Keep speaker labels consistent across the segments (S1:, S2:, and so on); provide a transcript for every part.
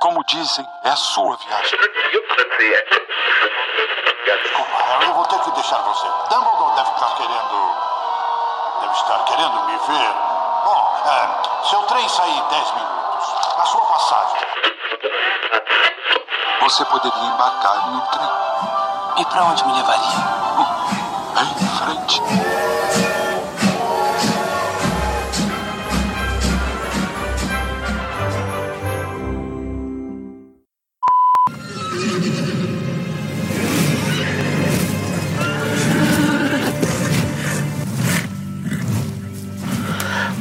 S1: como dizem, é a sua viagem.
S2: Harry, eu vou ter que deixar você. Dumbledore deve estar querendo. Deve estar querendo me ver. Bom, é, seu trem sai em 10 minutos. A sua passagem.
S1: Você poderia embarcar no trem.
S3: E para onde me levaria?
S1: Em frente.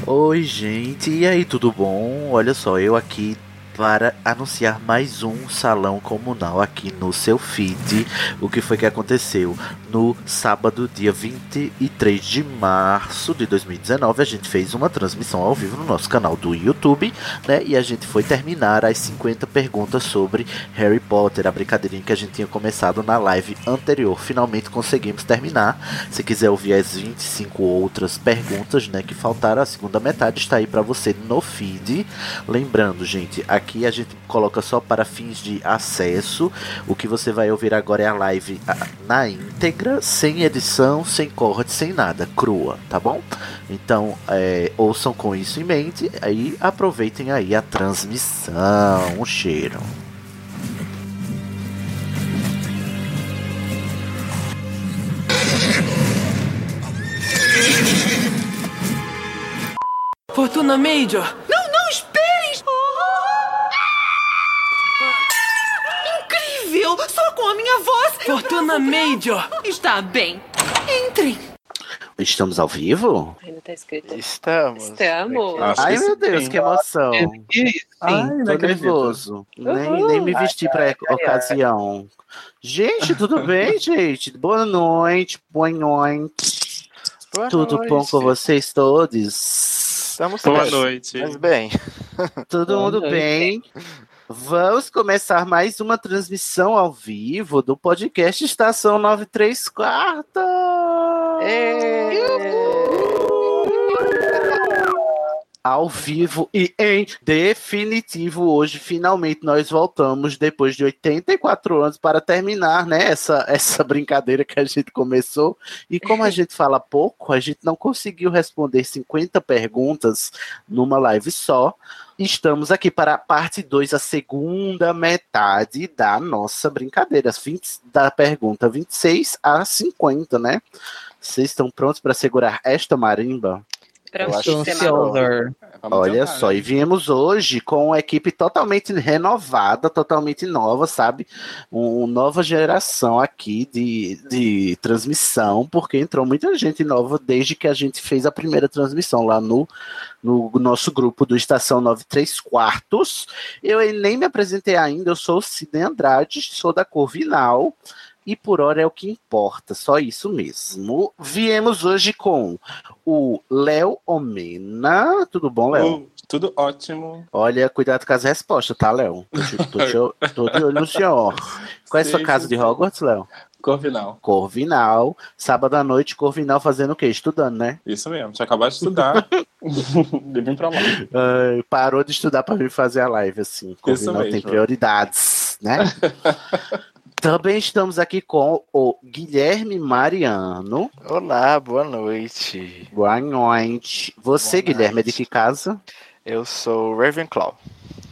S4: Oi, gente, e aí, tudo bom? Olha só, eu aqui para anunciar mais um salão comunal aqui no seu feed. O que foi que aconteceu? No sábado, dia 23 de março de 2019, a gente fez uma transmissão ao vivo no nosso canal do YouTube, né? E a gente foi terminar as 50 perguntas sobre Harry Potter, a brincadeirinha que a gente tinha começado na live anterior. Finalmente conseguimos terminar. Se quiser ouvir as 25 outras perguntas, né, que faltaram, a segunda metade está aí para você no feed. Lembrando, gente, aqui a gente coloca só para fins de acesso. O que você vai ouvir agora é a live ah, na íntegra, sem edição, sem corte, sem nada, crua, tá bom? Então, é, ouçam com isso em mente aí aproveitem aí a transmissão. Um cheiro.
S3: Fortuna Major!
S5: Não, não, esperem! Incrível! Só com a minha voz! eu
S3: Fortuna Major!
S5: bravo. Está bem. Entrem.
S4: Estamos ao vivo?
S6: Ainda tá escrito.
S7: Estamos.
S6: Estamos.
S7: Acho
S4: Ai
S7: que
S4: meu
S7: sim.
S4: Deus, que emoção!
S7: Sim,
S4: Ai,
S7: tô
S4: tô
S7: acredito.
S4: nervoso. Nem,
S6: Uhul.
S4: nem me vesti para ocasião. Gente, tudo bem, gente? Boa noite, boa noite.
S7: Boa
S4: tudo
S7: noite.
S4: bom com vocês todos?
S7: Estamos
S8: Boa
S7: bem,
S8: noite.
S7: Mas bem,
S4: Todo
S6: Boa
S4: mundo
S6: noite.
S4: bem? Vamos começar mais uma transmissão ao vivo do podcast Estação 93 Quarta. Ao vivo e em definitivo, hoje finalmente nós voltamos depois de 84 anos para terminar né, essa, essa brincadeira que a gente começou. E como a gente fala pouco, a gente não conseguiu responder 50 perguntas numa live só. Estamos aqui para a parte 2, a segunda metade da nossa brincadeira, as 20 da pergunta 26 a 50, né? Vocês estão prontos para segurar esta marimba?
S6: Pra
S7: Eu
S6: um
S7: acho que
S6: sistema.
S7: vamos
S4: Olha
S7: tentar,
S4: só,
S7: né?
S4: e viemos hoje com uma equipe totalmente renovada, totalmente nova, sabe? Um- Uma nova geração aqui de, de transmissão, porque entrou muita gente nova desde que a gente fez a primeira transmissão lá no, no nosso grupo do Estação 93 Quartos. Eu nem me apresentei ainda, eu sou o Sidney Andrade, sou da Corvinal. E por hora é o que importa, só isso mesmo. Viemos hoje com o Léo Omena. Tudo bom, Léo?
S8: Uh, tudo ótimo.
S4: Olha, cuidado com as respostas, tá, Léo? Tô te- Tô, te- tô de olho no senhor. Qual é a sua
S8: Sim,
S4: casa
S8: sim,
S4: de
S8: sim.
S4: Hogwarts, Léo?
S8: Corvinal.
S4: Corvinal. Sábado à noite, Corvinal fazendo o quê? Estudando, né?
S8: Isso mesmo. Tinha acabado de estudar. e vim pra lá.
S4: Ah, parou de estudar pra vir fazer a live, assim. Corvinal tem
S8: mesmo.
S4: prioridades, né? Também estamos aqui com o Guilherme Mariano.
S7: Olá, boa noite.
S4: Boa noite. Você,
S7: Boa
S4: Guilherme, é de
S7: noite.
S4: que casa?
S7: Eu sou o Ravenclaw.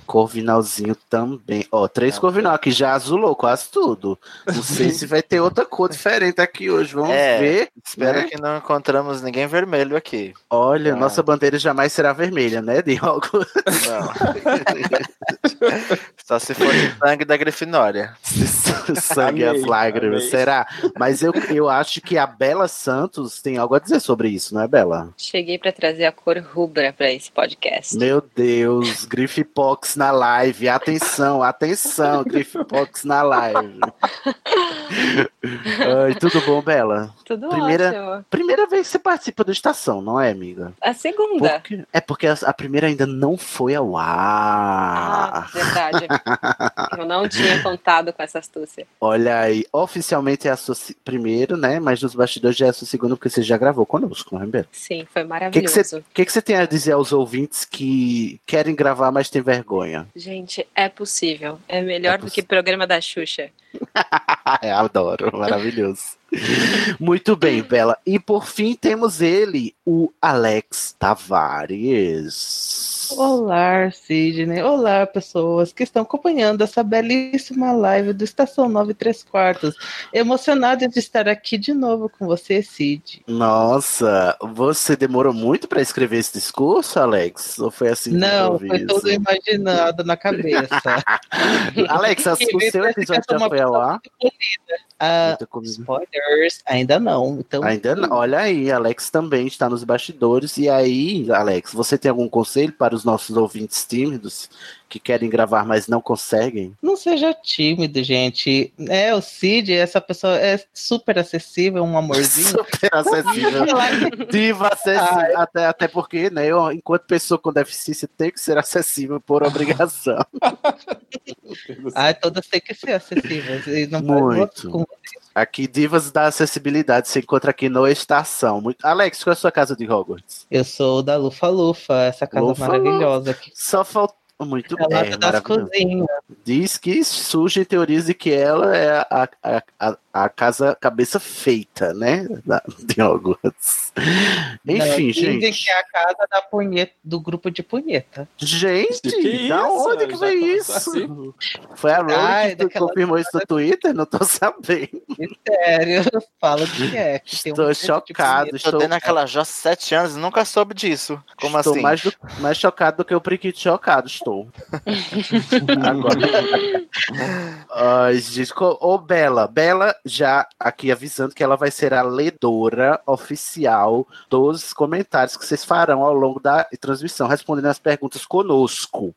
S4: Corvinalzinho também. Ó, três Corvinal aqui, já azulou quase tudo. Não sei se vai ter outra cor diferente aqui hoje. Vamos
S7: É.
S4: ver.
S7: Espero
S4: Né?
S7: que não encontramos ninguém vermelho aqui.
S4: Olha,
S7: Ah.
S4: nossa bandeira jamais será vermelha, né, Diogo?
S7: Não. Só se for de sangue da Grifinória.
S4: Sangue e as
S8: Amei,
S4: lágrimas,
S8: amei.
S4: será? Mas eu, eu acho que a Bela Santos tem algo a dizer sobre isso, não é, Bela?
S6: Cheguei pra trazer a cor rubra pra esse podcast.
S4: Meu Deus, Grifipox
S6: na live. Atenção, atenção, Grifopox na live. Oi, tudo bom, Bela?
S9: Tudo
S6: Primeira-
S9: ótimo.
S6: Primeira vez que você participa do Estação, não é, amiga?
S9: A segunda.
S6: Porque- é porque a, a primeira ainda não foi ao
S9: Ah,
S6: ar.
S9: verdade. Eu não tinha contado com essa astúcia.
S6: Olha aí, oficialmente é a sua se- primeira, né? Mas nos bastidores já é a sua segunda, porque você já gravou conosco, não é, Bela?
S9: Sim, foi
S6: O que que
S9: maravilhoso.
S6: você que que você tem a dizer aos ouvintes que querem gravar, mas têm vergonha?
S9: Gente, é possível. É melhor do que programa da Xuxa.
S6: Ah, eu adoro, maravilhoso. Muito bem, Bela. E por fim temos ele, o Alex Tavares.
S10: Olá, Sidney. Olá, pessoas que estão acompanhando essa belíssima live do Estação 9 3 Quartos. Emocionada de estar aqui de novo com você, Sid.
S6: Nossa, você demorou muito para escrever esse discurso, Alex? Ou foi assim?
S10: Não, foi
S6: improviso?
S10: tudo imaginado na cabeça.
S6: Alex, as- o seu episódio
S10: é
S6: já foi ao ar?
S10: Ah,
S6: spoilers,
S10: ainda não. Então...
S6: Ainda não. Olha aí, Alex também está nos bastidores. E aí, Alex, você tem algum conselho para os nossos ouvintes tímidos que querem gravar, mas não conseguem?
S10: Não seja tímido, gente. É, o Cid, essa pessoa é super acessível, um amorzinho. é-
S6: Super acessível. Diva acessível. até, até porque, né, eu, enquanto pessoa com deficiência, tenho que ser acessível por obrigação.
S10: ah, todas têm que ser acessíveis. e Não
S6: Muito.
S10: Com-
S6: Aqui, Divas da Acessibilidade, se encontra aqui no Estação. Muito- Alex, qual é a sua casa de Hogwarts?
S10: Eu sou da Lufa Lufa, essa casa
S6: Lufa Lufa.
S10: maravilhosa aqui.
S6: Só faltou muito
S10: Ela
S6: é,
S10: das
S6: maravilhoso.
S10: cozinhas. né?
S6: Diz que surgem teorias de que ela é a, a, a, a casa cabeça feita, né? Da, de Hogwarts. Enfim,
S10: Né, Dizem
S6: gente.
S10: que é a casa da punheta, do grupo de punheta.
S6: Gente,
S10: Que
S6: da
S10: isso?
S6: onde que
S10: Já
S6: veio
S10: começou
S6: isso?
S10: assim?
S6: Foi a Rowling
S10: Ai,
S6: que
S10: daquela-
S6: confirmou isso no Twitter? Não tô sabendo.
S10: Sério, eu falo que é. Que tem um
S6: Estou
S10: grupo de
S6: chocado.
S10: punheta.
S6: Estou
S7: Tô dentro daquela Jó sete anos e nunca soube disso. Como
S6: estou
S7: assim?
S6: mais, do- mais chocado do que o Priquito chocado, estou. Agora. Ai, gente, co- ô Bela, Bela já aqui avisando que ela vai ser a ledora oficial dos comentários que vocês farão ao longo da transmissão, respondendo as perguntas conosco.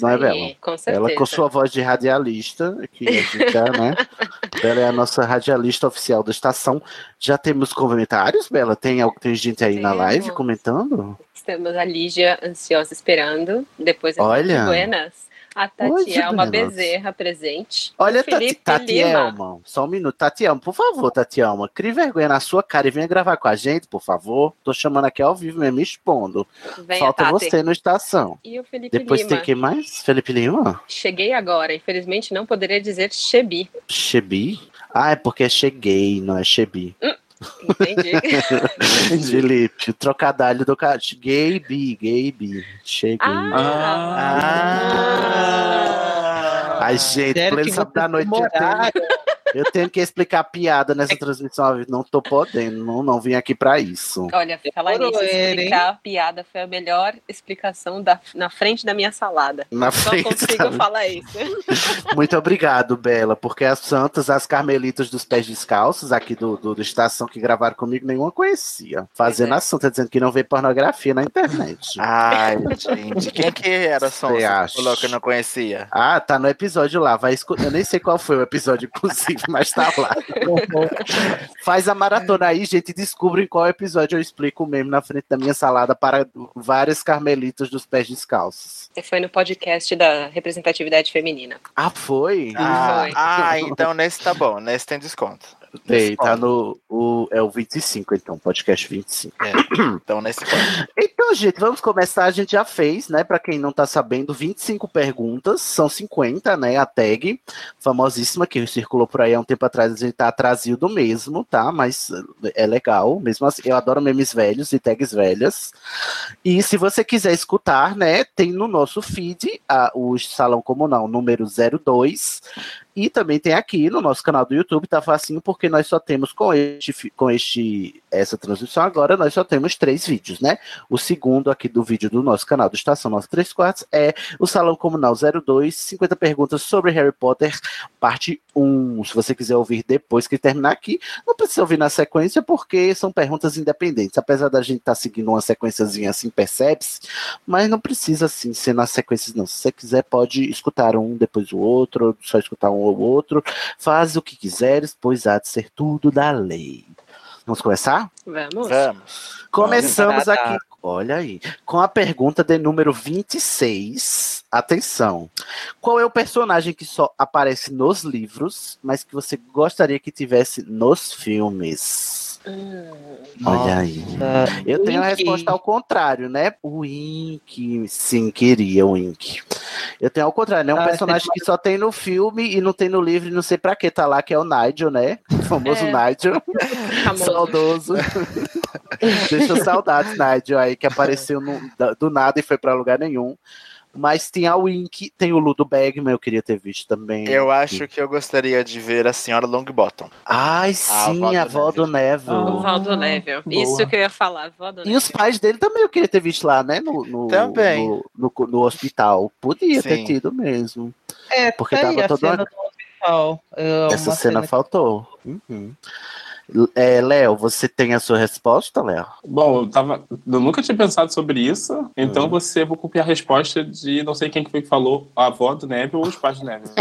S6: Não é,
S9: Sim,
S6: Bela?
S9: com
S6: Ela com
S9: certeza.
S6: sua voz de radialista, que a gente já, né? Bela é a nossa radialista oficial da estação. Já temos comentários, Bela? Tem, al- tem gente aí na live
S9: Temos.
S6: comentando?
S9: Temos a Lígia ansiosa esperando. Depois a
S6: Olha.
S9: Buenas. A Tatielma
S6: Buenas.
S9: Bezerra presente.
S6: Olha,
S9: o Felipe
S6: Tati, Tatielma, só um minuto. Tatielma, por favor, Tatielma, crie vergonha na sua cara e venha gravar com a gente, por favor. Tô chamando aqui ao vivo mesmo, me expondo.
S9: Venha,
S6: Falta
S9: Tati.
S6: você no estação.
S9: E o Felipe
S6: Depois
S9: Lima.
S6: tem quem mais? Felipe Lima?
S9: Cheguei agora. Infelizmente não poderia dizer chebi.
S6: Chebi? Ah, é porque é cheguei, não é Chebi.
S9: Entendi.
S6: Felipe, o trocadilho do cara. Gay bi, gay bi. Cheguei.
S9: Ah!
S6: Ah,
S10: Ah!
S6: Ai, gente,
S10: Sério
S6: pleno
S10: que
S6: sábado da
S10: vocês
S6: noite eu
S10: demoraram.
S6: tenho, eu tenho que explicar piada nessa transmissão. Eu Não tô podendo, não, não vim aqui pra isso.
S9: Olha, falar nisso,
S10: Demorou ele, hein?
S9: explicar a piada foi a melhor explicação da, na frente da minha salada.
S6: Na
S9: Só
S6: frente
S9: consigo
S6: da-
S9: falar isso.
S6: Muito obrigado, Bela, porque as santas, as carmelitas dos pés descalços aqui do, do, do Estação que gravaram comigo, nenhuma conhecia. Fazendo a santa, dizendo que não vê pornografia na internet.
S7: Ai, gente, quem que era só
S6: Você
S7: você
S6: acha?
S7: falou que eu não conhecia?
S6: Ah, tá no episódio lá. Vai escu... Eu nem sei qual foi o episódio, inclusive, mas tá lá. Faz a maratona aí, gente, e descobre em qual episódio eu explico mesmo na frente da minha salada para várias carmelitas dos pés descalços.
S9: Foi no podcast da representatividade feminina.
S6: Ah, foi?
S7: Ah,
S9: Foi.
S7: ah, então nesse tá bom, nesse tem desconto.
S6: Tem, tá no. O, é o 25, então, podcast 25.
S7: É, então nesse pode.
S6: Então, gente, vamos começar. A gente já fez, né? Pra quem não tá sabendo, 25 perguntas, são 50, né? A tag famosíssima que circulou por aí há um tempo atrás. A gente tá atrasado mesmo, tá? Mas eh, é legal. Mesmo assim, eu adoro memes velhos e tags velhas. E se você quiser escutar, né? Tem no nosso feed a- o Salão Comunal número 02. E também tem aqui no nosso canal do YouTube, tá facinho, porque nós só temos com este, fi- com este essa transmissão agora, nós só temos três vídeos, né? O segundo aqui do vídeo do nosso canal do Estação 93 Quartos é o Salão Comunal 02, 50 perguntas sobre Harry Potter, parte 1. Se você quiser ouvir depois que terminar aqui, não precisa ouvir na sequência, porque são perguntas independentes. Apesar da gente estar seguindo uma sequenciazinha assim, percebe-se, mas não precisa assim ser nas sequências, não. Se você quiser, pode escutar um depois o outro, só escutar um ou outro. Faz o que quiseres, pois há de ser tudo da lei. Vamos começar?
S9: Vamos.
S6: É.
S7: Vamos.
S6: Começamos
S9: Vamos.
S6: aqui, olha aí, com a pergunta de número 26. Atenção. Qual é o personagem que só aparece nos livros, mas que você gostaria que tivesse nos filmes?
S9: Hum,
S6: Olha aí. Eu tenho a
S10: Wink.
S6: resposta ao contrário, né? O Ink, sim, queria o Ink. Eu tenho ao contrário, né? Um
S10: Ah,
S6: personagem que só tem no filme e não tem no livro, e não sei pra que tá lá, que é o Nigel, né? O famoso
S10: É.
S6: Nigel. Saudoso. Deixa saudades, Nigel, aí que apareceu no- da- do nada e foi pra lugar nenhum. Mas tem a Wink, tem o Ludo Bagman, eu queria ter visto também.
S7: Eu acho que eu gostaria de ver a senhora Longbottom.
S6: Ai, sim, a avó do Neville.
S9: O Valdo Level.
S6: boa.
S9: Isso que eu ia falar, Valdo
S6: E os pais dele também eu queria ter visto lá, né? No, no,
S7: Também.
S6: No, no- no hospital. Podia ter
S7: Sim.
S6: tido mesmo.
S10: É,
S6: Porque
S10: tá aí
S6: tava
S10: a
S6: toda-
S10: cena do hospital. É uma
S6: Essa cena
S10: que-
S6: faltou. Uhum. É, Léo, você tem a sua resposta, Léo?
S8: Bom, eu, tava, eu nunca tinha pensado sobre isso, então você vou copiar a resposta de não sei quem que foi que falou, a avó do Neville ou os pais do né? Neville.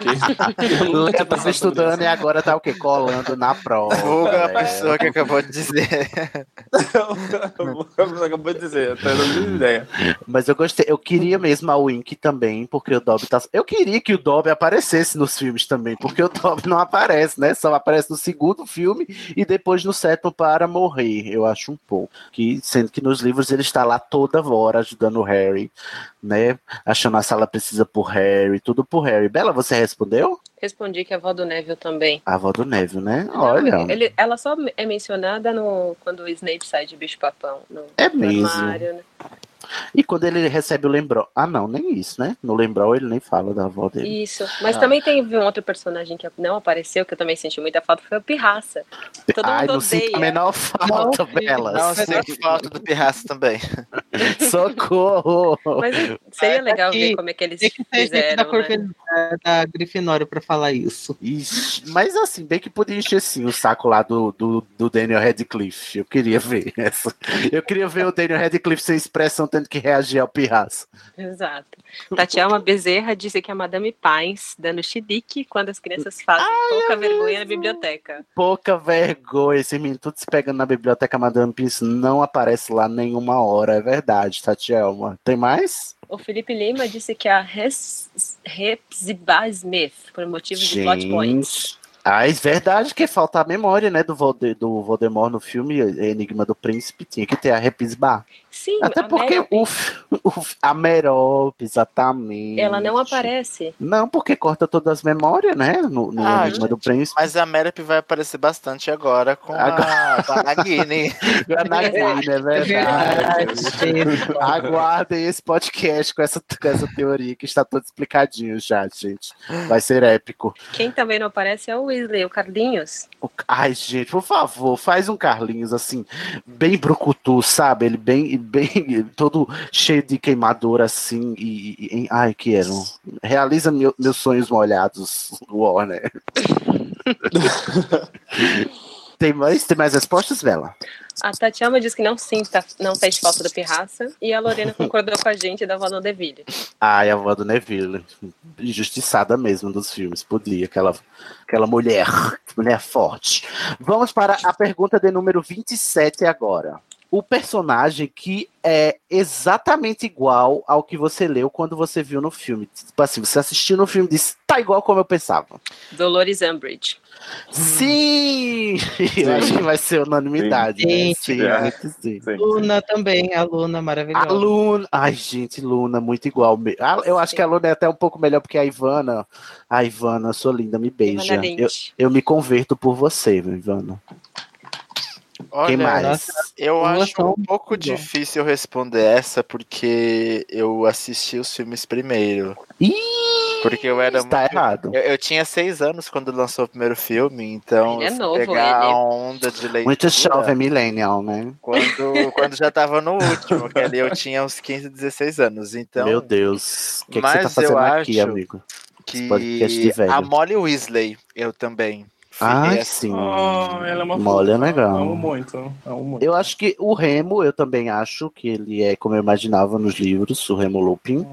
S6: Léo tava estudando e agora tá o quê? Colando na prova.
S7: Vulga a
S6: Léo.
S7: pessoa que acabou de dizer.
S8: Você acabou de dizer, tá dando muita ideia.
S6: Mas eu gostei, eu queria
S9: Uhum.
S6: mesmo a Wink também, porque o Dobby tá. Eu queria que o Dobby aparecesse nos filmes também, porque o Dobby não aparece, né? Só aparece no segundo filme e depois no sétimo para morrer, eu acho um pouco. Que, sendo que nos livros ele está lá toda hora ajudando o Harry, né? Achando a sala precisa por Harry, tudo por Harry. Bela, você respondeu?
S9: Respondi que é a avó do Neville também.
S6: A avó do Neville, né? Olha.
S9: Não, ele- ela só é mencionada no, quando o Snape sai de bicho-papão. no-
S6: É
S9: no
S6: mesmo.
S9: armário, né?
S6: E quando ele recebe o lembrol. Ah, não, nem isso, né? No lembrol ele nem fala da avó dele.
S9: Isso. Mas
S6: Ah.
S9: também tem um outro personagem que não apareceu, que eu também senti muita falta, foi o Pirraça. Todo
S6: Ai,
S9: mundo
S6: não sinto
S9: odeia.
S6: a menor falta, Bela.
S7: Não sinto falta do pirraço também.
S6: Socorro!
S9: Mas seria legal ver
S10: aqui.
S9: como é que eles
S10: Tem gente tá da,
S9: fizeram,
S10: Corven-
S9: né?
S10: da- da Grifinória pra falar isso.
S6: Ixi, mas assim, bem que podia encher sim o saco lá do, do, do Daniel Radcliffe. Eu queria ver essa. Eu queria ver o Daniel Radcliffe sem expressão tendo que reagir ao pirraço.
S9: Exato. Tatiana Bezerra disse que é a Madame Pines dando chilique quando as crianças fazem pouca vergonha na biblioteca.
S6: Pouca vergonha, esse menino tudo se pegando na biblioteca Madame Pince não aparece lá nenhuma hora, é verdade, Tatielma. Tem mais?
S9: O Felipe Lima disse que é a Res- Hepzibah Smith, por motivo de plot points.
S6: Ah, é verdade que falta a memória, né, do, Volde- do Voldemort no filme Enigma do Príncipe, tinha que ter a Repisbar.
S9: Sim,
S6: Até
S9: a
S6: porque
S9: Mary,
S6: o, f- o f- a Merope, exatamente.
S9: ela não aparece.
S6: Não, porque corta todas as memórias, né? No, no
S7: Ah,
S6: Enigma do Príncipe.
S7: Mas a Merop vai aparecer bastante agora com a Banagini.
S6: Guanagini, é verdade.
S10: verdade.
S6: Aguardem esse podcast com essa, com essa teoria que está todo explicadinho já, gente. Vai ser épico.
S9: Quem também não aparece é o Weasley, o Carlinhos.
S6: O- Ai, gente, por favor, faz um Carlinhos assim, bem brucutu, sabe? Ele bem, bem todo cheio de queimadura, assim, e. e- e- ai, quero. Realiza meu- meus sonhos molhados, Warner. tem, mais, tem mais respostas, Bela?
S9: A Tatiana diz que não sinta, não fez falta do Pirraça. E a Lorena concordou com a gente da Valon Deville.
S6: Ai, a avó do Neville. Injustiçada mesmo dos filmes. Podia, aquela, aquela mulher. Mulher forte. Vamos para a pergunta de número 27 agora. O personagem que é exatamente igual ao que você leu quando você viu no filme. Tipo assim, você assistiu no filme e disse, tá igual como eu pensava.
S9: Dolores Umbridge.
S6: Sim! Eu acho que vai ser unanimidade. né?
S10: Sim.
S6: Sim,
S10: É.
S6: muito sim.
S10: Luna também, a Luna maravilhosa.
S6: A Luna. Ai, gente, Luna, muito igual. me- Ah, Eu acho que a Luna é até um pouco melhor, porque a Ivana. A Ivana, sua linda, me beija.
S9: Ivana
S6: Eu,
S9: Lynch.
S6: eu me converto por você, meu Ivana. Quem mais?
S7: Eu
S10: Elas
S7: acho
S10: são
S7: um pouco
S10: muito boas.
S7: difícil responder essa porque eu assisti os filmes primeiro.
S6: Ih,
S7: Porque eu era
S6: está
S7: é muito-
S6: errado.
S7: Eu, eu tinha seis anos quando lançou o primeiro filme, então
S9: Ele é
S7: se
S9: novo,
S7: pegar
S9: ele.
S7: a onda de leitura.
S6: Muito jovem, millennial, né?
S7: Quando, quando já tava no último, que ali eu tinha uns 15, 16 anos. Então,
S6: meu Deus. O que, é que você tá
S7: mas eu
S6: fazendo aqui,
S7: acho-
S6: amigo?
S7: Que
S6: podcast de velho.
S7: a Molly Weasley, eu também.
S6: Ah,
S7: Yes.
S6: sim.
S8: Ah, ela é uma
S6: Mole é legal.
S8: Amo muito, amo muito.
S6: Eu acho que o Remo, eu também acho que ele é como eu imaginava nos livros, o Remo Lupin.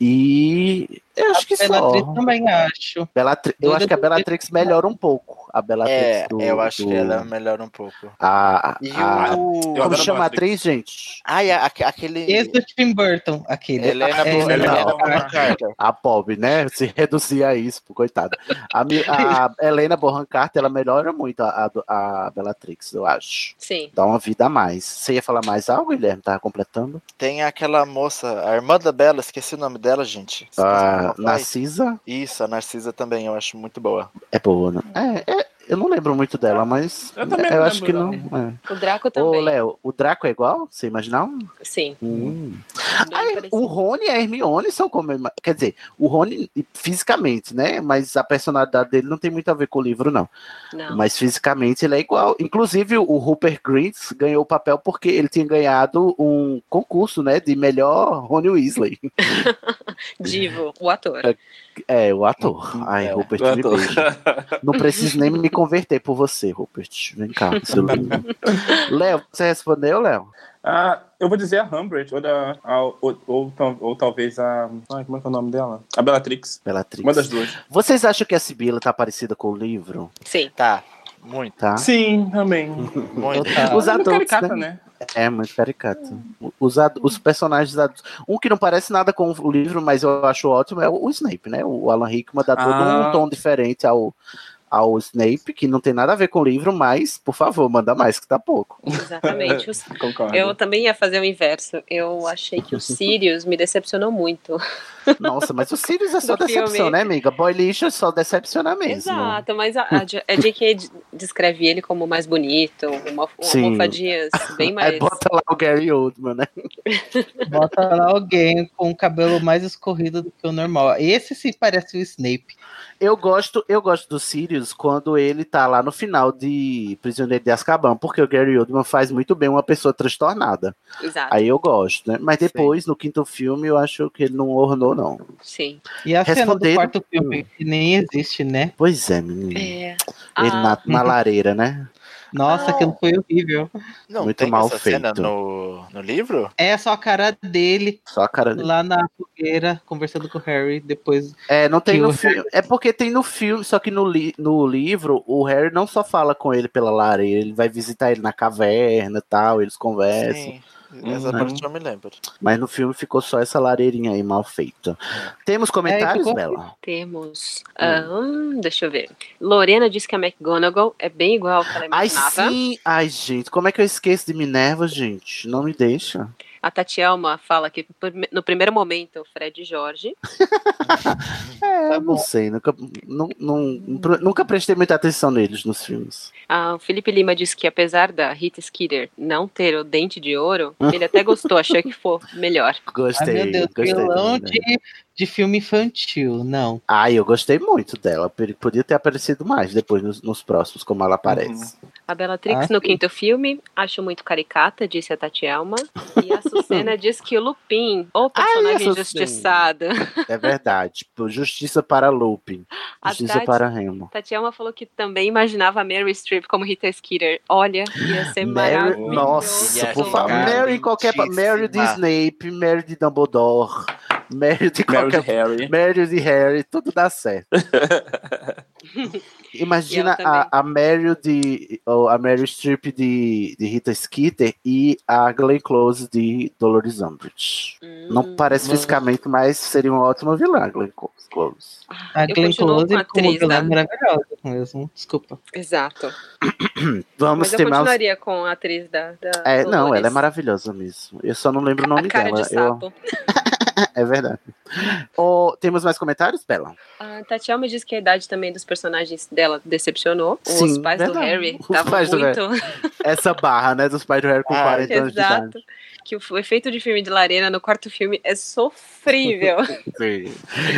S6: E eu acho que
S10: Bellatrix
S6: só.
S10: também acho.
S6: Bellatri- Eu acho que a Bellatrix melhora um pouco. A Bellatrix
S7: É,
S6: do-
S7: eu acho
S6: do-
S7: que ela melhora um pouco.
S6: A,
S7: E
S6: a-
S7: o- Eu
S6: Como
S7: adoro
S6: chama a
S7: Bellatrix.
S6: atriz, gente?
S7: Ah, e a- aque- aquele.
S10: Esse do Tim Burton, aquele.
S6: é
S10: É,
S7: Helena
S8: é
S7: Bonham Helena
S6: né?
S7: Bonham Carter.
S6: A pobre, né? Se reduzir a isso, pô, coitada. A, mi- a Helena Bonham Carter, ela melhora muito a, a, a Bellatrix, eu acho.
S9: Sim.
S6: Dá uma vida a mais. Você ia falar mais algo, Guilherme? Tava completando?
S7: Tem aquela moça, a irmã da Bela, esqueci o nome dela, gente. Esqueci
S6: Ah,
S7: como ela faz.
S6: Narcisa?
S7: Isso, a Narcisa também, eu acho muito boa.
S6: É boa, né? É, é, eu não lembro muito dela, mas
S7: Eu
S6: eu,
S7: também não
S6: acho que não.
S7: lembro
S6: é.
S9: O Draco
S6: Ô,
S9: também.
S6: Léo, o Draco é igual? Você imaginar?
S9: Sim.
S6: Hum. Aí, o Rony e a Hermione são como. Quer dizer, o Rony fisicamente, né? Mas a personalidade dele não tem muito a ver com o livro, não.
S9: Não.
S6: Mas fisicamente ele é igual. Inclusive, o Rupert Grint ganhou o papel porque ele tinha ganhado um concurso, né? De melhor Rony Weasley.
S9: Divo, o ator.
S6: É, o ator. Ai, Rupert, me beija. Não preciso nem me converter por você, Rupert. Vem cá, seu lindo. Léo, você respondeu, Léo?
S8: Ah, eu vou dizer a Humbridge, ou, da- a- ou, ou tal- ou talvez a. Ai, como é que é o nome dela? A Bellatrix.
S6: Bellatrix.
S8: Uma das duas.
S6: Vocês acham que a Sibila tá parecida com o livro?
S9: Sim.
S7: Tá. Muito.
S6: Tá?
S8: Sim, também.
S7: Muito.
S6: Os
S8: Muito
S6: adultos,
S8: caricata,
S6: né?
S8: né?
S6: É, muito caricato.
S9: É.
S6: Os, ad- os personagens adultos. Um que não parece nada com o livro, mas eu acho ótimo, é o, o Snape, né? O Alan Rickman dá todo
S8: Ah.
S6: um tom diferente ao, ao Snape, que não tem nada a ver com o livro, mas, por favor, manda mais, que tá pouco.
S9: Exatamente. Os-
S8: Concordo.
S9: Eu também ia fazer o inverso. Eu achei que o Sirius me decepcionou muito.
S6: Nossa, mas o Sirius é só
S9: Do
S6: decepção,
S9: filme.
S6: né, amiga? Boy lixo só decepciona mesmo.
S9: Exato, mas a, a, J- a JK d- descreve ele como mais bonito, uma, uma
S6: Sim.
S9: almofadinhas bem mais.
S6: Aí É, bota lá o Gary Oldman, né?
S10: Bota lá alguém com o cabelo mais escorrido do que o normal. Esse sim parece o Snape.
S6: Eu gosto, eu gosto do Sirius quando ele tá lá no final de Prisioneiro de Azkaban, porque o Gary Oldman faz muito bem uma pessoa transtornada.
S9: Exato.
S6: Aí eu gosto, né? Mas depois, no quinto filme, eu acho que ele não ornou, não.
S9: Sim.
S10: E a cena do
S6: Responderam-
S10: quarto filme que nem existe, né?
S6: Pois é, menino.
S9: É.
S6: Ele na, na lareira, né?
S10: Nossa, aquilo foi horrível.
S7: Não
S6: Muito
S7: tem
S6: mal
S7: essa cena
S6: feito.
S7: no, no livro?
S10: É só a cara dele
S6: Só a cara dele.
S10: lá na fogueira conversando com o Harry depois.
S6: É, não tem
S10: que
S6: no
S10: o-
S6: filme. É porque tem no filme, só que no, li- no livro, o Harry não só fala com ele pela lareira, ele vai visitar ele na caverna e tal, eles conversam.
S7: É, Sim. Essa
S6: Uhum.
S7: parte eu me lembro.
S6: Mas no filme ficou só essa lareirinha aí mal feita. Temos comentários,
S9: ficou-
S6: Bela?
S9: Temos. ah, hum, deixa eu ver. Lorena disse que a McGonagall é bem igual ao que ela
S6: Ai,
S9: imaginava.
S6: sim! Ai, gente, como é que eu esqueço de Minerva, gente? Não me deixa.
S9: A Tatielma fala que por- no primeiro momento Fred e Jorge.
S6: É,
S10: Tá
S6: não sei, nunca, nu- nu- nunca prestei muita atenção neles nos filmes.
S9: Ah, o Felipe Lima disse que apesar da Rita Skeeter não ter o dente de ouro, ele até gostou, achou que for melhor.
S6: Gostei,
S10: Ai, meu Deus,
S6: gostei.
S10: vilão
S6: também, né?
S10: de, de filme infantil, não.
S6: Ai, eu gostei muito dela. Ele Podia ter aparecido mais depois nos, nos próximos, como ela aparece.
S10: Uhum.
S9: A Bellatrix
S6: Ah,
S9: no
S6: sim.
S9: quinto filme, acho muito caricata, disse a Tatielma. E a Sucena diz que o Lupin, o personagem
S6: Sucena.
S9: injustiçado.
S6: É verdade. Tipo, Justiça para Lupin.
S9: A
S6: Justiça
S9: Tati-
S6: para Remo.
S9: Tatielma falou que também imaginava a Mary Streep como Rita Skeeter. Olha, ia ser
S6: Mary,
S9: maravilhoso.
S6: nossa,
S7: Yes,
S6: por favor.
S7: cara.
S6: Mary qualquer. pa- Mary de Snape, Mary de Dumbledore, Mary de
S8: Mary
S6: qualquer.
S8: de Harry.
S6: Mary de Harry, tudo dá certo. Imagina
S9: E ela
S6: a, a Mary de. ou a Mary Streep de, de Rita Skeeter e a Glenn Close de Dolores Umbridge.
S9: Hum.
S6: Não parece fisicamente, mas seria uma ótima vilã, a Glenn Co- Close.
S10: A
S9: eu
S10: Glenn
S9: continuo com a
S10: Close como
S9: atriz,
S10: vilã é
S9: né?
S10: maravilhosa mesmo. Desculpa.
S9: Exato.
S6: Vamos
S9: Mas eu
S6: ter mais.
S9: continuaria com a atriz da. da
S6: É, não,
S9: Dolores.
S6: ela é maravilhosa mesmo. Eu só não lembro o
S9: A
S6: nome
S9: cara
S6: dela.
S9: de
S6: Eu-
S9: sapo.
S6: é verdade. Ô, temos mais comentários, Bela?
S9: A Tatielma diz que a idade também dos personagens dela decepcionou. Os
S6: Sim,
S9: pais do
S6: verdade.
S9: Harry
S6: Os
S9: estavam
S6: pais do
S9: muito.
S6: Harry. Essa barra, né, dos pais do Harry com 40 anos de idade.
S9: Exato. Que o o efeito de filme de Larena no quarto filme é sofrível.
S6: Sim.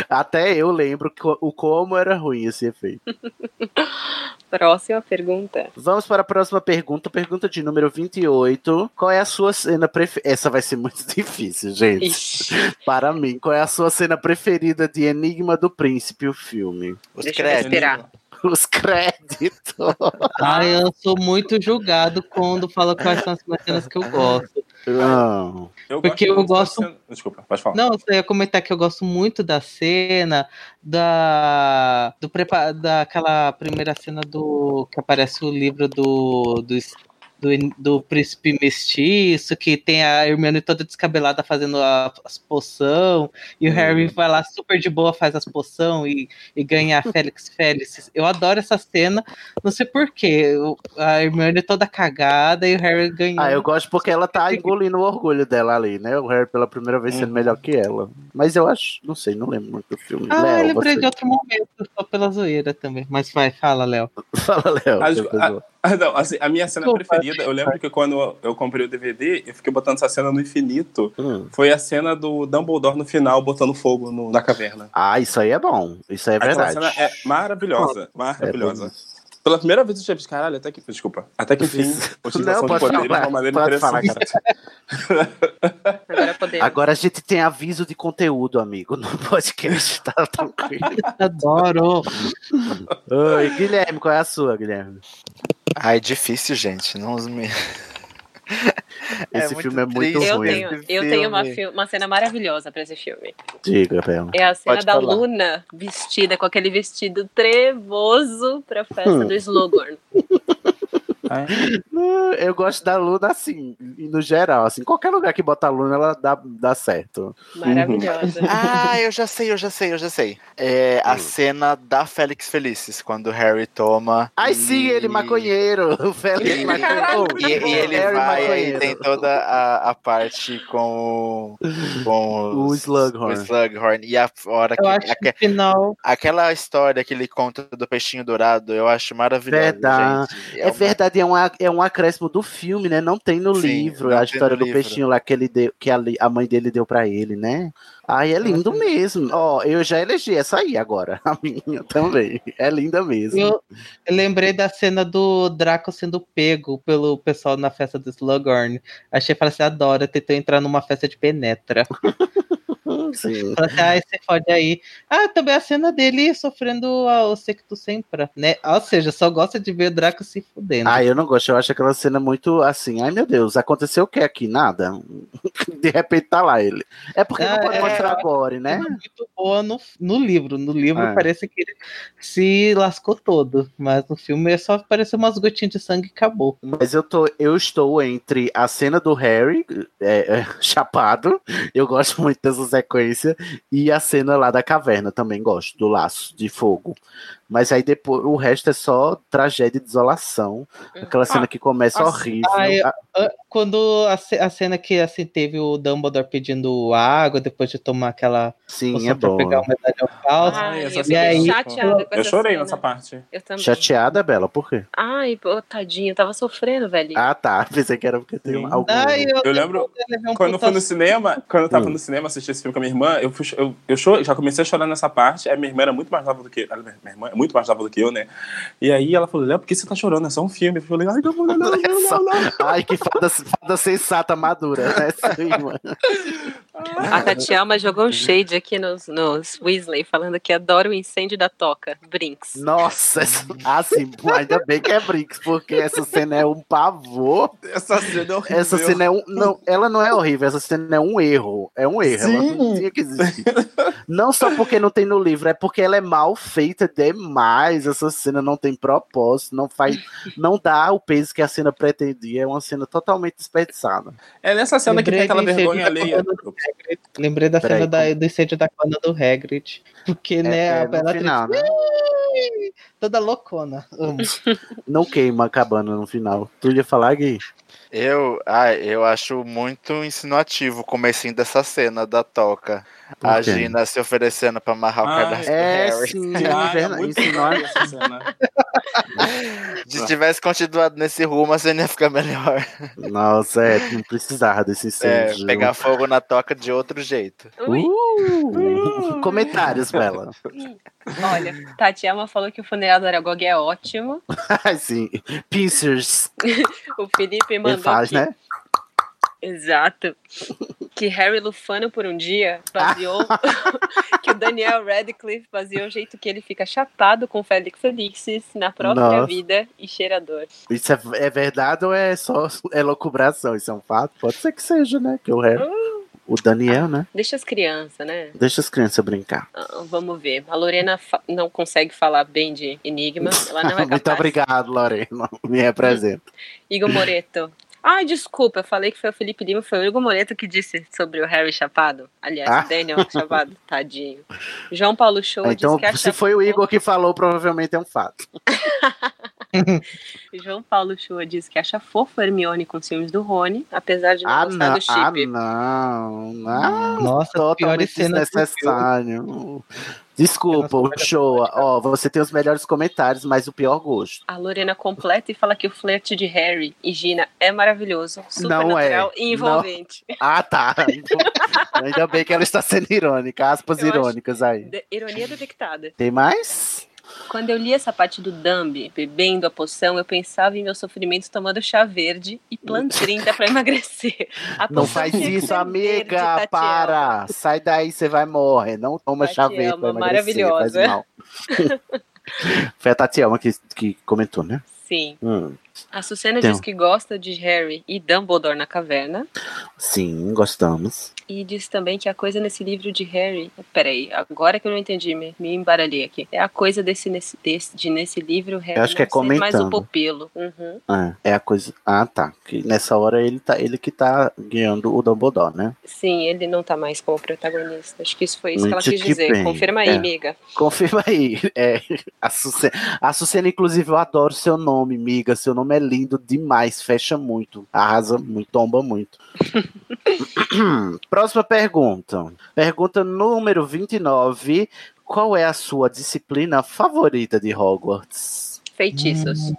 S6: Até eu lembro co- o como era ruim esse efeito.
S9: Próxima pergunta.
S6: Vamos para a próxima pergunta, pergunta de número 28. Qual é a sua cena preferida? Essa vai ser muito difícil, gente.
S9: Ixi.
S6: Para mim, qual é a sua cena preferida de Enigma do Príncipe, o filme?
S9: Os Deixa
S8: É,
S9: créditos. Eu respirar.
S6: Os créditos.
S9: Ah.
S10: Ai, eu sou muito julgado quando fala quais são as cenas que eu gosto.
S6: Não.
S8: Eu
S10: Porque
S8: gosto
S10: eu gosto.
S8: cena- Desculpa, pode falar.
S10: Não, eu só ia comentar que eu gosto muito da cena da do prepa... daquela primeira cena do que aparece o livro do do, es- do, en- do príncipe mestiço que tem a Hermione toda descabelada fazendo a- as poção e
S6: Uhum.
S10: o Harry vai lá super de boa faz as poção e, e ganha a Félix Félix. Eu adoro essa cena, não sei porquê. A Hermione toda cagada e o Harry ganhou.
S6: Ah, eu gosto porque ela tá engolindo o orgulho dela ali, né? O Harry pela primeira vez
S8: Uhum.
S6: sendo melhor que ela. Mas eu acho, não sei, não lembro muito do filme.
S10: Ah,
S6: Léo,
S10: eu lembrei
S6: você-
S10: de outro momento, só pela zoeira também. Mas vai, fala, Léo.
S6: Fala, Léo.
S8: As- a, ah, não, assim, a minha cena preferida, eu lembro que quando eu comprei o DVD, eu fiquei botando essa cena no infinito.
S6: Hum.
S8: Foi a cena do Dumbledore no final botando fogo no- na caverna.
S6: Ah, isso aí é bom. Isso aí é
S8: Aquela
S6: verdade.
S8: cena é maravilhosa, maravilhosa. Pela primeira vez eu já disse, caralho, até que. Desculpa. Até que enfim, utilização
S6: Não,
S8: de
S6: pode
S8: poderes de
S6: falar,
S8: uma maneira
S6: pode falar,
S8: interessante.
S6: Agora a gente tem aviso de conteúdo, amigo, no podcast. Tá tranquilo.
S10: Adoro.
S6: Oi, Guilherme, qual é a sua, Guilherme?
S7: Ai, difícil, gente. Não me.
S6: Esse filme é muito
S7: triste.
S9: Eu
S6: ruim.
S9: tenho, eu tenho uma, fi- uma cena maravilhosa pra esse filme.
S6: Diga, Bela.
S9: É a cena
S6: Pode
S9: da
S6: falar.
S9: Luna vestida com aquele vestido trevoso pra festa
S6: Hum.
S9: do Slogorn.
S6: Não, Eu gosto da Luna assim, e no geral, assim, qualquer lugar que bota a Luna, ela dá, dá certo.
S9: Maravilhosa.
S6: Uhum.
S7: Ah, eu já sei, eu já sei, eu já sei. É
S6: Hum.
S7: a cena da Félix Felices, quando o Harry toma.
S6: Ai, sim, ele maconheiro, o Félix maconheiro.
S7: E, e ele
S6: Harry
S7: vai
S6: maconheiro.
S7: e tem toda a, a parte com, com
S6: O
S7: os- o
S6: Slughorn.
S7: Slughorn. E a hora que,
S10: Eu acho que
S7: aque-
S10: no final.
S7: aquela história que ele conta do peixinho dourado, eu acho maravilhosa.
S6: Verdade.
S7: gente.
S6: É, verdade, é um, a- é um acréscimo do filme, né? Não tem no
S7: Sim,
S6: livro
S7: não
S6: a
S7: tem
S6: história
S7: no
S6: do
S7: livro.
S6: peixinho lá que, ele deu, que a, li- a mãe dele deu pra ele, né? Ai, é
S7: Uhum.
S6: lindo mesmo. Ó, eu já elegi essa aí agora, a minha também. É linda mesmo.
S10: Eu eu lembrei da cena do Draco sendo pego pelo pessoal na festa do Slughorn. Achei, falei assim, adora, tentou entrar numa festa de penetra.
S6: Sim.
S10: Falei assim, ai, você fode aí. Ah, também a cena dele sofrendo a- o secto sempre, né? Ou seja, só gosta de ver o Draco se fudendo.
S6: Ah, eu não gosto, eu acho aquela cena muito assim, ai meu Deus, aconteceu o que aqui? Nada. De repente tá lá ele. É porque não
S10: Ah,
S6: pode
S10: é.
S6: mostrar agora,
S10: É
S6: né?
S10: muito boa no, no livro. No livro
S6: É.
S10: parece que ele se lascou todo, mas no filme é só aparecer umas gotinhas de sangue e acabou.
S6: Mas eu, tô, eu estou entre a cena do Harry, é, é, chapado, eu gosto muito dessa sequência, e a cena lá da caverna também gosto, do laço de fogo. Mas aí depois o resto é só tragédia e desolação. Aquela cena que começa
S10: Ah,
S6: horrível.
S10: ah, eu-
S6: a-
S10: ah, quando a, ce- a cena que assim teve o Dumbledore pedindo água depois de tomar aquela
S6: Sim,
S10: poção
S6: é
S10: pra
S6: boa.
S10: pegar o medalhão falso.
S9: Ai, eu
S10: E
S9: fiquei
S10: aí-
S9: chateada com
S8: Eu
S9: essa
S8: chorei
S9: cena.
S8: nessa parte.
S9: Eu também.
S6: Chateada, Bela, por quê?
S9: Ai, pô, tadinho, tava sofrendo, velho.
S6: Ah, tá. Pensei que era porque tem algum.
S8: Ah, eu, lembro
S10: É um
S8: quando eu fui no cinema, quando eu tava no cinema assistindo esse filme com a minha irmã, eu, fui, eu, eu chorei, já comecei a chorar nessa parte. A minha irmã era muito mais nova do que ela- minha irmã é muito mais nova do que eu, né? E aí ela falou: Léo, por que você tá chorando? É só um filme. Eu falei: Ai, não, não, não, não,
S6: É
S8: não,
S6: só-
S8: não.
S6: Ai, que fada, fada sensata madura, né? Sim, mano.
S9: A Tatielma jogou um shade aqui nos, nos Weasley, falando que adora o incêndio da toca. Brinks.
S6: Nossa, essa- assim, pô, ainda bem que é Brinks, porque essa cena é um pavor.
S8: Essa cena é horrível.
S6: Essa cena é um. Não, ela não é horrível, essa cena é um erro. É um erro. Ela não
S8: Sim.
S6: tinha que existir. Não só porque não tem no livro, é porque ela é mal feita demais. Essa cena não tem propósito, não faz. Não dá o peso que a cena pretendia. É uma cena totalmente desperdiçada.
S8: É nessa cena que tem
S10: Lembrei
S8: aquela
S10: do incêndio
S8: vergonha
S10: da
S8: alheia.
S10: coluna do Hagrid. Lembrei da
S6: Peraí,
S10: cena da, do incêndio da cona do Hagrid. Porque, né,
S6: é,
S10: a
S6: no
S10: Bela
S6: final, né? Hum,
S10: toda loucona. Amo.
S6: Não queima a cabana no final. Tu ia falar, Gui?
S7: Eu, ah, eu acho muito insinuativo o comecinho dessa cena da toca.
S6: Por
S7: A
S6: quê?
S7: Gina se oferecendo pra amarrar o
S6: Ah,
S7: cadastro do
S6: é,
S7: Harry.
S6: sim, Ah, é verdade, muito isso não é-
S8: essa cena.
S9: Ah.
S7: Se tivesse continuado nesse rumo, a cena ia ficar melhor.
S6: Nossa, é, não precisava desse
S7: É,
S6: incêndio.
S7: pegar fogo na toca de outro jeito.
S6: Uh, comentários, Bela.
S9: Olha, Tatielma falou que o funeral do Aragog é ótimo.
S6: Sim. Pincers.
S9: o Felipe
S6: Ele
S9: mandou
S6: faz,
S9: aqui.
S6: né?
S9: Exato. Que Harry Lufano, por um dia, baseou. que o Daniel Radcliffe baseou o jeito que ele fica chapado com Félix Felices na própria
S6: Nossa.
S9: vida e cheirador.
S6: Isso é, é verdade ou é só é locubração? Isso é um fato? Pode ser que seja, né? Que o Harry.
S9: Ah.
S6: O Daniel, né?
S9: Deixa as crianças, né?
S6: Deixa as crianças brincar.
S9: Ah, Vamos ver. A Lorena fa- não consegue falar bem de Enigma. Ela não é capaz.
S6: Muito obrigado, Lorena. Me representa.
S9: Igor Moreto. Ai, desculpa, eu falei que foi o Felipe Lima, foi o Igor Moreto que disse sobre o Harry Chapado. Aliás,
S6: Ah.
S9: o Daniel Chapado, tadinho. João Paulo Show
S6: Ah, então,
S9: diz que a
S6: se foi o Igor que falou, provavelmente é um fato.
S9: João Paulo Shoa diz que acha fofo Hermione com os filmes do Rony, apesar de não
S6: Ah,
S9: gostar
S6: não.
S9: do
S6: Ah,
S9: chip.
S6: não. não.
S10: Nossa,
S6: totalmente
S10: piores cenas do
S6: desnecessário. Desculpa, o show. Ó, você tem os melhores comentários, mas o pior gosto.
S9: A Lorena completa e fala que o flerte de Harry e Gina é maravilhoso, super
S6: Não é.
S9: natural e
S6: Não.
S9: envolvente.
S6: Ah, tá. Então, ainda bem que ela está sendo irônica. Aspas
S9: Eu acho-
S6: irônicas aí.
S9: De- Ironia detectada.
S6: Tem mais?
S9: Quando eu li essa parte do Dumbi bebendo a poção, eu pensava em meu sofrimento tomando chá verde e plantrinda pra emagrecer. A
S6: Não
S9: poção
S6: faz
S9: tinha que
S6: isso,
S9: ser verde, tá,
S6: amiga.
S9: Tatiana.
S6: para. Sai daí, você vai morrer. Não toma
S9: Tatiana,
S6: chá verde. pra emagrecer, faz
S9: maravilhosa.
S6: mal. Foi a Tatiana que, que comentou, né?
S9: Sim.
S6: Hum,
S9: A Sucena
S6: Então.
S9: diz que gosta de Harry e Dumbledore na caverna.
S6: sim, gostamos.
S9: E diz também que a coisa nesse livro de Harry. Peraí, agora que eu não entendi, me, me embaralhei aqui. É a coisa desse, nesse, desse, de nesse livro, Harry
S6: acho que
S9: não
S6: é
S9: ser mais o
S6: comentando.
S9: pupilo. Uhum.
S6: É, é a coisa. Ah, tá. Que nessa hora ele, tá, ele que tá guiando o Dumbledore, né?
S9: Sim, ele não tá mais como protagonista. Acho que isso foi isso que ela
S6: Muito
S9: quis
S6: que
S9: dizer.
S6: bem.
S9: Confirma aí,
S6: É.
S9: amiga.
S6: Confirma aí. É, a, Sucena, a Sucena, inclusive, eu adoro seu nome, miga. Seu nome é lindo demais. Fecha muito. Arrasa muito. Tomba muito. Próxima pergunta. Pergunta número 29. Qual é a sua disciplina favorita de Hogwarts?
S9: Feitiços.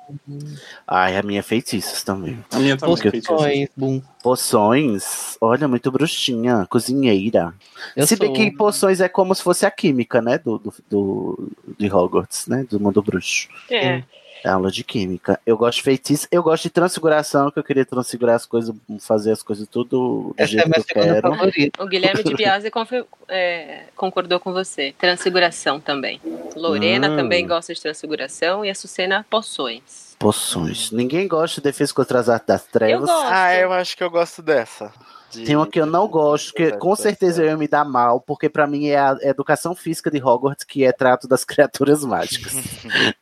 S6: Ai, a minha é feitiços também.
S8: A minha também é
S6: Porque-
S8: feitiços.
S6: Poções? Olha, muito bruxinha, cozinheira.
S10: Eu
S6: se bem
S10: sou. um
S6: que poções é como se fosse a química, né? Do, do, do- de Hogwarts, né? Do mundo bruxo.
S9: É. Sim.
S6: É aula de química. Eu gosto de feitiço, eu gosto de transfiguração, que eu queria transfigurar as coisas, fazer as coisas tudo do né?
S10: Essa é
S6: jeito
S10: a
S6: que
S10: minha
S6: eu
S10: segunda
S6: quero.
S9: O Guilherme de Biase confi- é, concordou com você. Transfiguração também. Lorena
S6: Hum.
S9: também gosta de transfiguração e a Sucena poções.
S6: Poções. Ninguém gosta de defesa contra as artes das trevas.
S7: Ah, eu acho que eu gosto dessa.
S6: Tem uma que eu não gosto, que com certeza eu ia me dar mal, porque pra mim é a educação física de Hogwarts, que é trato das criaturas mágicas.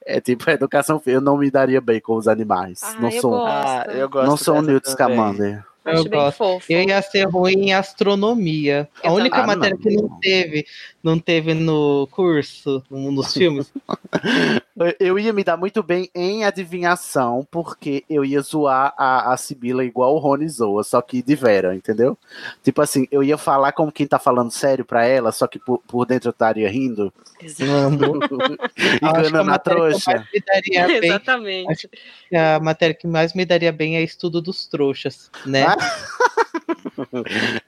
S6: é tipo a educação física. Eu não me daria bem com os animais. não
S9: Ah, eu
S6: sou, um,
S9: gosto. Ah, eu
S6: não
S7: gosto
S6: sou um
S7: dessa
S6: Newt
S7: também.
S6: Scamander.
S9: Acho
S10: Eu
S9: bem
S10: gosto.
S9: fofo.
S10: Eu ia ser ruim em astronomia. a única
S6: também. Ah,
S10: matéria
S6: não.
S10: que não teve, não teve no curso, no- nos filmes.
S6: Eu- Eu ia me dar muito bem em adivinhação, porque eu ia zoar a, a Sibila igual o Rony zoa, só que de Vera, entendeu? Tipo assim, eu ia falar como quem tá falando sério pra ela, só que por, por dentro eu estaria rindo.
S10: Acho que a
S6: Enganando a
S10: matéria que eu
S6: trouxa.
S10: mais me daria bem-
S9: Exatamente.
S10: acho que a matéria que mais me daria bem é estudo dos trouxas, né?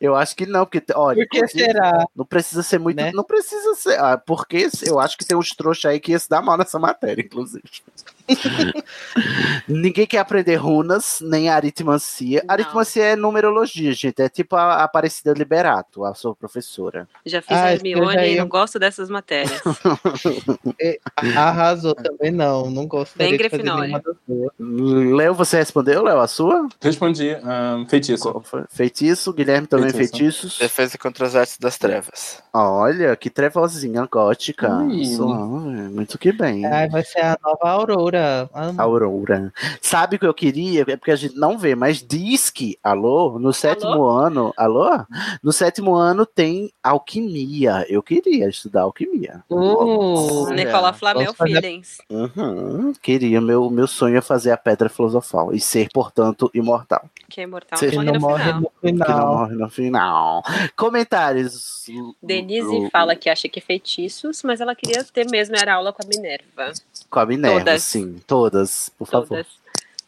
S6: Eu acho que não, porque, olha,
S10: Por que
S6: inclusive,
S10: será?
S6: não precisa ser muito.
S10: Né?
S6: Não precisa ser. ah, porque eu acho que tem uns trouxas aí que ia se dar mal nessa matéria, inclusive. Ninguém quer aprender runas, nem aritmancia. Aritmancia é numerologia, gente. É tipo a Aparecida Liberato, a sua professora.
S9: Já fiz
S10: Ah,
S9: a
S10: esse eu já
S9: Hermione e
S10: ia-
S9: não gosto dessas matérias.
S10: E- Arrasou também, não. Não gostaria
S9: Bem
S10: de fazer
S9: Grifinória.
S10: nenhuma das duas.
S6: Léo, você respondeu, Léo, a sua?
S8: Respondi, ahn, feitiço.
S6: Feitiço, Guilherme também é
S8: Feitiço.
S6: feitiços.
S7: Defesa contra as artes das trevas.
S6: Olha, que trevozinha gótica.
S7: Ih.
S6: Suave, muito que bem.
S10: Ai, vai ser a nova Aurora. Ah, Amo.
S6: Aurora. Sabe o que eu queria? É porque a gente não vê, mas diz que, alô, no sétimo ano, alô? No sétimo ano tem alquimia. Eu queria estudar alquimia.
S9: Hum.
S10: Uh,
S9: Nicolau Flamel é
S10: vamos fazer-
S9: Feelings.
S6: Uhum, queria, meu, meu sonho é fazer a pedra filosofal e ser, portanto, imortal.
S9: Que é imortal
S6: Você
S9: não morre no final.
S6: Que não morre no final. Comentários.
S9: Denise
S6: do-
S9: fala que acha que é feitiços, mas ela queria ter mesmo era aula com a Minerva.
S6: Com a Minerva,
S9: Todas.
S6: sim. Todas, por favor.
S9: Todas.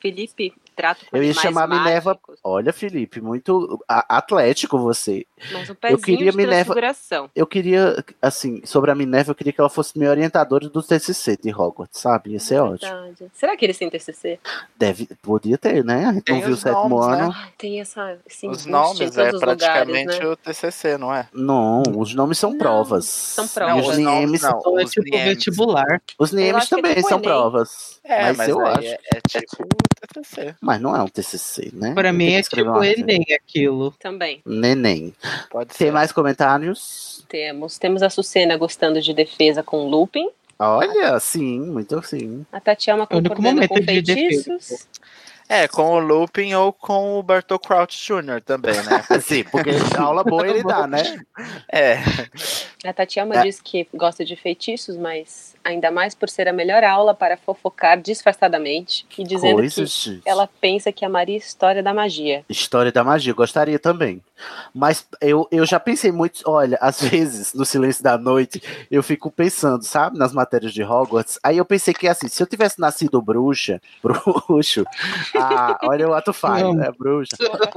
S9: Felipe trato com
S6: Eu ia
S9: animais
S6: chamar a Minerva.
S9: mágicos,
S6: Olha, Felipe, muito a- atlético você.
S9: Mas um
S6: Eu
S9: pezinho
S6: queria
S9: de
S6: Minerva.
S9: transfiguração.
S6: Eu queria, assim, sobre a Minerva, eu queria que ela fosse minha orientadora do TCC de Hogwarts, sabe? Ia ser é ótimo.
S9: Verdade. Será que eles têm TCC?
S6: Deve, podia ter, né? A gente não
S9: Tem
S6: viu o
S9: os
S6: sétimo
S9: nomes,
S6: ano.
S9: Ai, Ah, Tem essa, esse
S7: Os
S9: embuste em
S7: nomes
S9: todos
S7: é
S9: os
S7: praticamente
S9: lugares, né?
S7: o TCC, não é?
S6: Não, os nomes são provas.
S9: são provas.
S6: Os
S9: Não, os
S6: NIEMs
S7: nomes
S6: são
S10: Então,
S7: não, É os tipo NIEMs.
S6: vestibular. Os
S7: Eu
S6: NIEMs
S7: acho que é
S6: também
S7: tipo
S6: são
S7: Enem.
S6: provas.
S7: É,
S6: mas,
S7: mas
S6: eu
S7: aí
S6: acho.
S7: é- é tipo o TCC.
S6: Mas não é um TCC, né?
S10: Pra
S6: Tem
S10: mim
S6: que
S10: é
S6: escrever
S10: tipo
S6: uma
S10: Enem aquilo.
S9: Também.
S6: Neném.
S7: Pode
S6: Tem mais comentários?
S9: Temos. Temos a Sucena gostando de defesa com looping.
S6: Olha, sim, muito sim.
S9: A Tatiana
S7: É o único
S9: concordando com
S7: momento
S6: tipo
S7: de defesa,
S9: feitiços.
S7: É, com o Lupin ou com o Bartol Crouch Jr. também, né?
S6: Sim, porque aula boa ele dá, né?
S7: É.
S9: A
S6: É.
S9: Tatiana diz que gosta de feitiços, mas ainda mais por ser a melhor aula para fofocar disfarçadamente e dizendo
S6: coisa,
S9: que
S6: gente.
S9: ela pensa que a Maria é história da magia.
S6: História da magia, eu gostaria também. Mas eu, eu já pensei muito. Olha, às vezes, no silêncio da noite, eu fico pensando, sabe, nas matérias de Hogwarts. Aí eu pensei que, assim, se eu tivesse nascido bruxa, bruxo. Ah, olha o ato falho,
S10: Não.
S6: né? Bruxa.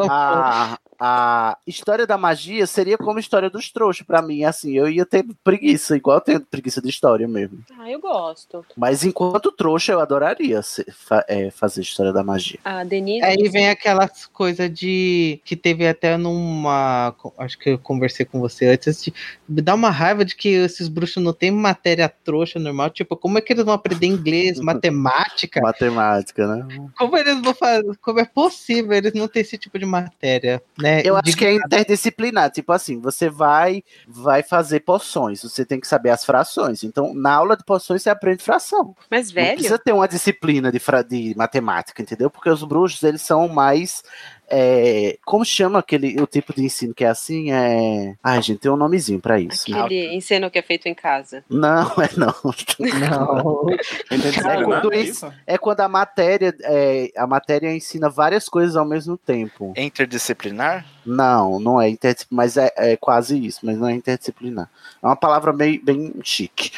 S6: Ah, A, a história da magia seria como a história dos trouxas, pra mim. Assim, eu ia ter preguiça, igual eu tenho preguiça de história mesmo.
S9: Ah, eu gosto.
S6: Mas enquanto trouxa, eu adoraria ser- fa- é, fazer história da magia.
S9: A Denise.
S6: É,
S10: Aí vem aquelas coisas de. que teve até numa. Acho que eu conversei com você antes. De, me dá uma raiva de que esses bruxos não têm matéria trouxa normal. Tipo, como é que eles vão aprender inglês, matemática?
S6: Matemática, né?
S10: Como eles vão fazer? Como é possível eles não terem esse tipo de matéria? Né?
S6: Eu acho
S10: De-
S6: que é interdisciplinar, tipo assim, você vai vai fazer poções, você tem que saber as frações. Então, na aula de poções você aprende fração.
S9: Mas,
S6: Não
S9: velho,
S6: precisa ter uma disciplina de, fra- de matemática, entendeu? Porque os bruxos, eles são mais é, como chama aquele o tipo de ensino que é assim, é, ai, gente, tem um nomezinho pra isso.
S9: aquele ensino que é feito em casa.
S6: Não, é não.
S10: Não.
S6: É quando,
S8: é
S6: isso- é quando a matéria é, a matéria ensina várias coisas ao mesmo tempo.
S7: É, Interdisciplinar?
S6: Não, não é interdisciplinar, mas é, é quase isso, mas não é interdisciplinar. É uma palavra meio, bem chique.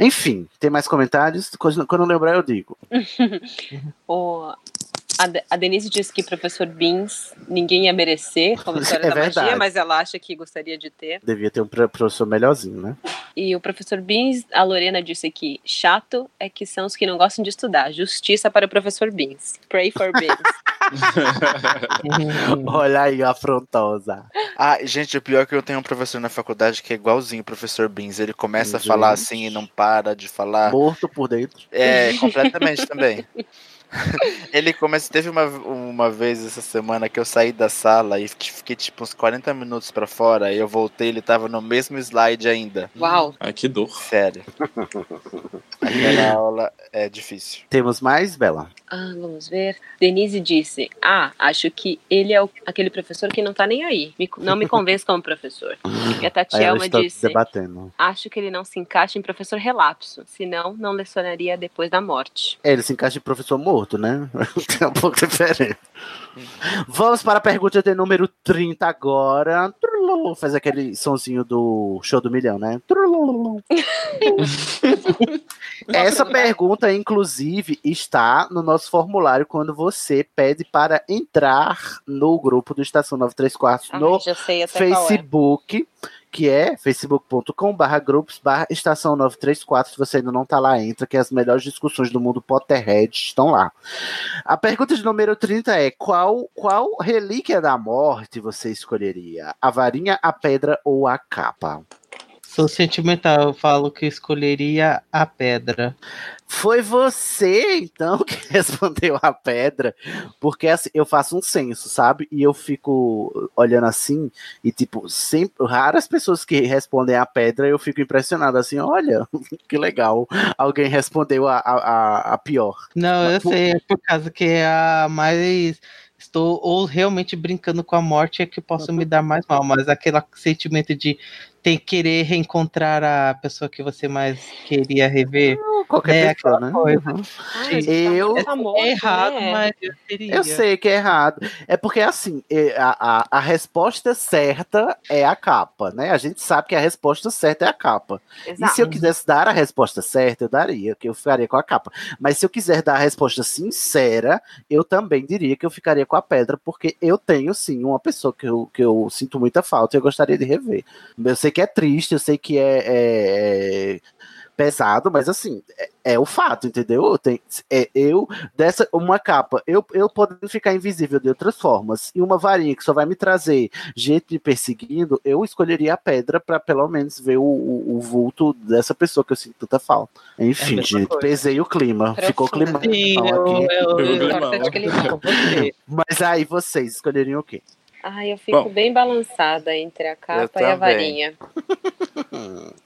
S6: Enfim, tem mais comentários? Quando quando eu lembrar, eu digo.
S9: O- a, De- a Denise disse que professor Beans ninguém ia merecer como história
S6: É
S9: da
S6: verdade.
S9: magia, mas ela acha que gostaria de ter.
S6: Devia ter um pro- professor melhorzinho, né?
S9: E o professor Beans, a Lorena disse que chato é que são os que não gostam de estudar. Justiça para o professor Beans. Pray for Beans.
S6: Olha aí, afrontosa.
S7: Ah, gente, o pior é que eu tenho um professor na faculdade que é igualzinho o professor Beans. Ele começa
S6: Meu
S7: a falar
S6: Deus.
S7: assim e não para de falar.
S6: Morto por dentro.
S7: É, completamente também. Ele começa. Teve uma, uma vez essa semana que eu saí da sala e fiquei, fiquei, tipo uns 40 minutos pra fora. E eu voltei, ele tava no mesmo slide ainda.
S9: Uau!
S8: Ai, que dor.
S7: Sério. Aquela aula é difícil.
S6: Temos mais, Bela?
S9: Ah, vamos ver. Denise disse: Ah, acho que ele é o- aquele professor que não tá nem aí. Me- não me convence como professor. E a
S6: Aí ela
S9: Tatielma
S6: está
S9: disse:
S6: debatendo.
S9: Acho que ele não se encaixa em professor relapso, senão não lecionaria depois da morte.
S6: É, ele se encaixa de professor morto, né? é um pouco diferente. Vamos para a pergunta de número 30 agora. Trululu, Faz aquele sonzinho do show do milhão, né? Trululu. Essa pergunta, inclusive, está no nosso formulário quando você pede para entrar no grupo do Estação 93 Quartos
S9: Ah,
S6: no
S9: já sei até qual é.
S6: Facebook, que é facebook.com/barra grupos barra estação 934. Se você ainda não tá lá, entra, que as melhores discussões do mundo Potterhead estão lá. A pergunta de número 30 é: qual, qual relíquia da morte você escolheria? A varinha, a pedra ou a capa?
S10: Sou sentimental, eu falo que escolheria a pedra.
S6: Foi você, então, que respondeu a pedra, porque assim, eu faço um censo, sabe? E eu fico olhando assim, e tipo, sempre, raras pessoas que respondem a pedra, eu fico impressionado, assim, olha, que legal, alguém respondeu a, a, a- a pior.
S10: Não, eu
S6: Mas-
S10: sei, é por causa que é a mais. Estou ou realmente brincando com a morte é que posso me dar mais mal, mas aquele sentimento de ter que querer reencontrar a pessoa que você mais queria rever.
S6: Não, qualquer
S10: É,
S6: pessoa,
S10: aquela
S6: né?
S10: coisa.
S6: Uhum.
S10: Gente,
S6: eu
S10: tá muito famoso, É errado, né? mas eu queria.
S6: Eu sei que é errado. É porque, assim, é, a, a, a resposta certa é a capa, né? A gente sabe que a resposta certa é a capa. E
S11: Exato.
S6: se eu quisesse dar a resposta certa, eu daria, que eu ficaria com a capa. Mas se eu quiser dar a resposta sincera, eu também diria que eu ficaria com a pedra, porque eu tenho, sim, uma pessoa que eu, que eu sinto muita falta e eu gostaria de rever. Eu sei que é triste, eu sei que é- é- é pesado, mas assim, é, é o fato, entendeu? Eu, tenho- é, eu dessa uma capa, eu, eu podendo ficar invisível de outras formas, e uma varinha que só vai me trazer jeito de perseguindo, eu escolheria a pedra para pelo menos ver o, o- o vulto dessa pessoa que eu sinto tanta falta.
S10: É a
S6: Enfim,
S10: mesma
S6: gente,
S10: coisa.
S6: pesei o clima, ficou clima.
S10: Sim, eu- eu- eu- Pegou climão. bastante
S6: né?
S10: climão.
S6: Mas aí vocês escolheriam o quê?
S9: Ai, eu fico
S6: Bom.
S9: bem balançada entre a capa e
S8: também.
S9: a varinha.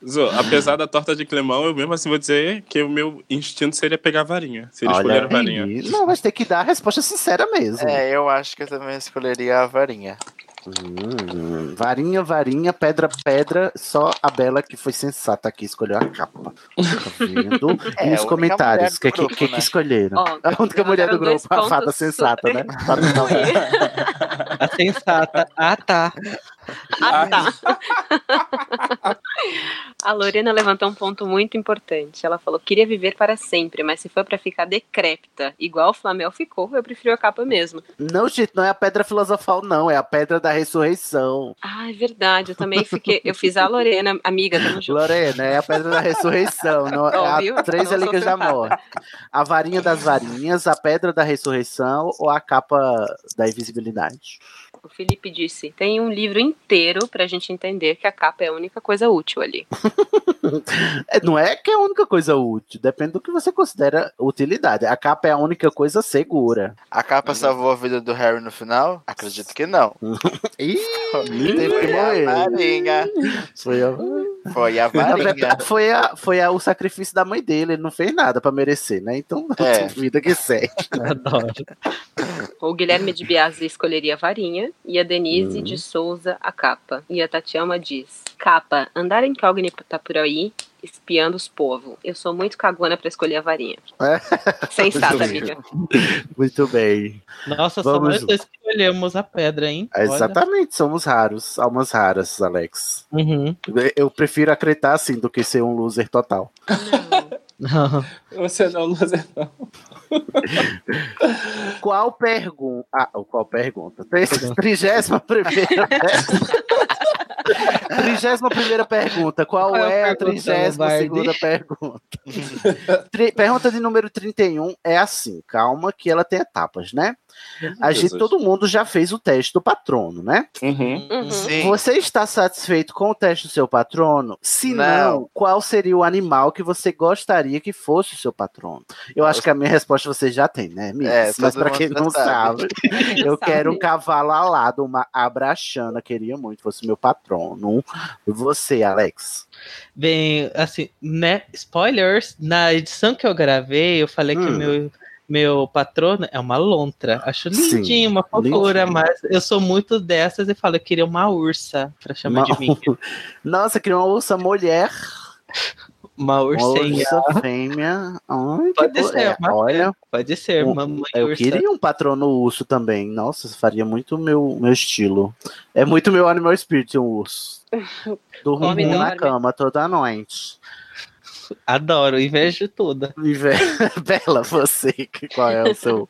S8: Zo, apesar da torta de climão, eu mesmo assim vou dizer que o meu instinto seria pegar a varinha. Seria
S6: Olha
S8: escolher a
S6: aí.
S8: varinha.
S6: Não, mas tem que dar a resposta sincera mesmo.
S7: É, eu acho que eu também escolheria a varinha.
S6: Hum, varinha, varinha, pedra, pedra. Só a Bela que foi sensata aqui, escolheu a capa. Tá vendo?
S7: É,
S6: e
S7: a
S6: os
S7: única
S6: comentários, o que,
S7: mulher do
S6: que,
S7: grupo,
S6: que, que
S7: né?
S6: escolheram?
S7: Ó,
S6: a única mulher do
S7: dois
S6: grupo, a fada
S7: pontos
S6: sensata, né?
S10: é A sensata. Ah, tá.
S9: Ah, tá. A Lorena levantou um ponto muito importante. Ela falou: queria viver para sempre, mas se for para ficar decrépita, igual o Flamel ficou, eu prefiro a capa mesmo.
S6: Não, gente, não é a pedra filosofal, não. É a pedra da ressurreição.
S9: Ah, é verdade. Eu também fiquei. Eu fiz a Lorena, amiga, tá tamo junto.
S6: Lorena, é a pedra da ressurreição. Não,
S9: Ó,
S6: é
S9: viu?
S6: a três
S9: Não sou
S6: relíquias da
S9: sensata.
S6: morte. A varinha das varinhas, a pedra da ressurreição ou a capa da invisibilidade?
S9: O Felipe disse: tem um livro inteiro pra gente entender que a capa é a única coisa útil ali.
S6: É, Não é que é a única coisa útil, depende do que você considera utilidade. A capa é a única coisa segura.
S7: A
S6: Uhum.
S7: capa salvou a vida do Harry no final? Acredito que não.
S6: Ih,
S7: foi a varinha.
S6: Foi a,
S7: Foi a
S6: Na
S7: varinha.
S6: verdade, foi, a- foi a- o sacrifício da mãe dele, ele não fez nada pra merecer, né? Então,
S7: É.
S6: vida que segue.
S10: Adoro.
S9: O Guilherme de Biasi escolheria a varinha e a Denise
S6: Uhum.
S9: de Souza a capa. E a Tatiana diz: capa, andar incógnita tá por aí, espiando os povos. Eu sou muito cagona pra escolher a varinha.
S6: É?
S9: Sensata, amiga.
S6: Muito bem.
S10: Nossa, só
S6: Vamos- É
S10: nós dois que escolhemos a pedra, hein? Olha.
S6: Exatamente, somos raros, almas raras, Alex.
S10: Uhum.
S6: Eu prefiro acreditar assim do que ser um loser total.
S8: Você não, você não.
S6: Qual pergunta? Ah, qual pergunta? Trigésima primeira pergunta. Trigésima primeira pergunta. Qual,
S10: Qual é
S6: é
S10: a
S6: a
S10: pergunta,
S6: trigésima segunda
S10: Lombardi?
S6: pergunta? Tri- pergunta de número 31 é assim. Calma que ela tem etapas, né? A gente,
S10: Jesus.
S6: todo mundo já fez o teste do patrono, né?
S8: Uhum.
S9: Uhum.
S7: Sim.
S6: Você está satisfeito com o teste do seu patrono? Se não.
S7: Não.
S6: qual seria o animal que você gostaria que fosse o seu patrono? Eu acho que a minha resposta você já tem, né, Miss?
S7: É,
S6: Mas
S7: todo
S6: para quem
S7: mundo já
S6: não sabe,
S7: sabe.
S6: eu
S7: sabe.
S6: quero um cavalo alado, uma abraxana, queria muito que fosse meu patrono. Você, Alex.
S10: Bem, assim, né? Spoilers. Na edição que eu gravei, eu falei que
S6: Hum.
S10: meu, meu patrono é uma lontra. Acho
S6: Sim,
S10: lindinho, uma fofura,
S6: lindinho.
S10: mas eu sou muito dessas e falo, eu queria uma ursa pra chamar
S6: Uma-
S10: de mim.
S6: Nossa, queria uma ursa mulher.
S10: Uma ursinha.
S6: Uma ursa fêmea. Ai,
S10: Pode
S6: que bo-
S10: ser,
S6: é,
S10: uma
S6: olha.
S10: Pode ser,
S6: Um-
S10: mamãe
S6: eu
S10: ursa.
S6: queria um patrono urso também. Nossa, isso faria muito meu meu estilo. É muito meu animal spirit um urso. Durmo
S10: Come,
S6: um na
S10: dorme.
S6: cama toda noite.
S10: Adoro, invejo tudo.
S6: Bela, você, que- qual é o seu,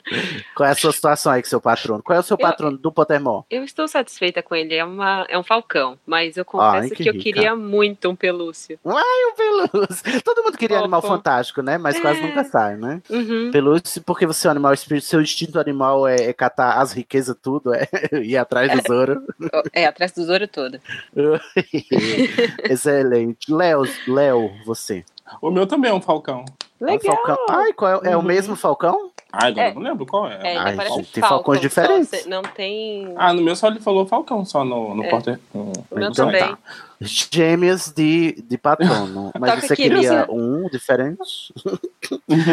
S6: qual é a sua situação aí com seu patrono? Qual é o seu
S9: Eu-
S6: patrono do Pottermore?
S9: Eu estou satisfeita com ele, é, uma, é um falcão, mas eu confesso
S6: Ai, que
S9: que, eu
S6: rica.
S9: queria muito um pelúcio.
S6: Ai, um pelúcio. Todo mundo queria animal
S9: Fofo.
S6: fantástico, né? Mas
S9: É.
S6: quase nunca sai, né?
S9: Uhum.
S6: Pelúcio, porque você é um animal espírito, seu instinto animal é, é catar as riquezas, tudo, é ir atrás do ouro.
S9: É, atrás do ouro todo.
S6: Excelente. Léo, Léo, você.
S8: O meu também é um falcão.
S9: Legal. Uhum.
S6: Falcão. Ai, qual é, é o mesmo falcão?
S8: Ai, agora
S9: É.
S8: eu não lembro qual é.
S9: É, ele
S6: Ai,
S9: parece um
S6: gente, tem falcões
S9: falcon,
S6: diferentes.
S9: só se- Não tem.
S8: Ah, no meu só ele falou falcão, só no, no
S9: É.
S8: Potter. no-
S9: O meu
S8: no
S6: então
S9: também.
S6: tá.
S8: site.
S6: Gêmeas de, de patrono. Mas
S9: Toca
S6: você
S9: aqui,
S6: queria
S9: Luciano.
S6: um diferente?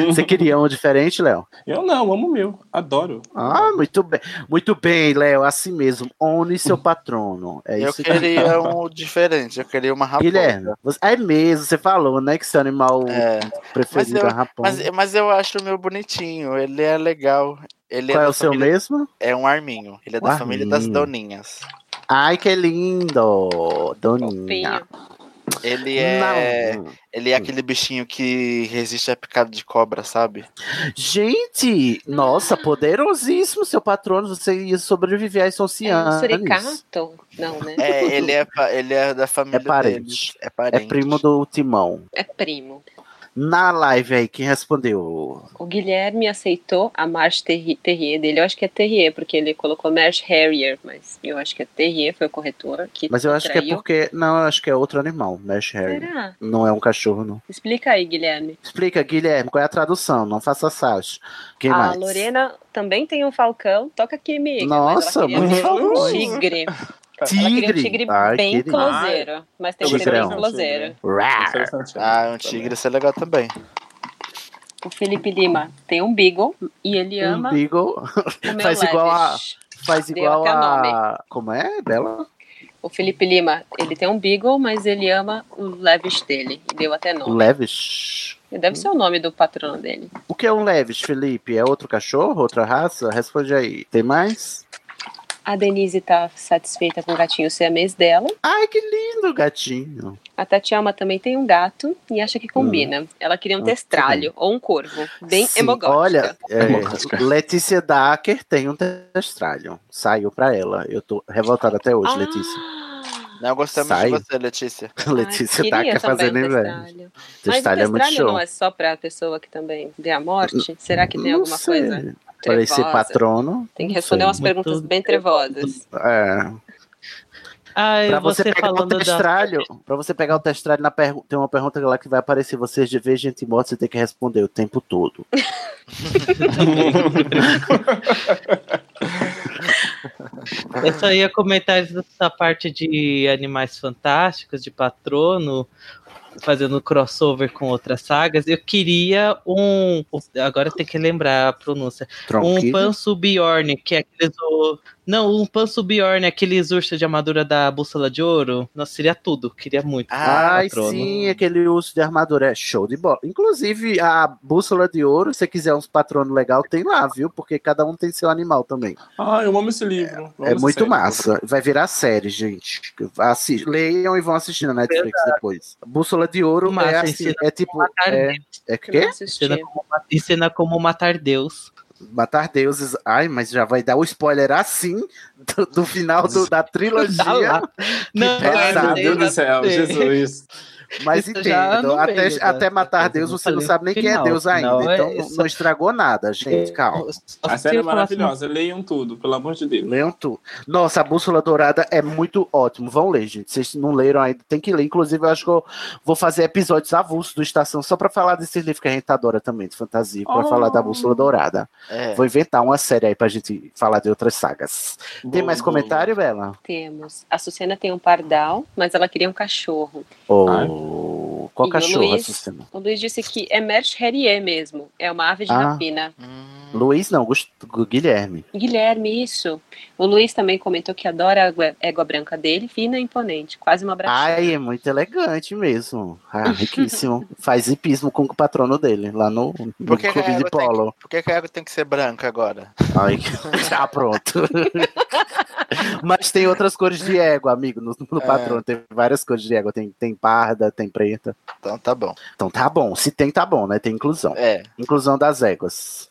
S6: Você queria um diferente, Léo?
S8: Eu não, amo o meu. Adoro.
S6: Ah, muito bem. Muito bem, Léo. Assim mesmo. One seu patrono. É
S7: eu
S6: isso que-
S7: queria um diferente, eu queria uma raposa.
S6: Guilherme, você- é mesmo, você falou, né? Que seu animal
S7: Mas
S6: preferido
S7: eu,
S6: é a raposa.
S7: mas, mas eu acho o meu bonitinho, ele é legal. Ele
S6: Qual é
S7: da
S6: o seu
S7: família-
S6: mesmo?
S7: É um arminho. Ele é
S6: Um
S7: da família das
S6: arminho.
S7: doninhas.
S6: Ai, que lindo! Doninha.
S7: Ele é. Ele é aquele bichinho que resiste a picada de cobra, sabe?
S6: Gente, nossa, poderosíssimo seu patrono. Você ia sobreviver às
S9: Um
S6: socianas.
S9: suricato? Não, né?
S7: É, ele é, pa- ele é da família
S6: É parente.
S7: deles. É
S6: É
S7: parente.
S6: primo do Timão.
S9: É primo.
S6: Na live aí, quem respondeu?
S9: O Guilherme aceitou a Marche Terri- Terrier dele. Eu acho que é Terrier, porque ele colocou Marche Harrier, mas eu acho que é Terrier, foi o corretor. Que
S6: Mas eu acho que é
S9: traiu.
S6: porque. Não, eu acho que é outro animal, Mesh Harry.
S9: Será?
S6: Não é um cachorro, não.
S9: Explica aí, Guilherme.
S6: Explica, Guilherme, qual é a tradução? Não faça sacho. Quem
S9: a
S6: mais?
S9: Ah, Lorena também tem um falcão. Toca aqui, amiga.
S6: Nossa,
S9: mas ela queria
S6: muitos
S9: ter um
S6: falcões.
S9: tigre. Ela queria um
S6: Tigre.
S9: tigre
S6: Ai,
S9: bem
S6: querido.
S9: closeiro. Mas tem que ser bem
S6: Tigrão.
S9: closeiro.
S6: Rar.
S7: Ah, um tigre, isso é legal também.
S9: O Felipe Lima tem um beagle e ele
S6: Um
S9: ama...
S6: beagle.
S9: meu
S6: faz igual a.
S9: Levis.
S6: Faz
S9: Deu
S6: igual
S9: até
S6: a. Como é, Bela?
S9: O Felipe Lima, ele tem um beagle, mas ele ama o Levis dele. E deu até
S6: O
S9: nome.
S6: Levis.
S9: Deve ser o nome do patrono dele.
S6: O que é um Levis, Felipe? É outro cachorro? Outra raça? Responde aí. Tem mais?
S9: A Denise tá satisfeita com o gatinho siamês dela.
S6: Ai, que lindo gatinho.
S9: A Tatiana também tem um gato e acha que combina. Ela queria um
S6: Ah,
S9: testralho ou um corvo, bem
S6: Sim,
S9: hemogótico.
S6: Olha, é, Letícia Dacker tem um testralho. Saiu pra ela. Eu tô revoltada até
S9: Ah,
S6: hoje, Letícia.
S7: Não gostamos
S6: Sai.
S7: de você, Letícia.
S6: Letícia
S9: queria
S6: Dacker
S9: também
S6: fazendo
S9: um
S6: inveja.
S9: Mas o
S6: Testralho é muito
S9: testralho
S6: show.
S9: não é só pra pessoa que também vê a morte? Será que tem
S6: Não
S9: alguma
S6: sei.
S9: coisa?
S6: Pra esse
S9: trevosa?
S6: patrono.
S9: Tem que
S6: não
S9: responder
S6: sei.
S9: umas perguntas bem trevosas.
S6: É.
S10: Ai,
S6: Pra você,
S10: você
S6: pegar o
S10: falando da.
S6: testralho, pra você pegar o testralho, na pergu- tem uma pergunta lá que vai aparecer vocês de vez gente morta, você tem que responder o tempo todo.
S10: Eu só ia comentar essa parte de Animais Fantásticos, de Patrono, fazendo crossover com outras sagas. Eu queria um. Agora tem que lembrar a pronúncia.
S6: Tronquilho?
S10: Um Pansubiorne, que é aqueles. o- Não, um Pansubiorne, aqueles ursos de armadura da Bússola de Ouro. Nossa, seria tudo. Queria muito.
S6: Ah, Ai,
S10: Patrono.
S6: sim, aquele urso de armadura é show de bola. Inclusive, a bússola de ouro, se você quiser uns patronos legal, tem lá, viu? Porque cada um tem seu animal também.
S8: Ah, eu amo esse livro.
S6: é muito massa. Vai virar série, gente. Assi- Leiam e vão assistir na Netflix depois. Bússola de ouro
S10: Massa,
S6: é, assim,
S10: ensina
S6: é tipo.
S10: matar
S6: É, é quê?
S10: Ensina como, ma- ensina como matar Deus.
S6: Matar deuses. Ai, mas já vai dar o spoiler assim do, do final do- da
S10: Tá
S6: trilogia.
S10: lá. Não,
S6: que pesado.
S8: É, Meu Deus do céu, Jesus.
S6: Mas
S10: Isso já
S6: entendo,
S10: não
S6: até,
S10: vejo,
S6: até
S10: né?
S6: matar Deus
S10: não
S6: você não
S10: falei o
S6: sabe nem quem é
S10: final,
S6: Deus
S10: o
S6: ainda.
S10: final é-
S6: então não,
S10: só-
S6: não estragou nada, gente. Calma.
S8: A
S10: se
S8: série é
S9: assim.
S10: eu assim, falasse-
S8: maravilhosa, leiam tudo, pelo amor de Deus.
S6: Leiam tu. Nossa, a Bússola Dourada é muito ótimo. Vão ler, gente. Vocês não leram ainda, tem que ler. Inclusive, eu acho que eu vou fazer episódios avulsos do Estação só pra falar desse livro que a gente adora também, de fantasia, pra
S8: Oh.
S6: falar da Bússola Dourada.
S7: É.
S6: Vou inventar uma série aí pra gente falar de outras sagas. tem
S8: Boa,
S6: mais
S8: boa.
S6: comentário, Bela?
S9: Temos. A Sucena tem um pardal, mas ela queria um cachorro.
S6: Ou qual
S9: E
S6: cachorro,
S9: o Luiz,
S6: Açucena?
S9: o Luiz disse que é Merch Harrier mesmo. É uma ave de
S6: Ah.
S9: rapina.
S7: Hum,
S6: Luiz não, Gust- Guilherme.
S9: Guilherme, isso. O Luiz também comentou que adora a égua- égua branca dele, fina e imponente, quase uma braxinha.
S6: Ai, é muito elegante mesmo. Ah, riquíssimo. Faz hipismo com o patrono dele, lá no, no
S7: Por que que
S6: clube
S7: a
S6: de
S7: água tem que-
S6: polo.
S7: Por que, que a água tem que ser branca agora?
S6: Ai, tá pronto. Mas tem outras cores de égua, amigo, no, no
S7: É.
S6: patrono. Tem várias cores de égua. Tem, tem parda, tem preta.
S7: Então tá bom.
S6: Então tá bom. Se tem, tá bom, né? Tem inclusão.
S7: É.
S6: Inclusão das éguas.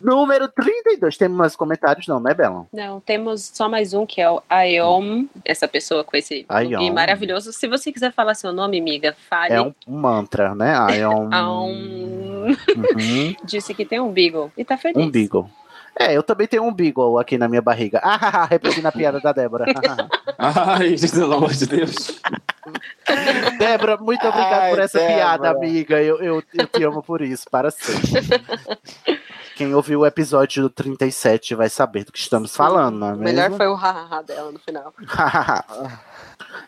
S6: Número 32. Temos mais comentários, não, né, Bela?
S9: Não, temos só mais um que é o Aeon, essa pessoa com esse
S6: Aeon.
S9: nome maravilhoso. Se você quiser falar seu nome, amiga, fale.
S6: É um mantra, né? Ah, é um.
S9: Aeon
S6: Uhum.
S9: disse que tem um beagle e tá feliz.
S6: Um beagle. É, eu também tenho um beagle aqui na minha barriga. Ah, repetindo a piada da Débora.
S8: Ai, gente, pelo amor de Deus.
S6: Débora, muito obrigado
S7: Ai,
S6: por essa
S7: Débora.
S6: piada, amiga. Eu, eu, eu te amo por isso, para sempre. Quem ouviu o episódio do 37 vai saber do que estamos falando, não é
S9: o melhor
S6: mesmo?
S9: foi o hahaha dela no final.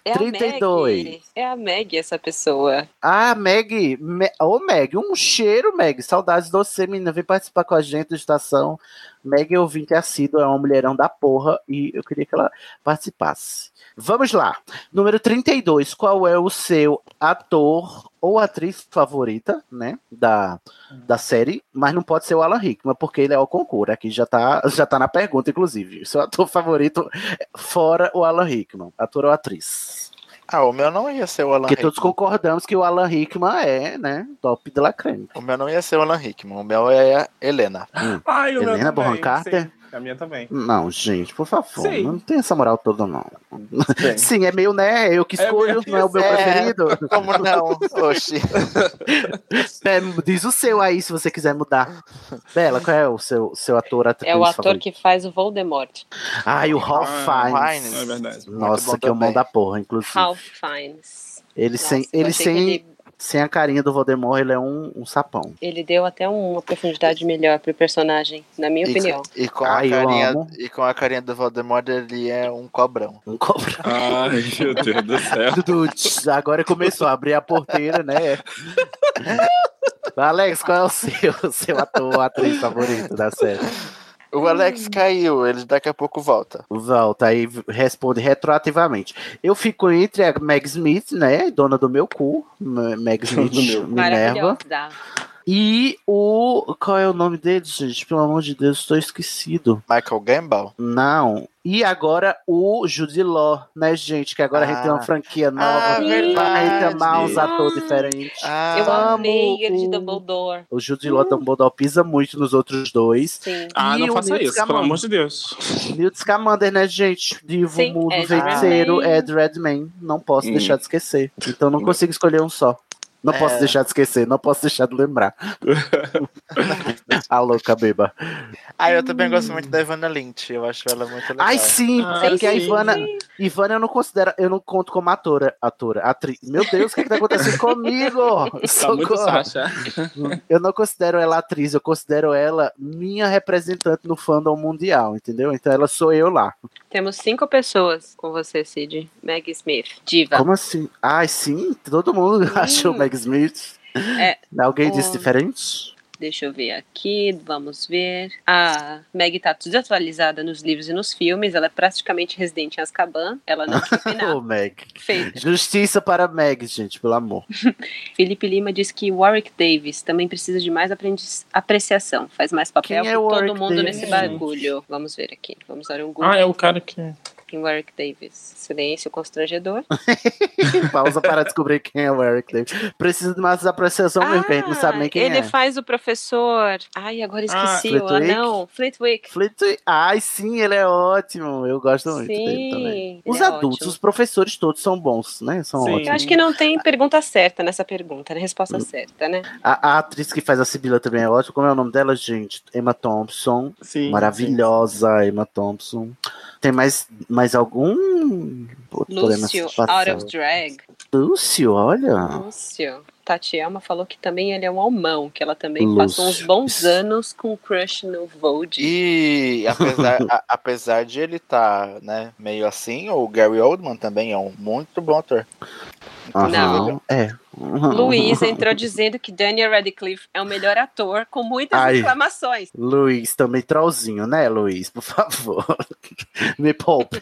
S9: É
S6: 32.
S9: A Maggie. é a Meg essa pessoa.
S6: Ah, Meg, Me... ô Meg, um cheiro, Meg. Saudades de você, menina. Vem participar com a gente do Estação. Meg, eu vim que é sido, é uma mulherão da porra e eu queria que ela participasse. Vamos lá. Número 32. Qual é o seu ator ou atriz favorita, né, da, da série? Mas não pode ser o Alan Rickman, porque ele é o concurso. Aqui já tá, já tá na pergunta, inclusive. Seu ator favorito fora o Alan Rickman, ator ou atriz?
S7: Ah, o meu não ia ser o Alan
S6: Porque todos
S7: Rickman.
S6: concordamos que o Alan Rickman é, né, top de la creme.
S7: O meu não ia ser o Alan Rickman, o meu é a Helena.
S8: Ai, o meu
S6: Helena
S8: também,
S6: Bonham Carter?
S8: sim. A minha também.
S6: Não, gente, por favor,
S8: Sim.
S6: não tem essa moral toda, não.
S8: Sim,
S6: é meio, né? Eu que
S8: É
S6: escolho,
S8: meio
S6: não é o meu
S8: isso. É,
S6: preferido.
S7: como não? Oxi.
S6: É, diz o seu aí, se você quiser mudar. Bela, qual é o seu, seu ator atriz
S9: É o ator
S6: favorito?
S9: que faz o Voldemort.
S6: Ai, o Ralph
S8: Ah,
S6: Fiennes.
S8: É verdade.
S6: Nossa, que é o mão da porra, inclusive.
S9: Ralph Fiennes.
S6: ele
S9: Nossa,
S6: sem,
S9: eu
S6: ele
S9: achei que
S6: sem,
S9: ele-
S6: sem a carinha do Voldemort, ele é um, um sapão.
S9: Ele deu até uma profundidade melhor pro personagem, na minha opinião.
S7: E com,
S6: Ai,
S7: a
S6: eu
S7: carinha,
S6: amo.
S7: e com a carinha do Voldemort, ele é um cobrão.
S6: Um cobra.
S8: Ai, meu Deus do céu.
S6: Dudu, tch, Agora começou a abrir a porteira, né? Alex, qual é o seu, seu ator ou atriz favorito da série?
S9: Hum.
S7: O Alex caiu, ele daqui a pouco volta.
S6: Volta aí, responde retroativamente. Eu fico entre a Meg Smith, né? Dona do meu cu. M- Meg
S8: Dona
S6: Smith
S8: do meu cu.
S6: Minerva.
S9: Maravilhosa.
S6: E o. Qual é o nome dele, gente? Pelo amor de Deus, estou esquecido.
S7: Michael Gambal.
S6: Não. E agora o Judy Law, né, gente? Que agora a gente tem uma
S7: Ah.
S6: franquia nova.
S7: Ah,
S6: Vai amar uns
S7: verdade.
S6: atores diferentes.
S7: Ah,
S9: Eu amei ele de
S6: o-
S9: Dumbledore.
S6: O Judy Law Dumbledore pisa muito nos outros dois.
S9: Sim.
S8: Ah,
S6: E
S8: não
S6: o
S8: faça
S6: Newt
S8: isso, pelo
S6: Scamander.
S8: amor de Deus.
S6: Newt Scamander, né, gente? Divo,
S9: Sim,
S6: mudo,
S9: Ed
S6: feiticeiro,
S9: Redmayne.
S6: Ed Redman. Não posso
S8: Hum.
S6: deixar de esquecer. Então não consigo escolher um só. Não posso
S7: É.
S6: deixar de esquecer, não posso deixar de lembrar. A louca beba.
S7: Ah, eu também gosto muito da Ivana Lynch, eu acho ela muito legal.
S6: Ai, sim,
S8: Ah,
S6: é porque a
S8: sim.
S6: Ivana. Ivana eu não considero, eu não conto como atora, atora, atriz. Meu Deus, o que, que tá acontecendo comigo?
S8: Tá muito
S6: Socorro.
S8: Sasha.
S6: Eu não considero ela atriz, eu considero ela minha representante no fandom mundial, entendeu? Então ela sou eu lá.
S9: Temos cinco pessoas com você, Cid. Meg Smith, diva.
S6: Como assim? Ai, sim, todo mundo achou Meg Smith.
S9: É,
S6: Alguém
S9: o-
S6: disse diferente?
S9: Deixa eu ver aqui, vamos ver. A Meg tá desatualizada nos livros e nos filmes. Ela é praticamente residente em Azkaban. Ela não quis vir
S6: Ô,
S9: nada.
S6: Meg.
S9: Feita.
S6: Justiça para Meg, gente, pelo amor.
S9: Felipe Lima diz que Warwick Davis também precisa de mais aprendiz- apreciação. Faz mais papel
S6: Quem é
S9: que todo
S6: Warwick
S9: mundo
S6: Davis,
S9: nesse
S6: gente?
S9: bagulho. Vamos ver aqui. Vamos dar um Google
S8: Ah, é o cara que.
S9: em Warwick Davis. Silêncio constrangedor.
S6: Pausa para descobrir quem é o Eric Davis. Precisa de mais apreciação mesmo, porque a gente não sabe nem quem
S9: Ah, ele
S6: é.
S9: faz o professor. Ai,
S8: Ah,
S9: agora esqueci o
S6: Flitwick?
S9: anão. Flitwick.
S6: Flint- Ai, sim, ele é ótimo. Eu gosto muito um dele
S9: Sim,
S6: também.
S9: ele
S6: Os
S9: é
S6: adultos,
S9: ótimo.
S6: os professores todos são bons, né? São
S8: Sim.
S9: Eu
S6: ótimos.
S9: acho que não tem pergunta certa nessa pergunta, né?
S6: Hum.
S9: Resposta certa, né?
S6: A, a atriz que faz a Sibila também é ótima. Como é o nome dela, gente? Emma Thompson.
S8: Sim,
S6: Maravilhosa, Emma Thompson. Tem mais, mais algum outro problema
S9: Lúcio,
S6: se passar?
S9: out of drag.
S6: Lúcio, olha.
S9: Lúcio. Tatielma falou que também ele é um almão, que ela também
S6: Lúcio.
S9: passou uns bons anos com crush no Vogue.
S7: E apesar, a- apesar de ele estar né, meio assim, o Gary Oldman também é um muito bom ator.
S6: Aham, é.
S9: Luiz entrou dizendo que Daniel Radcliffe é o melhor ator, com muitas
S6: Ai.
S9: reclamações.
S6: Luiz, também trollzinho, né, Luiz? Por favor. Me poupe.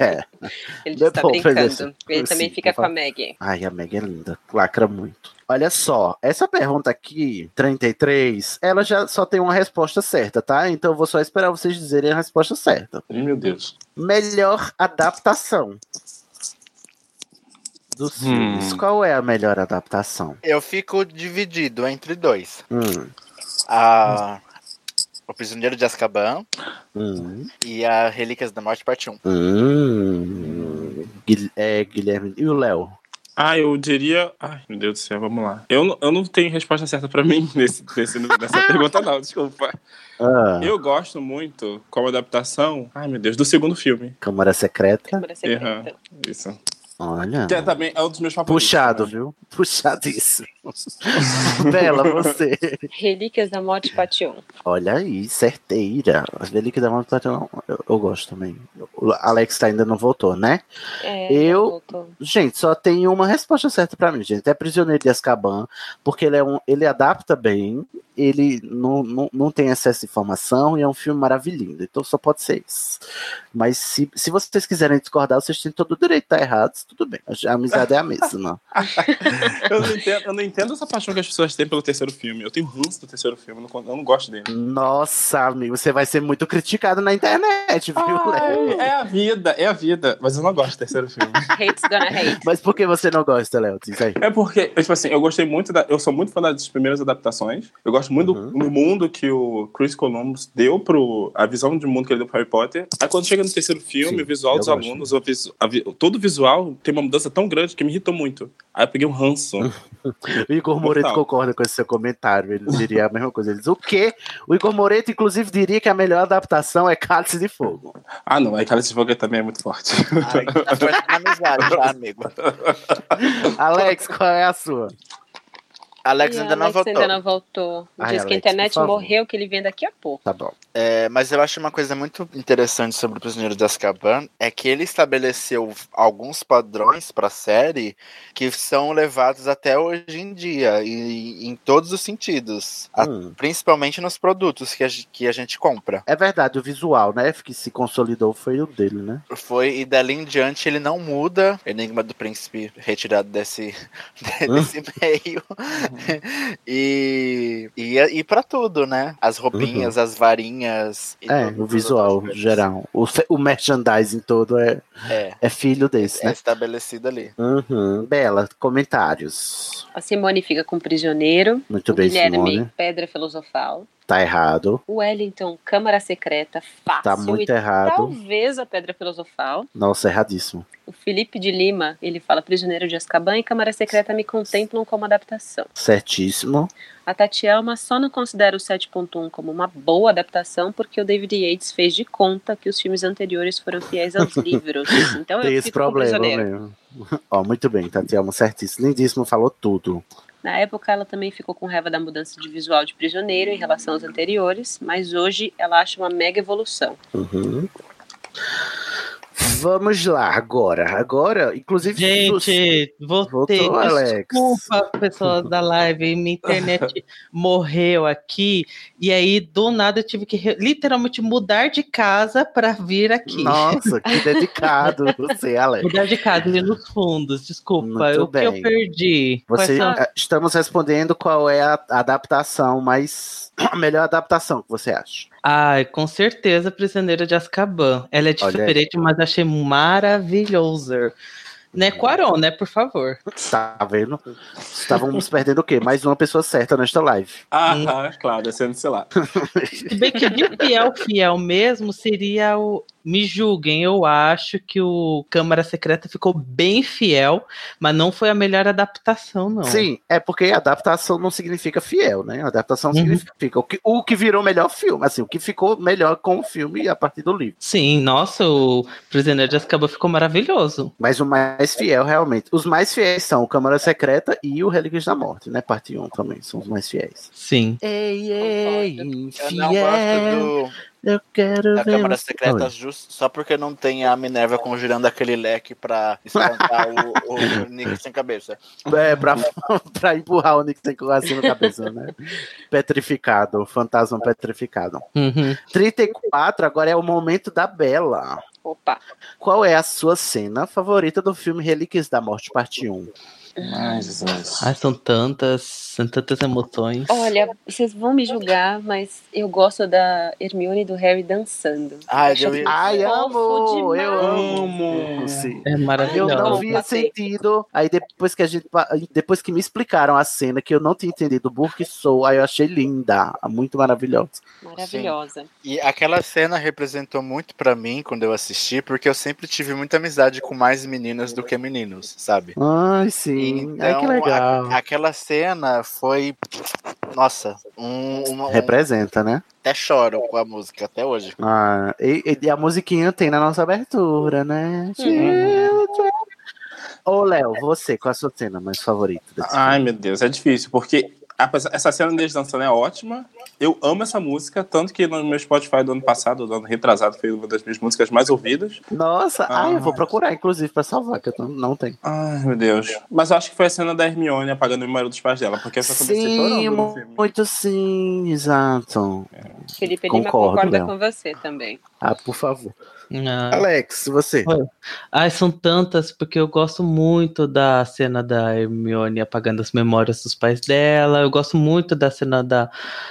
S9: Ele disse que tá
S6: Pô, pois é,
S9: brincando. Ele
S6: sim,
S9: também
S6: por
S9: fica com a
S6: favor.
S9: Maggie.
S6: Ai, a Meg é linda. Lacra muito. Olha só, essa pergunta aqui, 33, ela já só tem uma resposta certa, tá? Então eu vou só esperar vocês dizerem a resposta certa.
S8: Ih, meu Deus.
S6: Melhor adaptação dos
S8: Hum.
S6: filmes. Qual é a melhor adaptação?
S7: Eu fico dividido entre dois.
S6: Hum,
S7: A... O Prisioneiro de Azkaban
S6: hum,
S7: e a Relíquias da Morte Parte 1.
S6: hum. Guil- é, Guilherme. E o Léo?
S8: Ah, eu diria. Ai, meu Deus do céu, vamos lá. Eu, não- eu não tenho resposta certa pra mim nesse, nesse- nessa pergunta, não, desculpa.
S6: Ah,
S8: Eu gosto muito, como adaptação, ai meu Deus, do segundo filme.
S6: Câmara Secreta.
S9: Câmara secreta.
S8: Isso.
S6: Olha.
S8: Que é também é um dos meus favoritos.
S6: Puxado,
S8: né?
S6: viu? Puxadíssimo. Bela, você.
S9: Relíquias da Morte Parte 1.
S6: Olha aí, certeira. As Relíquias da Morte Platinum, eu, eu gosto também. O Alex tá- ainda não voltou, né?
S9: É,
S6: eu.
S9: voltou.
S6: Gente, só tem uma resposta certa pra mim, gente. É Prisioneiro de Azkaban, porque ele, é um, ele adapta bem, ele não, não, não tem excesso de informação e é um filme maravilhoso. Então só pode ser isso. Mas se, se vocês quiserem discordar, vocês têm todo o direito de estar errados, tudo bem. A amizade é a mesma.
S8: Eu não, entendo, eu não entendo essa paixão que as pessoas têm pelo terceiro filme. Eu tenho ranço do terceiro filme, eu não, eu não gosto dele.
S6: Nossa, amigo, você vai ser muito criticado na internet, viu, Léo?
S8: É a vida, é a vida. Mas eu não gosto do terceiro filme.
S9: Hate's gonna hate.
S6: Mas por que você não gosta, Léo? Diz aí.
S8: É porque, tipo assim, eu gostei muito da. Eu sou muito fã das primeiras adaptações. Eu gosto muito do, do mundo que o Chris Columbus deu pro. a visão de mundo que ele deu pro Harry Potter. Aí quando chega no terceiro filme,
S11: Sim,
S8: o visual
S11: eu
S8: dos
S11: gosto.
S8: alunos, o visu- a vi- todo o visual tem uma mudança tão grande que me irritou muito. Aí eu peguei um ranço.
S6: O Igor Moreto
S8: Total.
S6: concorda com esse seu comentário. Ele diria a mesma coisa. Ele diz o quê? O Igor Moreto, inclusive, diria que a melhor adaptação é Cálice de Fogo.
S8: Ah, não, aí Cálice de Fogo também é muito forte.
S7: amizade, tá, amigo?
S6: Alex, qual é a sua?
S7: Alex
S9: E
S7: ainda não
S9: Alex
S7: voltou.
S9: ainda não voltou.
S7: Ai,
S9: Diz que
S7: Alex,
S9: a internet
S7: por favor.
S9: morreu, que ele vem daqui a pouco.
S6: Tá bom.
S7: É, mas eu acho uma coisa muito interessante sobre o Prisioneiro de Azkaban é que ele estabeleceu alguns padrões para a série que são levados até hoje em dia, e, em todos os sentidos, A- principalmente nos produtos que a, ge- que a gente compra.
S6: É verdade, o visual, né? Que se consolidou foi o dele, né?
S7: Foi, e dali em diante ele não muda. Enigma do Príncipe retirado desse, desse meio.
S6: Uhum.
S7: E, e, é, e para tudo, né? As roupinhas, as varinhas. e
S6: É,
S7: tudo.
S6: o visual geral. O, fe- o merchandising todo é,
S7: É.
S6: é filho desse,
S7: é
S6: né?
S7: estabelecido ali.
S6: Uhum. Bela, comentários.
S9: A Simone fica com o prisioneiro.
S6: Muito
S9: o
S6: bem,
S9: Guilherme,
S6: Simone.
S9: pedra filosofal.
S6: Tá errado.
S9: O Wellington, Câmara Secreta, fácil.
S6: Tá muito
S9: e
S6: errado.
S9: Talvez a Pedra Filosofal.
S6: Nossa, erradíssimo.
S9: O Felipe de Lima, ele fala Prisioneiro de Azkaban e Câmara Secreta me contemplam como adaptação.
S6: Certíssimo.
S9: A Tatielma só não considera o 7.1 como uma boa adaptação porque o David Yates fez de conta que os filmes anteriores foram fiéis aos livros. Então
S6: Tem
S9: eu
S6: esse
S9: fico com o
S6: problema né?
S9: Prisioneiro.
S6: mesmo. Ó, muito bem, Tatiana, certíssimo. Lindíssimo, falou tudo.
S9: Na época, ela também ficou com raiva da mudança de visual de prisioneiro em relação aos anteriores, mas hoje ela acha uma mega evolução.
S6: Uhum. Vamos lá, agora. Agora, inclusive.
S10: Gente, voltei.
S6: Voltou, Alex.
S10: Desculpa, pessoas da live. Minha internet morreu aqui. E aí, do nada, eu tive que re- literalmente mudar de casa para vir aqui.
S6: Nossa, que dedicado você, Alex.
S10: Mudar de casa, ali nos fundos. Desculpa.
S6: Muito
S10: o que eu
S6: bem.
S10: perdi? Quais
S6: Você,
S10: são-
S6: eh, Estamos respondendo qual é a adaptação, mas a melhor adaptação que você acha.
S10: Ai, com certeza, Prisioneiro de Azkaban. Ela é
S6: Olha aí.
S10: diferente, mas achei maravilhosa.
S6: Hum.
S10: Né, Quaron, né, por favor.
S6: Tá vendo? Estávamos perdendo o quê? Mais uma pessoa certa nesta live.
S8: Ah, claro, sendo, sei lá.
S10: Se bem que de fiel, fiel mesmo seria o. Me julguem, eu acho que o Câmara Secreta ficou bem fiel, mas não foi a melhor adaptação, não.
S6: Sim, é porque adaptação não significa fiel, né? Adaptação significa o que, o que virou melhor filme, assim, o que ficou melhor com o filme a partir do livro.
S10: Sim, nossa, o Prisioneiro de Azkaban ficou maravilhoso.
S6: Mas o mais fiel, realmente. Os mais fiéis são o Câmara Secreta e o Relíquias da Morte, né? Parte 1 também, são os mais fiéis.
S10: Sim.
S6: Ei, ei,
S7: Eu não gosto
S6: Eu quero
S7: do, da
S6: ver
S7: Câmara
S6: você-
S7: Secreta
S6: Oi.
S7: justo só porque não tem a Minerva conjurando aquele leque pra espantar o, o Nick sem cabeça.
S6: É, pra, pra empurrar o Nick tem que assim na cabeça, né? Petrificado, fantasma petrificado.
S10: Uhum.
S6: 34, agora é o momento da Bela.
S9: Opa.
S6: Qual é a sua cena favorita do filme Relíquias da Morte, parte 1?
S8: Ai, Jesus.
S10: Ai, são tantas, são tantas emoções.
S9: Olha, vocês vão me julgar, mas eu gosto da Hermione e do Harry dançando.
S7: Ai,
S9: Acho
S7: eu ia-
S9: fofo
S6: Ai, amo,
S9: demais.
S6: eu amo.
S10: É
S6: Eu
S10: maravilhoso. Ah.
S6: não tá via sentido. Aí depois que a gente. pa- Depois que me explicaram a cena que eu não tinha entendido o Burke Soul, aí eu achei linda. Muito maravilhosa.
S9: Maravilhosa.
S7: E aquela cena representou muito pra mim quando eu assisti, porque eu sempre tive muita amizade com mais meninas do que meninos, sabe?
S6: Ai, sim. Ai, que
S7: Então,
S6: legal.
S7: a- aquela cena foi. Nossa, um, uma- um-
S6: Representa, né?
S7: até choro com a música até hoje.
S6: Ah, e, e a musiquinha tem na nossa abertura, né? Ô, Léo, você, qual é a sua cena mais favorita desse
S8: Ai, meu Deus, é difícil, porque apesar- essa cena deles dançando é ótima. Eu amo essa música, tanto que no meu Spotify do ano passado, do ano retrasado, foi uma das minhas músicas mais ouvidas.
S6: Nossa, ai, eu vou procurar, inclusive, pra salvar, que eu não, não tenho.
S8: Ai, meu Deus. Mas eu acho que foi a cena da Hermione apagando o memória dos pais dela, porque eu só comecei
S6: Sim,
S8: chorando.
S6: mu- muito sim, exato.
S9: Felipe Lima
S6: Concordo,
S9: concorda
S6: Léo.
S9: com você também.
S6: Ah, por favor.
S10: Alex,
S6: você.
S10: Ai, são tantas, porque eu gosto muito da cena da Hermione apagando as memórias dos pais dela. Eu gosto muito da cena da,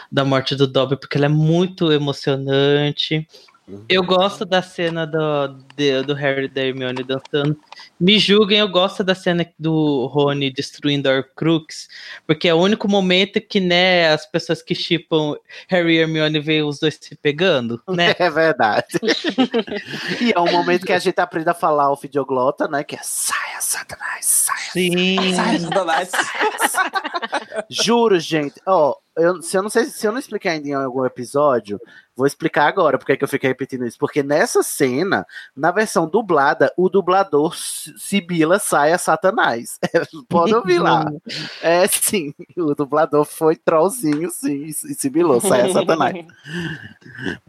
S10: da morte do Dobby, porque ela é muito emocionante. Eu gosto da cena do, de- do Harry e da Hermione dançando. Me julguem, eu gosto da cena do Rony destruindo a Horcrux, porque é o único momento que, né, as pessoas que chipam Harry e Hermione veem os dois se pegando, né?
S6: É verdade. E é um momento que a gente aprende a falar o fidioglota, né? Que é saia, satanás, saia.
S10: Sim.
S6: Saia,
S8: satanás.
S6: Juro, gente. Ó, eu, se, eu não sei, se eu não explicar ainda em algum episódio, vou explicar agora porque é que eu fiquei repetindo isso. Porque nessa cena, na versão dublada, o dublador si- sibila saia satanás. Pode ouvir lá. É, sim. O dublador foi trollzinho, sim, e sibilou saia satanás.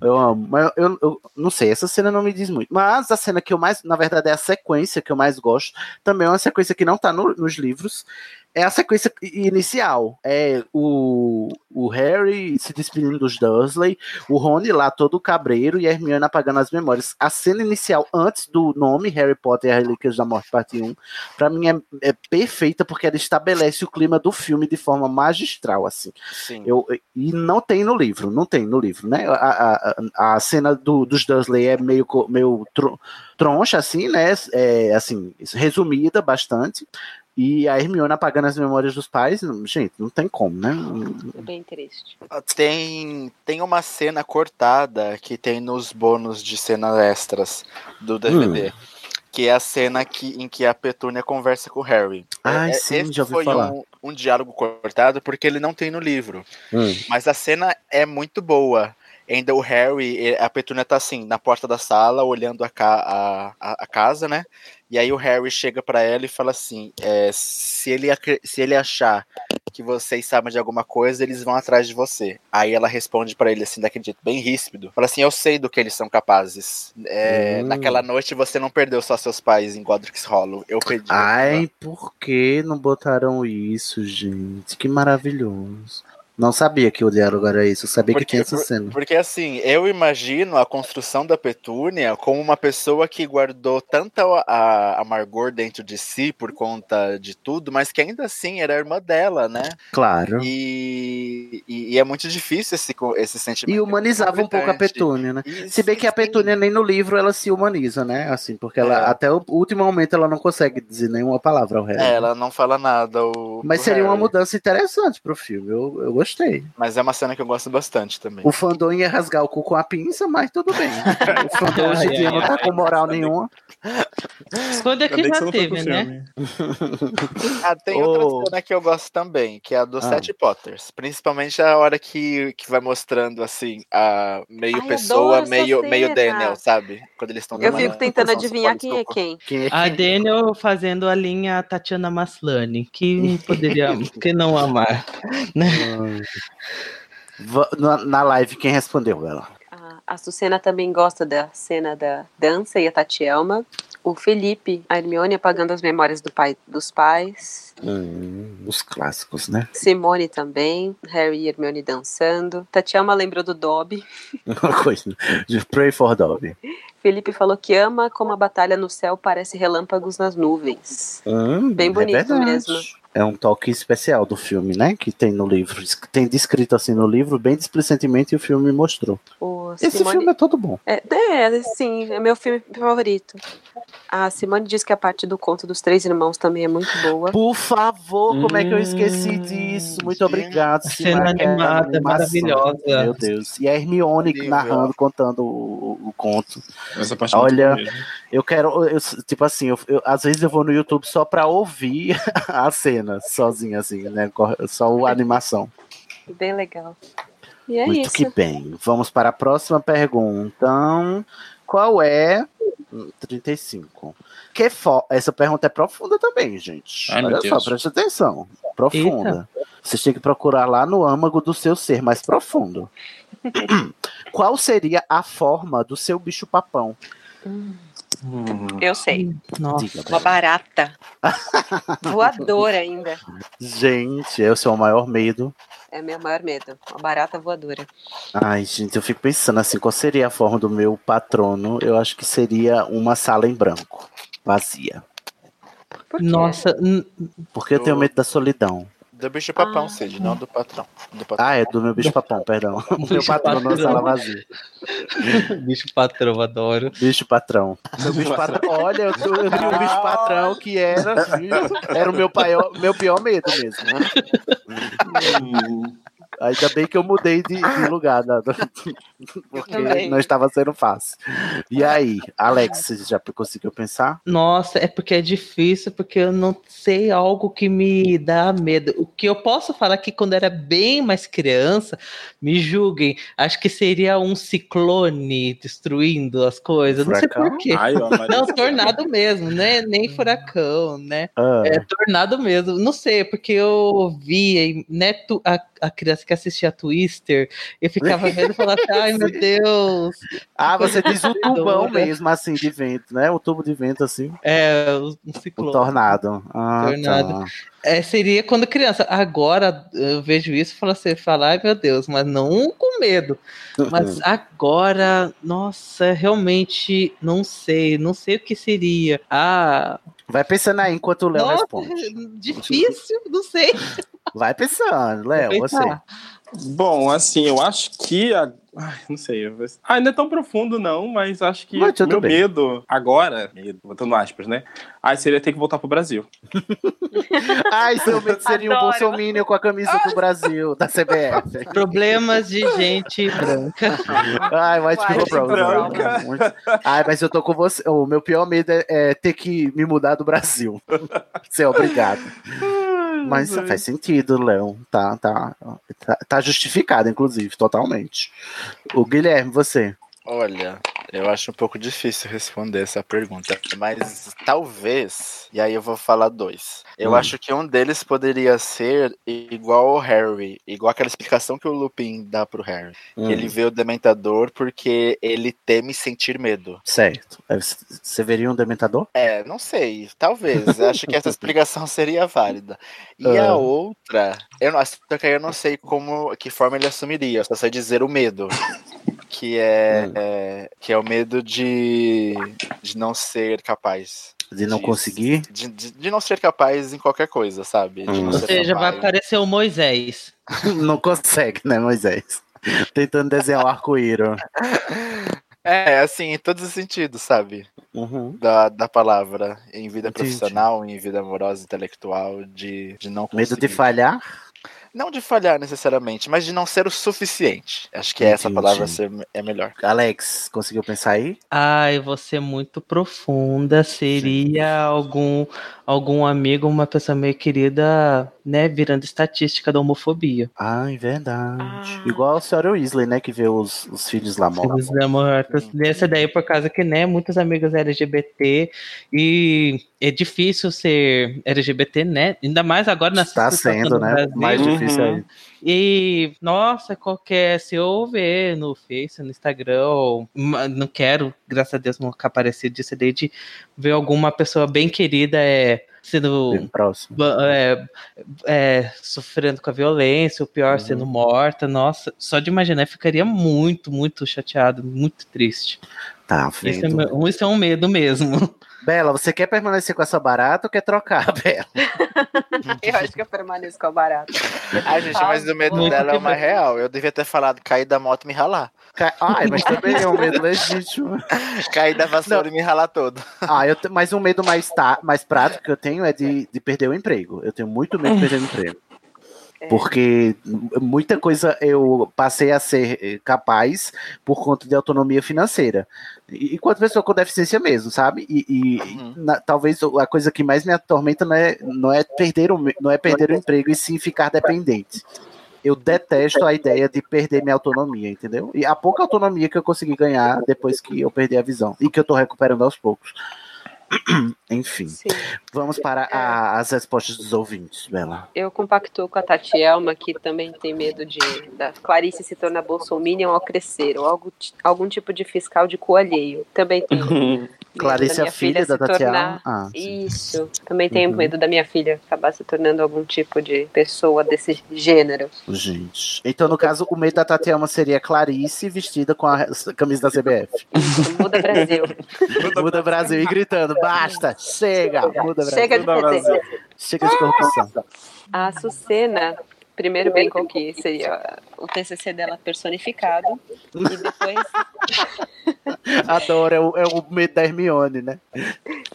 S6: Eu amo. Mas eu, eu não sei, essa cena não me diz muito. Mas a cena que eu mais, na verdade, é a sequência que eu mais gosto. Também é uma sequência que não tá no- nos livros. É a sequência i- inicial. É o, o Harry se despedindo dos Dursley, o Rony lá todo cabreiro e a Hermione apagando as memórias. A cena inicial, antes do nome Harry Potter e as Relíquias da Morte, parte 1, pra mim é, é perfeita porque ela estabelece o clima do filme de forma magistral, assim.
S7: Sim.
S6: Eu, e não tem no livro, não tem no livro, né? A, a- a, a cena do, dos Dursley é meio, co- meio tro- troncha, assim, né? É, assim, resumida bastante. E a Hermione apagando as memórias dos pais, não- gente, não tem como, né?
S9: É bem triste.
S7: Tem, tem uma cena cortada que tem nos bônus de cenas extras do DVD. Que é a cena que, em que a Petúnia conversa com o Harry.
S6: Ai,
S7: É- é-
S6: sim,
S7: esse
S6: já ouvi
S7: foi
S6: falar.
S7: Um, um diálogo cortado porque ele não tem no livro.
S6: Hum.
S7: Mas a cena é muito boa. Ainda o Harry, e- a Petúnia tá assim, na porta da sala, olhando a, ca- a, a, a casa, né? E aí o Harry chega pra ela e fala assim: é, se, ele, acre- se ele achar que vocês sabem de alguma coisa, eles vão atrás de você. Aí ela responde pra ele assim, daquele jeito bem ríspido. Fala assim, eu sei do que eles são capazes. É,
S6: Hum.
S7: Naquela noite você não perdeu só seus pais em Godric's Hollow. Eu perdi.
S6: Ai, por que não botaram isso, gente? Que maravilhoso. Não sabia que o diálogo era isso, eu sabia que tinha essa
S7: por-
S6: cena.
S7: porque assim, eu imagino a construção da Petúnia como uma pessoa que guardou tanta a- a- amargor dentro de si por conta de tudo, mas que ainda assim era irmã dela, né?
S6: Claro.
S7: E, e- e é muito difícil esse, co- esse sentimento. É
S6: E humanizava um pouco a
S7: Importante.
S6: Petúnia, né? Se bem que a Petúnia nem no livro ela se humaniza, né? Assim, porque
S7: É.
S6: ela até o último momento ela não consegue dizer nenhuma palavra ao Harry.
S7: É, um ela não fala nada. O,
S6: Mas
S7: o
S6: seria uma
S7: Harry.
S6: mudança interessante pro filme. Eu, eu gostei.
S7: Mas é uma cena que eu gosto bastante também.
S6: O fandom ia rasgar o cu com a pinça, mas tudo bem. O fandom hoje em
S7: Ai,
S6: dia
S7: ai,
S6: não tá
S7: ai.
S6: com moral nenhuma.
S10: Quando é que
S6: Ainda bem que você
S10: já
S6: não foi pro
S10: teve, né?
S6: filme.
S7: Ah, tem outra cena que eu gosto também, que é a dos
S6: Ah.
S7: Sete Potters. Principalmente a hora que, que vai mostrando, assim, a meio
S9: Ai, adoro
S7: pessoa,
S9: essa
S7: meio, meio
S9: cena.
S7: Daniel, sabe? Quando eles estão
S9: Eu
S7: tomando-
S9: fico tentando
S7: são- são
S9: adivinhar
S7: Paulo,
S9: quem é
S7: desculpa.
S9: quem.
S10: A Daniel fazendo a linha Tatiana Maslany, que poderia que não amar. né?
S6: Va- Na, na live, quem respondeu ela?
S9: A- A Sucena também gosta da cena da dança e a Tatielma. O Felipe, a Hermione apagando as memórias do pai, dos pais.
S6: Hum, os clássicos, né?
S9: Simone também. Harry e Hermione dançando. Tatielma lembrou do Dobby.
S6: Uma coisa. de Pray for Dobby.
S9: Felipe falou que ama como a batalha no céu parece relâmpagos nas nuvens.
S6: Hum,
S9: Bem bonito
S6: é verdade.
S9: mesmo.
S6: É um toque especial do filme, né? Que tem no livro. Es- Tem descrito assim no livro, bem displicentemente, e o filme mostrou.
S9: O
S6: Esse
S9: Simone-
S6: filme é todo bom.
S9: É, é, sim, é meu filme favorito. A Simone diz que a parte do conto dos três irmãos também é muito boa.
S6: Por favor, como é que eu esqueci disso? Muito obrigado,
S10: cena
S6: Simar, que é
S10: animada,
S6: animação.
S10: maravilhosa.
S6: Meu Deus. E a Hermione
S10: Incrível.
S6: narrando, contando o, o- o conto.
S8: Essa parte é muito
S6: Olha,
S8: boa mesmo.
S6: eu quero. eu- tipo assim, eu- eu- às vezes eu vou no YouTube só pra ouvir a cena, sozinha, assim, né? Cor- Só a animação.
S9: Bem legal. E é
S6: Muito
S9: isso.
S6: que bem. Vamos para a próxima pergunta. Então, Qual é 35. Que fo... Essa pergunta é profunda também, gente.
S8: Ai, meu
S6: Olha só,
S8: Deus.
S6: presta atenção. Profunda. Vocês têm que procurar lá no âmago do seu ser mais profundo. Qual seria a forma do seu bicho-papão?
S11: Eu sei.
S6: Nossa.
S11: Uma barata. voadora ainda.
S6: Gente, é o seu maior medo.
S11: É meu maior medo. Uma barata voadora.
S6: Ai, gente, eu fico pensando assim, qual seria a forma do meu patrono? Eu acho que seria uma sala em branco, vazia.
S10: Nossa, n-
S6: Porque eu tenho medo da solidão.
S7: Do bicho
S9: Ah.
S7: papão, Cid, não do patrão. Do patrão.
S6: Ah, é do meu bicho papão, perdão. O meu
S7: Bicho
S6: patrono na
S7: patrão.
S6: sala vazia.
S10: bicho patrão, adoro.
S6: Bicho patrão. Meu bicho patrão. Olha, eu, tô, eu tenho um bicho patrão que era. Era o meu, paior, meu pior medo mesmo. né? Hum. Ainda bem que eu mudei de, de lugar, né? porque
S10: também.
S6: não estava sendo fácil. E aí, Alex, você já conseguiu pensar?
S10: Nossa, é porque é difícil, porque eu não sei algo que me dá medo. O que eu posso falar é que quando era bem mais criança, me julguem, acho que seria um ciclone destruindo as coisas. Não sei
S3: Furacão?
S10: por
S6: Ah,
S10: quê.
S3: Ai, ó, Maria.
S10: não, tornado mesmo, né? Nem furacão, né?
S6: Ah,
S10: É tornado mesmo. Não sei, porque eu via, e, né, tu- a, a criança que assistia Twister, eu ficava vendo e falava assim, ai meu
S6: Sim.
S10: Deus.
S6: Ah, você diz um tubão
S10: Doida.
S6: mesmo, assim, de vento, né? Um tubo de vento, assim.
S10: É, um ciclone.
S6: Um tornado. Ah,
S10: Tornado.
S6: tá.
S10: É, seria quando criança. Agora eu vejo isso e falo assim, falo, ai meu Deus, mas não com medo.
S6: Uhum.
S10: Mas agora, nossa, realmente não sei, não sei o que seria. Ah,
S6: Vai pensando aí enquanto o Léo
S10: Nossa,
S6: responde.
S10: difícil, não sei.
S6: Vai pensando, Léo,
S8: Vou
S6: É, você.
S8: pensar. Bom, assim, eu acho que. a- Ai, não sei. eu- Ah, não é tão profundo, não, mas acho que
S6: Mas tudo
S8: meu
S6: bem.
S8: medo agora, medo, botando aspas, né? Aí seria ter que voltar pro Brasil.
S6: Ai, seu medo seria um bolsominion com a camisa do Brasil, da CBF.
S10: Problemas de gente branca.
S6: Ai, white people problem. Muito- Ai, mas eu tô com você. O meu pior medo é, é ter que me mudar do Brasil. Ser obrigado. Mas isso faz sentido, Léo. Tá, tá, tá, tá justificado, inclusive, totalmente. O Guilherme, você.
S7: Olha, eu acho um pouco difícil responder essa pergunta, mas talvez, e aí eu vou falar dois. Eu
S6: Hum.
S7: acho que um deles poderia ser igual ao Harry, igual aquela explicação que o Lupin dá pro Harry. que
S6: Hum.
S7: Ele vê o Dementador porque ele teme sentir medo.
S6: Certo. É, c- Você veria um dementador?
S7: É, não sei, talvez. Eu Acho que essa explicação seria válida. E
S6: Ah.
S7: a outra, eu não, essa que eu não sei como, que forma ele assumiria. Eu só sei dizer o medo, que é,
S6: Hum.
S7: é- que é o medo de, de não ser capaz,
S6: De não conseguir?
S7: de, de, de não ser capaz em qualquer coisa, sabe? De
S6: Hum.
S7: não
S10: Ou
S7: ser
S10: seja, vai
S7: capaz.
S10: aparecer o Moisés.
S6: Não consegue, né, Moisés? Tentando desenhar um o arco-íris.
S7: É, assim, em todos os sentidos, sabe?
S6: Uhum.
S7: Da, da palavra, em vida
S6: Entendi.
S7: profissional, em vida amorosa, intelectual, de, de não
S6: Medo de
S7: conseguir.
S6: falhar?
S7: Não de falhar necessariamente, mas de não ser o suficiente. Acho que essa
S6: Entendi.
S7: palavra ser- é melhor.
S6: Alex, conseguiu pensar aí?
S10: Ai, você é muito profunda. Seria algum algum amigo, uma pessoa meio querida, né, virando estatística da homofobia.
S6: Ai, verdade. Igual a senhora Weasley, né? Que vê os, os filhos lá mortos.
S10: Filhos da mortos. Dessa daí por causa que, né, muitas amigas LGBT e é difícil ser LGBT, né? Ainda mais agora na
S6: Está sendo, né? Mais difícil ainda.
S10: E, nossa, qualquer, se eu ver no Face, no Instagram, ou- ma- não quero, graças a Deus, nunca apareceu disso daí de ver alguma pessoa bem querida é, sendo.
S6: Próximo.
S10: É, é, sofrendo com a violência, o pior, sendo morta, nossa, só de imaginar eu ficaria muito, muito chateado, muito triste.
S6: Tá
S10: Isso é,
S6: vendo?
S10: meu- isso é um medo mesmo.
S6: Bela, você quer permanecer com essa barata ou quer trocar, Bela?
S11: Eu acho que eu permaneço com a barata.
S7: Ai, gente, mas o medo
S11: Muito
S7: dela é
S11: que
S7: uma
S11: bem.
S7: real. Eu devia ter falado cair da moto e me ralar.
S6: Ai, mas também é um medo legítimo.
S7: Cair da vassoura e me ralar todo.
S6: Ah, eu te- mas um medo mais, tá, mais prático que eu tenho é de, de perder o emprego. Eu tenho muito medo de perder o emprego. Porque m- muita coisa eu passei a ser eh, capaz por conta de autonomia financeira. E- Enquanto pessoa com deficiência mesmo, sabe? E, e- e na- talvez o- a coisa que mais me atormenta não é, não é, perder, o, me- não é perder o emprego, e sim ficar dependente. eu detesto a ideia de perder minha autonomia, entendeu? E a pouca autonomia que eu consegui ganhar depois que eu perdi a visão e que eu tô recuperando aos poucos. Enfim, vamos para a- as respostas dos ouvintes, Bela.
S9: Eu compactuo com a Tati Elma, que também tem medo de. Da Clarice se torna bolsominion ao crescer, ou algo, ti- algum tipo de fiscal de cu alheio. Também tem.
S6: Clarice,
S9: minha
S6: a filha da
S9: se
S6: Tatiana.
S9: tornar-
S6: Ah,
S9: Isso. Também tenho
S6: Uhum.
S9: medo da minha filha acabar se tornando algum tipo de pessoa desse gênero.
S6: gente. Então, no caso, o medo da Tatiana seria Clarice vestida com a camisa da CBF.
S9: Muda Brasil.
S6: muda Brasil e gritando: basta, chega, muda Brasil.
S9: Chega de Muda poder. Brasil.
S6: Chega de corrupção.
S9: A Sucena, primeiro bem com que seria o TCC dela personificado, e depois
S6: Adoro, é o, é o medo da Hermione, né?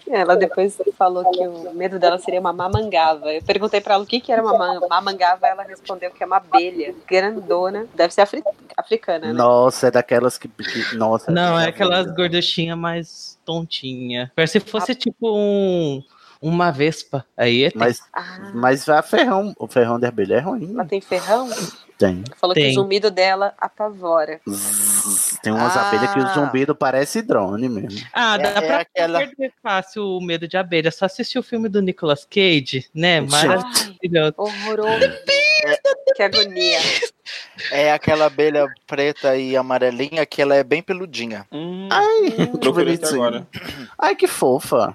S9: É, Ela depois falou que o medo dela seria uma mamangava. Eu perguntei pra ela o que, que era uma ma- mamangava, ela respondeu que é uma abelha grandona. Deve ser afri- africana, né?
S6: Nossa, é daquelas que. que- nossa,
S10: Não, é
S6: já
S10: aquelas
S6: vi.
S10: gorduchinhas mais tontinha. Parece se fosse tipo um, uma vespa. Aí é
S6: Mas, mas a ferrão, o ferrão de abelha é ruim.
S9: Ah, Ela tem ferrão?
S6: Tem.
S9: Falou
S6: tem.
S9: que o zumbido dela apavora.
S6: Tem umas
S9: Ah.
S6: abelhas que o zumbido parece drone mesmo.
S10: Ah, dá
S9: É
S10: pra
S9: aquela-
S10: perder fácil o medo de abelha. Só assistir o filme do Nicolas Cage, né?
S7: Gente.
S10: Maravilhoso.
S9: Horroroso. Que agonia.
S7: É aquela abelha preta e amarelinha que ela é bem peludinha.
S6: Ai, que
S7: Procurei aqui
S6: bonitinho.
S7: agora.
S6: Ai, que fofa.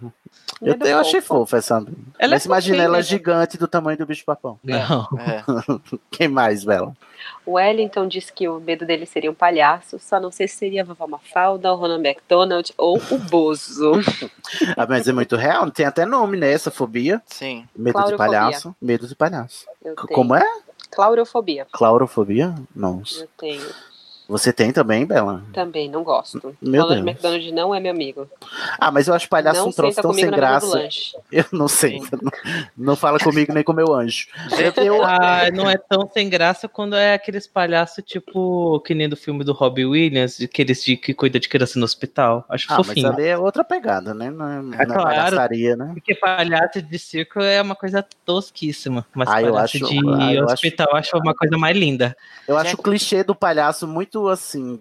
S6: Eu,
S7: Ela é
S6: eu achei
S7: fofa.
S6: fofa essa.
S10: Ela
S6: Mas
S10: é
S6: imagina
S10: fofinha.
S6: ela gigante do tamanho do bicho-papão.
S10: Não.
S7: É,
S6: Quem mais, Bela?
S9: O Wellington disse que o medo dele seria um palhaço, só não sei se seria a vovó Mafalda, o Ronald McDonald ou o Bozo.
S6: Ah, mas é muito real, tem até nome, né? Essa fobia.
S7: Sim.
S6: Medo de
S9: Claurofobia.
S6: palhaço. Medo de palhaço.
S9: Eu
S6: C-
S9: tenho.
S6: Como é?
S9: Claurofobia.
S6: Claurofobia? Nossa.
S9: Eu tenho.
S6: Você tem também, Bela?
S9: Também, não gosto.
S6: Meu
S9: Ronald
S6: Deus.
S9: McDonald não é meu amigo.
S6: Ah, mas eu acho palhaço
S9: Não
S6: um troço
S9: senta
S6: tão
S9: comigo
S6: sem
S9: na mesa do
S6: graça.
S9: lanche.
S6: Eu não sei. Não, não fala comigo nem com meu anjo.
S10: Ah, não é tão sem graça quando é aqueles palhaços, tipo, que nem do filme do Robbie Williams, de aqueles de, que cuida de criança no hospital. Acho
S6: Ah, mas
S10: fofinho.
S6: ali é outra pegada, né? Não é,
S10: É
S6: não é
S10: claro.
S6: palhaçaria, né?
S10: Porque palhaço de circo é uma coisa tosquíssima. Mas
S6: Ah, eu
S10: palhaço
S6: acho-
S10: de
S6: ah, eu acho-
S10: hospital eu acho uma coisa mais linda.
S6: Eu acho o clichê do palhaço muito assim,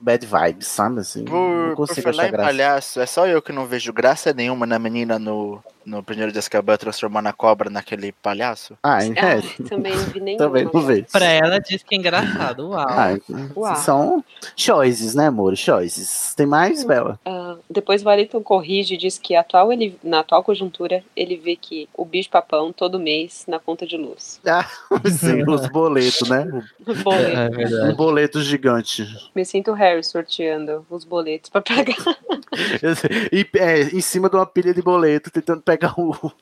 S6: bad vibes, sabe? Assim, não
S7: Por, por
S6: consigo
S7: falar
S6: achar
S7: em
S6: graça.
S7: palhaço, é só eu que não vejo graça nenhuma na menina no, no primeiro de Azkaban transformando a cobra naquele palhaço.
S6: Ah, em
S9: É,
S7: Ah,
S6: resto.
S9: também não vi nenhuma.
S6: Também não vejo.
S10: Pra ela diz que é engraçado. Uau.
S6: Ah,
S9: Uau.
S6: são choices, né, amor? Choices. Tem mais, Bela?
S9: Ah, depois o Wellington corrige e diz que atual ele, na atual conjuntura ele vê que o bicho-papão todo mês na conta de luz.
S6: Ah, sim, os boletos, né? O-
S9: Boleto. É verdade.
S6: Um boleto gigante.
S9: Me sinto o Harry sorteando os boletos pra pagar.
S6: E, é, em cima de uma pilha de boleto, tentando pegar um. o.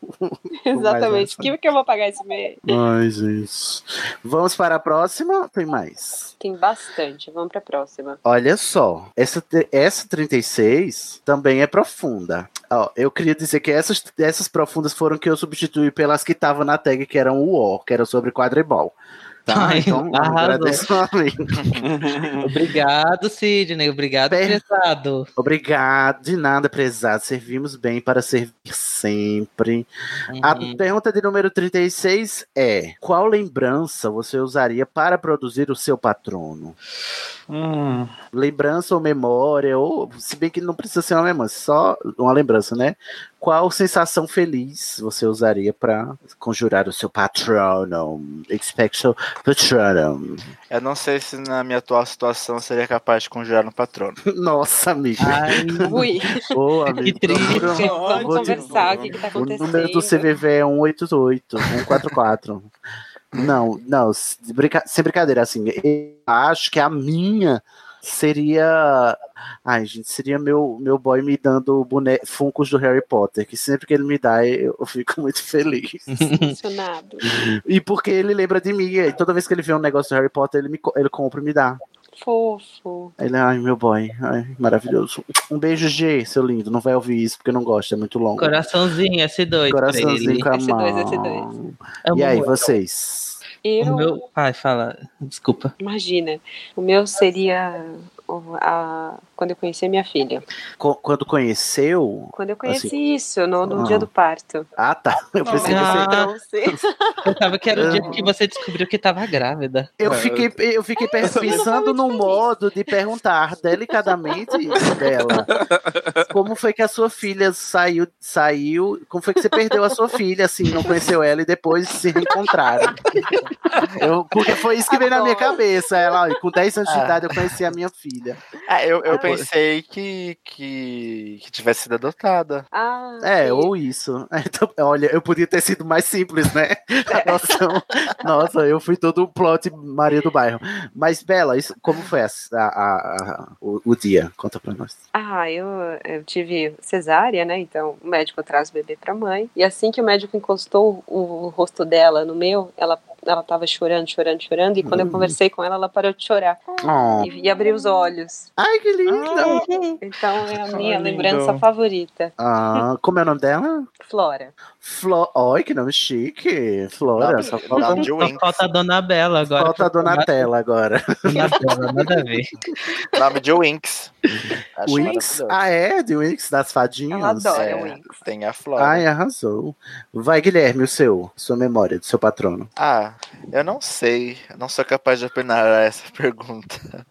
S6: é
S9: Exatamente. O que, que eu vou pagar esse mês?
S6: Ai, gente. Vamos para a próxima? Tem mais?
S9: Tem bastante. Vamos pra próxima.
S6: Olha só, essa, te- essa 36 também é profunda. Ó, eu queria dizer que essas, essas profundas foram que eu substituí pelas que estavam na tag, que eram o O, que era sobre quadribol. Tá,
S10: Ai,
S6: então
S10: arrasou.
S6: agradeço a
S10: Obrigado, Sidney. Obrigado, prezado.
S6: Obrigado, de nada, prezado. Servimos bem para servir sempre. A
S10: Uhum.
S6: pergunta de número 36 é: Qual lembrança você usaria para produzir o seu patrono?
S8: Hum.
S6: Lembrança ou memória, ou se bem que não precisa ser uma lembrança, só uma lembrança, né? Qual sensação feliz você usaria para conjurar o seu patrono? Expecto patronum.
S7: Eu não sei se na minha atual situação eu seria capaz de conjurar um patrono.
S6: Nossa, amigo.
S9: Ui.
S6: Ô, amigo. procura-
S9: Vamos
S6: vou te-
S9: conversar. O que, que tá
S6: O
S9: acontecendo?
S6: número do CVV é 188, 144. não, não, se- brinca- sem brincadeira, assim, eu acho que a minha seria. Ai, gente, seria meu, meu boy me dando bone... funcos do Harry Potter, que sempre que ele me dá, eu, eu fico muito feliz.
S9: Emocionado.
S6: e porque ele lembra de mim, e toda vez que ele vê um negócio do Harry Potter, ele, me, co- ele compra e me dá.
S9: Fofo.
S6: Ele, ai, meu boy, ai, maravilhoso. Um beijo, G, seu lindo. Não vai ouvir isso porque não gosta, é muito longo.
S10: um Coraçãozinho, S2. pra ele.
S6: Coraçãozinho com a mão.
S10: Amo
S6: E aí,
S10: muito.
S6: vocês?
S9: Eu,
S10: O meu... Ai, fala. Desculpa.
S9: imagina. O meu seria o- a quando eu conheci minha filha.
S6: Co- quando conheceu.
S9: Quando eu conheci
S6: Assim.
S9: isso, no, no
S6: Ah.
S9: dia do parto.
S6: Ah, tá. Eu pensei que
S9: Ah,
S6: você. então.
S10: Eu tava que era o dia
S6: Ah.
S10: que você descobriu que tava grávida.
S6: Eu fiquei, eu fiquei pe- pensando num modo de perguntar delicadamente dela como foi que a sua filha saiu, saiu, como foi que você perdeu a sua filha, assim, não conheceu ela e depois se reencontraram. Eu- porque foi isso que veio na minha cabeça. Ela, ó, com 10 anos de
S7: Ah.
S6: idade, eu conheci a minha filha.
S7: Ah, eu, eu
S6: Ai.
S7: pensei que, que, que tivesse sido adotada.
S9: Ah,
S6: É, ou isso. Então, olha, eu podia ter sido mais simples, né?
S7: É.
S6: A noção. Nossa, eu fui todo um plot Maria do Bairro. Mas, Bela, isso, como foi a, a- a- a- o, o dia? Conta pra nós.
S9: Ah, eu, eu tive cesárea, né? Então o médico traz o bebê pra mãe. E assim que o médico encostou o, o rosto dela no meu, ela, ela tava chorando, chorando, chorando. E
S6: Uhum.
S9: quando eu
S5: Hum.
S9: conversei com ela, ela parou de chorar.
S6: Ah.
S5: Oh.
S9: E, e abriu os olhos.
S6: Ai, que lindo!
S9: Então é a
S6: Ai,
S9: minha
S6: lindo.
S9: lembrança favorita.
S6: Ah, como é o nome dela?
S9: Flora.
S6: Flor. Oi, que nome chique. Flora, só falta,
S10: Só falta a Dona Bela agora.
S6: falta a Donatella agora.
S10: Dona Bela, nada a ver.
S7: Nome de Winx. Acho
S6: tá- Winx?
S7: maravilhoso.
S6: Ah, é? De Winx das fadinhas?
S7: É, Tem a Flora.
S6: Ai, arrasou. Vai, Guilherme, o seu, sua memória do seu patrono.
S7: Ah, eu não sei. Eu Não sou capaz de opinar a essa pergunta.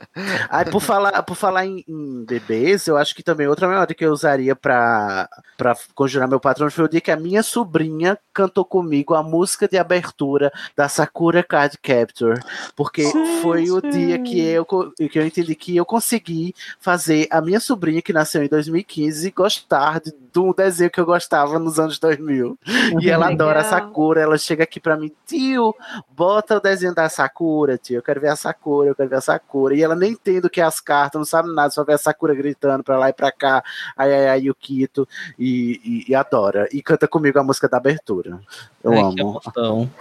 S6: Ai, por falar, por falar em, em bebês, eu acho que também outra memória que eu usaria pra, pra conjurar meu patrono foi o dia que a minha sobrinha cantou comigo a música de abertura da Sakura Card Capture. Porque foi o dia que eu, co- que eu entendi que eu consegui fazer a minha sobrinha, que nasceu em 2015, gostar de, de um desenho que eu gostava nos anos 2000. E ela adora a
S12: Legal.
S6: Sakura, ela chega aqui pra mim, tio, bota o desenho da Sakura, tio, eu quero ver a Sakura, eu quero ver a Sakura. E ela nem entende o que é as cartas, não sabe nada, só vê a Sakura gritando pra lá e pra cá, ai, ai, ai, Yukito, e, e, e adora. E canta comigo a música da abertura. Eu
S8: Ai, que
S6: amo.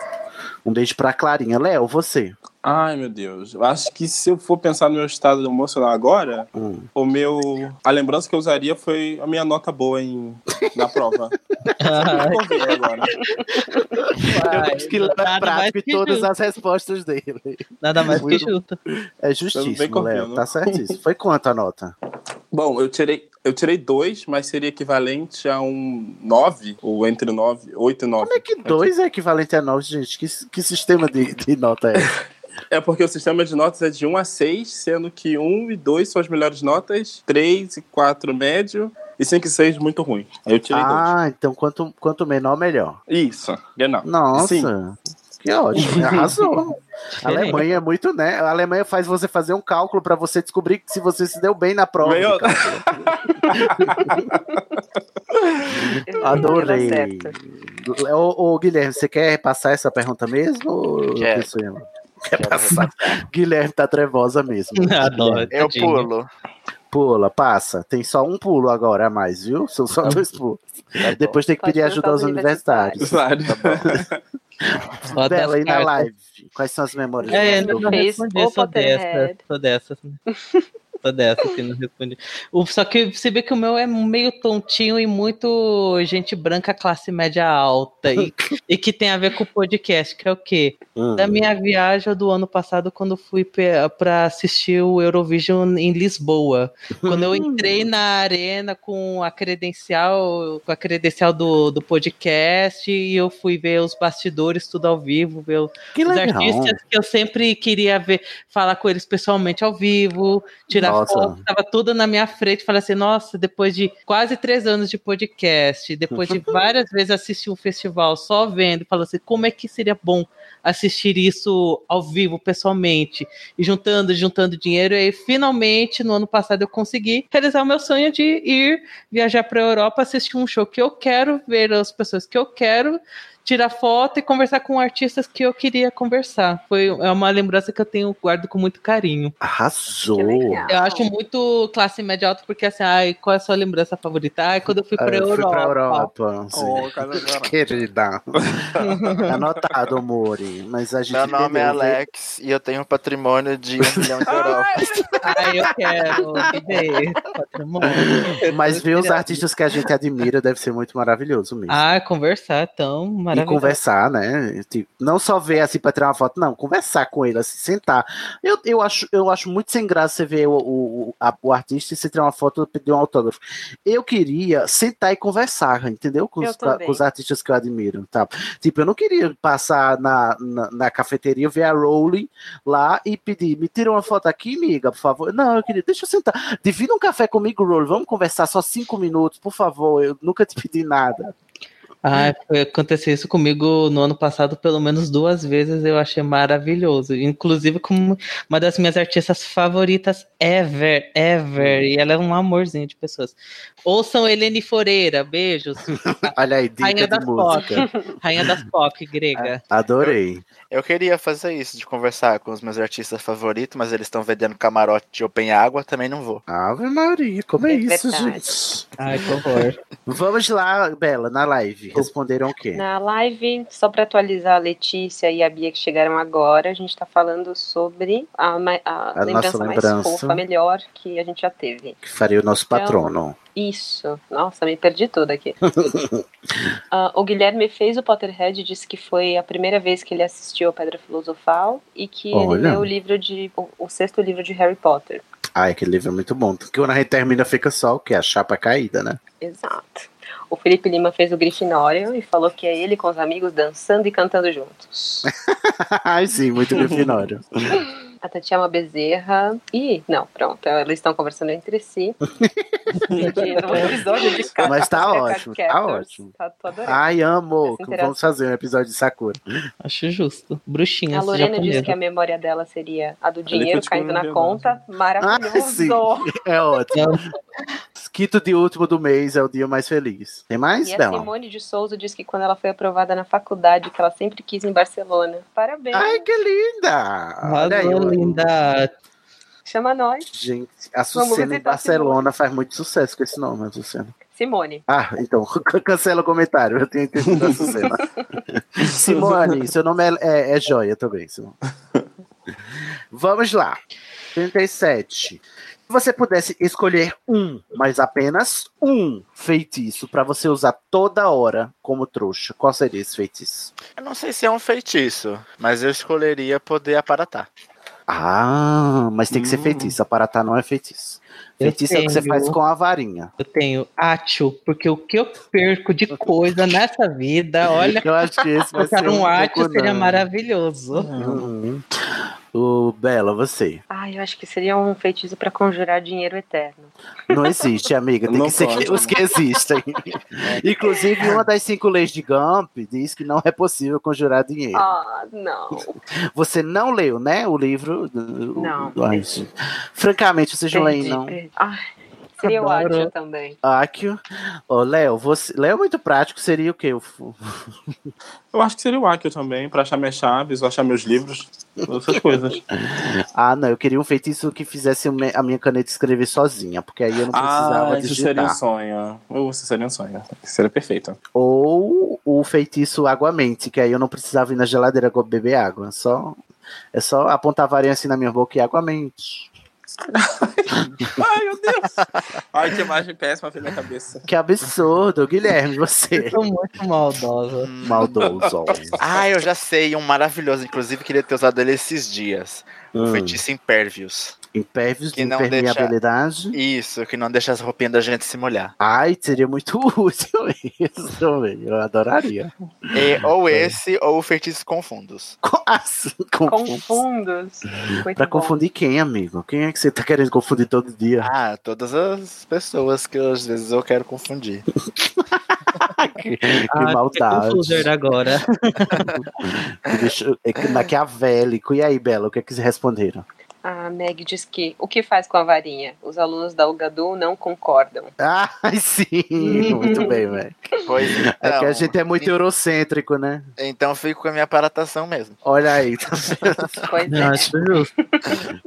S6: Um beijo pra Clarinha. Léo, você?
S8: Ai, meu Deus. Eu Acho que se eu for pensar no meu estado emocional agora, o meu. A lembrança que eu usaria foi a minha nota boa em... na prova.
S6: eu acho que Léo é prático em todas as respostas dele.
S10: Nada mais que
S6: Muito-
S10: justo.
S6: É
S8: Bem
S6: justíssimo,
S8: corpinho,
S6: Léo.
S8: né?
S6: Tá certíssimo. Foi quanto a nota?
S8: Bom, eu tirei. Eu tirei dois, mas seria equivalente a um nove ou entre nove oito e nove Como é
S6: que Dois é equivalente a nove, gente. Que, que sistema de, de nota é esse?
S8: É porque o sistema de notas é de 1 a 6, sendo que 1 e 2 são as melhores notas, 3 e 4 médio, e 5 e 6 muito ruim. Aí eu tirei dois.
S6: ah, então quanto, quanto menor, melhor.
S8: Isso, genau.
S6: Nossa,
S8: Sim.
S6: que ótimo, arrasou. A
S8: Diferente.
S6: Alemanha é muito, né? A Alemanha faz você fazer um cálculo pra você descobrir que se você se deu bem na prova. do
S8: Ganhou.
S6: cálculo.
S5: Ela
S6: Adorei.
S5: acerta.
S6: Ô, ô, Guilherme, você quer passar essa pergunta mesmo? ou
S7: Quero.
S6: penso eu? Quer passar? Guilherme tá trevosa mesmo. Guilherme.
S7: Eu pulo.
S6: Pula, passa. Tem só um pulo agora a mais, viu? São só
S10: Tá
S6: dois pulos. Depois tem que
S10: Pode
S6: pedir ajuda
S10: perguntar
S6: aos
S10: aos
S6: universitários.
S8: Tá
S10: Ó, das
S6: Bela, e na
S10: cartas.
S6: live? Quais são as memórias?
S10: É,
S6: do Brasil?
S10: não, não respondi, eu sou dessa.
S5: Potterhead.
S10: Sou dessa. Sou dessa, assim, não respondi. O- Só que você vê que o meu é meio tontinho e muito gente branca, classe média alta. E, e que tem a ver com o podcast, que é o quê?
S5: Hum.
S10: Da minha viagem do ano passado, quando fui pe- pra assistir o Eurovision em Lisboa. Quando eu entrei na arena com a credencial, com a credencial do, do podcast, e eu fui ver os bastidores tudo ao vivo, ver o-
S6: Que
S10: os
S6: legal.
S10: artistas que eu sempre queria ver, falar com eles pessoalmente ao vivo, tirar
S6: Nossa.
S10: foto, tava tudo na minha frente, falei assim, nossa, depois de quase três anos de podcast, depois de várias vezes assistir um festival só vendo, falando assim, como é que seria bom assistir isso ao vivo, pessoalmente, e juntando, juntando dinheiro, e aí finalmente, no ano passado, eu consegui realizar o meu sonho de ir viajar para a Europa, assistir um show que eu quero, ver as pessoas que eu quero, tirar foto e conversar com artistas que eu queria conversar. Foi é uma lembrança que eu tenho, guardo com muito carinho.
S6: Arrasou.
S10: Eu acho muito classe média alta, porque assim, ai, qual é a sua lembrança favorita? Ai, quando eu fui
S6: Ah,
S10: pra
S6: eu
S10: Europa.
S6: fui pra Europa. sim.
S10: Oh, cara, agora.
S6: Querida. Tá Anotado, Mori. Mas a gente
S7: Meu nome é
S6: entendeu, viu?
S7: Alex e eu tenho um patrimônio de um milhão de euros.
S10: Ai, eu quero viver esse patrimônio. é
S6: Mas ver os artistas que a gente admira deve ser muito maravilhoso mesmo.
S10: Ah, conversar, então,
S6: e conversar, né? Tipo, não só ver assim pra tirar uma foto, não, conversar com ele, assim, sentar. Eu, eu, acho, eu acho muito sem graça você ver o, o, a- o artista e você tirar uma foto e pedir um autógrafo. Eu queria sentar e conversar, entendeu? Com
S12: Eu
S6: os, com
S12: também.
S6: os artistas que eu admiro. Tá? Tipo, eu não queria passar na, na, na cafeteria, ver a Rowling lá e pedir, me tira uma foto aqui, amiga, por favor. Não, eu queria, deixa eu sentar. Divida um café comigo, Rowling, vamos conversar só cinco minutos, por favor. Eu nunca te pedi nada.
S10: Ah, foi- aconteceu isso comigo no ano passado, pelo menos duas vezes, eu achei maravilhoso. Inclusive com uma das minhas artistas favoritas ever, ever. E ela é um amorzinho de pessoas. Ouçam Helene Foreira, beijos.
S6: Olha aí, dica
S10: Rainha
S6: de
S10: das pop.
S6: música.
S10: Rainha das pop grega.
S6: Adorei.
S7: Eu queria fazer isso, de conversar com os meus artistas favoritos, mas eles estão vendendo camarote de open água, também não vou.
S6: Ave Maria, como é, isso, gente?
S10: Ai, que horror.
S6: Vamos lá, Bela, na live. Responderam o quê?
S9: Na live, só para atualizar a Letícia e a Bia que chegaram agora, a gente está falando sobre a, ma- a
S6: A
S9: lembrança
S6: nossa
S9: mais
S6: lembrança.
S9: fofa, melhor que a gente já teve.
S6: Que faria o nosso
S9: Então,
S6: patrono.
S9: Isso. Nossa, me perdi tudo aqui. Ah, o Guilherme fez o Potterhead e disse que foi a primeira vez que ele assistiu a Pedra Filosofal e que ele
S6: Olha.
S9: leu o livro de. o- o sexto livro de Harry Potter.
S6: Ai, aquele livro é muito bom. Porque quando a gente termina, fica só o quê? A chapa caída, né?
S9: Exato. O Felipe Lima fez o Grifinório e falou que é ele com os amigos dançando e cantando juntos.
S6: Ai, sim, muito Grifinório.
S9: A Tatiana Bezerra. Ih, não, pronto. Elas estão conversando entre si. Gente, um episódio de ca-
S6: Mas tá
S9: Cactus
S6: ótimo, tá
S9: Cactus.
S6: ótimo. Ah,
S9: Tá, tô adorando.
S6: Ai, amo.
S9: Essa
S6: Vamos fazer um episódio de Sakura.
S10: Acho justo. Bruxinha,
S9: A Lorena disse que a memória dela seria a do dinheiro
S6: foi, tipo,
S9: caindo na
S6: verdade.
S9: conta.
S6: Ah, sim.
S9: Maravilhoso!
S6: É ótimo. Quinto de último do mês é o dia mais feliz. Tem mais,
S9: e assim, a
S6: Bela?
S9: Simone de Souza disse que quando ela foi aprovada na faculdade, que ela sempre quis em Barcelona. Parabéns!
S6: Ai, que linda! Ah, Olha aí, ó.
S10: linda.
S9: Chama nós,
S6: Gente, a
S9: Vamos tá
S6: Sucena em
S9: visitar
S6: Barcelona faz muito sucesso com esse nome, a Sucena.
S9: Simone.
S6: Ah, então, can- cancela o comentário. Eu tenho entendido a Sucena. Simone, seu nome é, é, é Joia também, Simone. Vamos lá. 37. Se você pudesse escolher um, mas apenas um feitiço pra você usar toda hora como trouxa, qual seria esse feitiço?
S7: Eu não sei se é um feitiço, mas eu escolheria poder aparatar.
S6: Ah, mas tem que ser feitiço. Aparatar não é feitiço.
S10: Hum. Eu
S6: Feitiço é o que você
S10: tenho.
S6: faz com a varinha.
S10: Eu tenho átil, porque o que eu perco de coisa nessa vida, olha.
S6: Eu acho que esse vai
S10: colocar
S6: ser um
S10: um átil
S6: pouco
S10: seria
S6: não.
S10: maravilhoso.
S6: Uhum. O Bela, você.
S9: Ai, eu acho que seria um feitiço pra conjurar dinheiro eterno.
S6: Não existe, amiga. Tem
S8: Não
S6: que ser que-
S8: pode.
S6: os que existem. Inclusive, uma das cinco leis de Gump diz que não é possível conjurar dinheiro.
S9: Ah, não.
S6: Você não leu, né? O livro. Do,
S9: Não.
S6: do- Ai, gente. Francamente, vocês não leem,
S9: Perdi,
S6: um não.
S9: perdi. Ai, seria o
S6: Adoro.
S9: Atio também.
S6: Áquio. Ô, Léo, você. Léo é muito prático, seria o quê? O fu-
S8: Eu acho que seria o Akio também, pra achar minhas chaves, achar meus livros, essas coisas.
S6: Ah, não, eu queria um feitiço que fizesse o me- a minha caneta escrever sozinha, porque aí eu não precisava
S8: Ah, isso
S6: digitar.
S8: seria um sonho. Ou isso seria um sonho. Isso seria perfeito.
S6: Ou o feitiço Água-Mente, que aí eu não precisava ir na geladeira go- beber água. Só, é só apontar a varinha assim na minha boca e Água-Mente.
S8: Ai, meu Deus! Ai, que imagem péssima fez minha cabeça.
S6: Que absurdo, Guilherme, você.
S10: Sou muito maldosa.
S6: Maldoso.
S7: Ah, eu já sei, um maravilhoso. Inclusive, queria ter usado ele esses dias.
S6: Hum.
S7: O feitiço Impervious.
S6: Impérvios de
S7: Que não deixa-
S6: impermeabilidade.
S7: Isso, que não deixa as roupinhas da gente se molhar.
S6: Ai, seria muito útil isso também. Eu adoraria. Ah,
S7: E, ou esse, ou o feitiço Confundos.
S9: Confundos.
S6: assim, Pra confundir quem, amigo? Quem é que você tá querendo confundir todo dia?
S7: Ah, todas as pessoas que eu, às vezes eu quero confundir.
S6: que maldade.
S10: Confuser agora.
S6: Que bicho- é que maquiavélico. E aí, Bela, o que é que vocês responderam?
S9: A Meg diz que o que faz com a varinha? Os alunos da UGADU não concordam.
S6: Ai, Ah, sim, muito bem, velho.
S7: Pois
S6: É que
S7: então.
S6: a gente é muito eurocêntrico, né?
S7: Então fico com a minha aparatação mesmo.
S6: Olha aí, tá vendo?
S9: Pois é.
S6: Não, acho justo.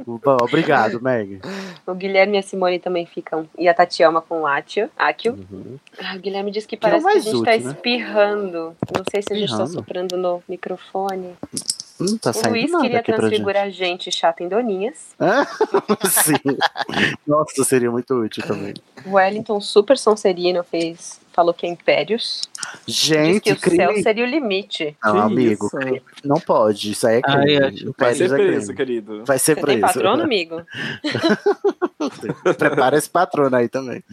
S6: Bom, obrigado, Meg.
S9: O Guilherme e a Simone também ficam. E a Tatiana com o Átio. Áquio. Ah, O Guilherme diz que
S6: Que é o
S9: parece que, a
S6: mais
S9: gente
S6: útil,
S9: tá
S6: né?
S9: espirrando. Não sei se a gente tá
S6: Espirrando?
S9: soprando no microfone.
S6: Não tá
S9: o
S6: saindo
S9: Luiz
S6: nada
S9: queria
S6: aqui pra gente.
S9: transfigurar a gente chata em doninhas.
S6: Ah, sim. Nossa, seria muito útil também.
S9: O Wellington super sonserino fez falou que é impérios.
S6: Gente,
S9: Diz que
S6: crime.
S9: o é céu seria o limite.
S6: Não, amigo, crime. não pode. Isso aí é crime.
S8: Vai
S6: Impérios
S8: ser
S6: é
S8: preso,
S6: crime.
S8: querido.
S6: Vai ser
S9: Você
S6: preso.
S9: tem patrono, amigo?
S6: Prepara esse patrono aí também.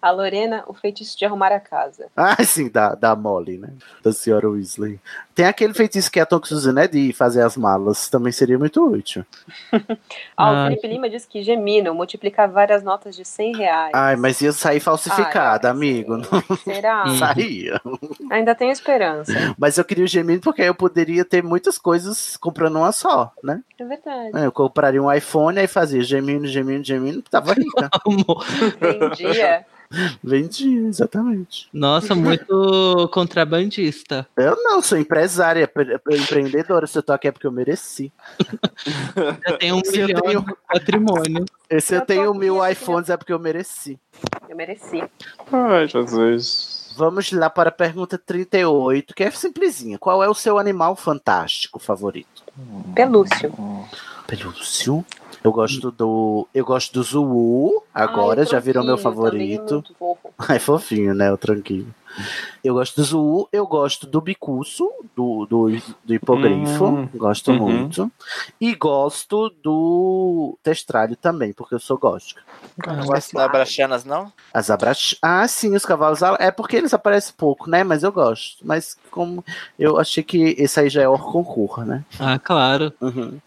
S9: A Lorena, o feitiço de arrumar a casa.
S6: Ah, sim, da, da Molly, né? Da senhora Weasley. Tem aquele feitiço que a Tonks usa, né? De fazer as malas. Também seria muito útil.
S9: Ah, o
S6: Ah,
S9: Felipe Lima diz que geminam, multiplicar várias notas de 100 reais. Ah,
S6: Ai, mas ia sair falsificada, amigo. Não
S9: Será?
S6: saía.
S9: Ainda tenho esperança.
S6: Mas eu queria o Gemini porque aí eu poderia ter muitas coisas comprando uma só, né?
S9: É verdade.
S6: Eu compraria um iPhone e fazia Gemini, Gemini, Gemini, tava rica.
S9: Vendia.
S6: Vendia, exatamente.
S10: Nossa, muito contrabandista.
S6: Eu não, sou empresária, pre- empreendedora. Se eu tô aqui é porque eu mereci.
S10: Já tem um
S6: Se eu
S10: milhão
S6: tenho-
S10: de patrimônio.
S6: Se eu tenho mil
S10: aqui,
S6: iPhones é porque eu mereci.
S9: Eu mereci.
S8: Ai, Jesus.
S6: Vamos lá para a pergunta 38, que é simplesinha. Qual é o seu animal fantástico favorito?
S9: Pelúcio.
S6: Pelúcio. Eu gosto do. Eu gosto do Zuu. Agora
S9: Ai,
S6: já virou meu
S9: fofinho, também é
S6: favorito.
S9: muito fofo.
S6: É fofinho, né? O tranquilo. Eu gosto do Zuu, eu gosto do Bicuço, do, do, do Hipogrifo.
S4: Hum.
S6: Gosto
S4: Uhum.
S6: muito. E gosto do Testralho também, porque eu sou gótica.
S4: Uhum.
S7: Não gosto da Brachanas, não?
S6: As abrax... Ah, sim, os cavalos. ala- É porque eles aparecem pouco, né? Mas eu gosto. Mas como. Eu achei que esse aí já é concurso, né?
S10: Ah, claro.
S6: F- Uhum.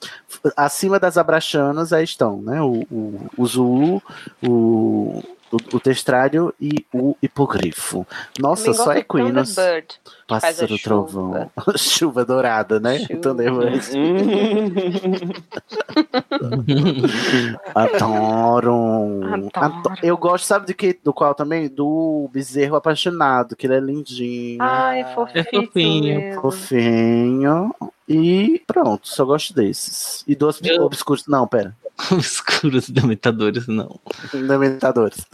S6: Acima das abraxanas aí estão, né? O, o, o Zulu, o, o, o Testrário e o Hipogrifo. Nossa,
S9: Também
S6: só
S9: gosto do
S6: Equinos.
S9: Thunderbird, que faz a
S6: Pássaro
S9: chuva.
S6: trovão. chuva dourada, né? Thunderbird. Adoro. Ado- Eu gosto, sabe de que, do qual também? Do bezerro apaixonado, que ele é lindinho.
S9: Ai, é fofinho.
S6: fofinho. Fofinho. E pronto, só gosto desses. E do obs- obscuros. Não, pera.
S10: Obscuros dementadores, não.
S6: Dementadores.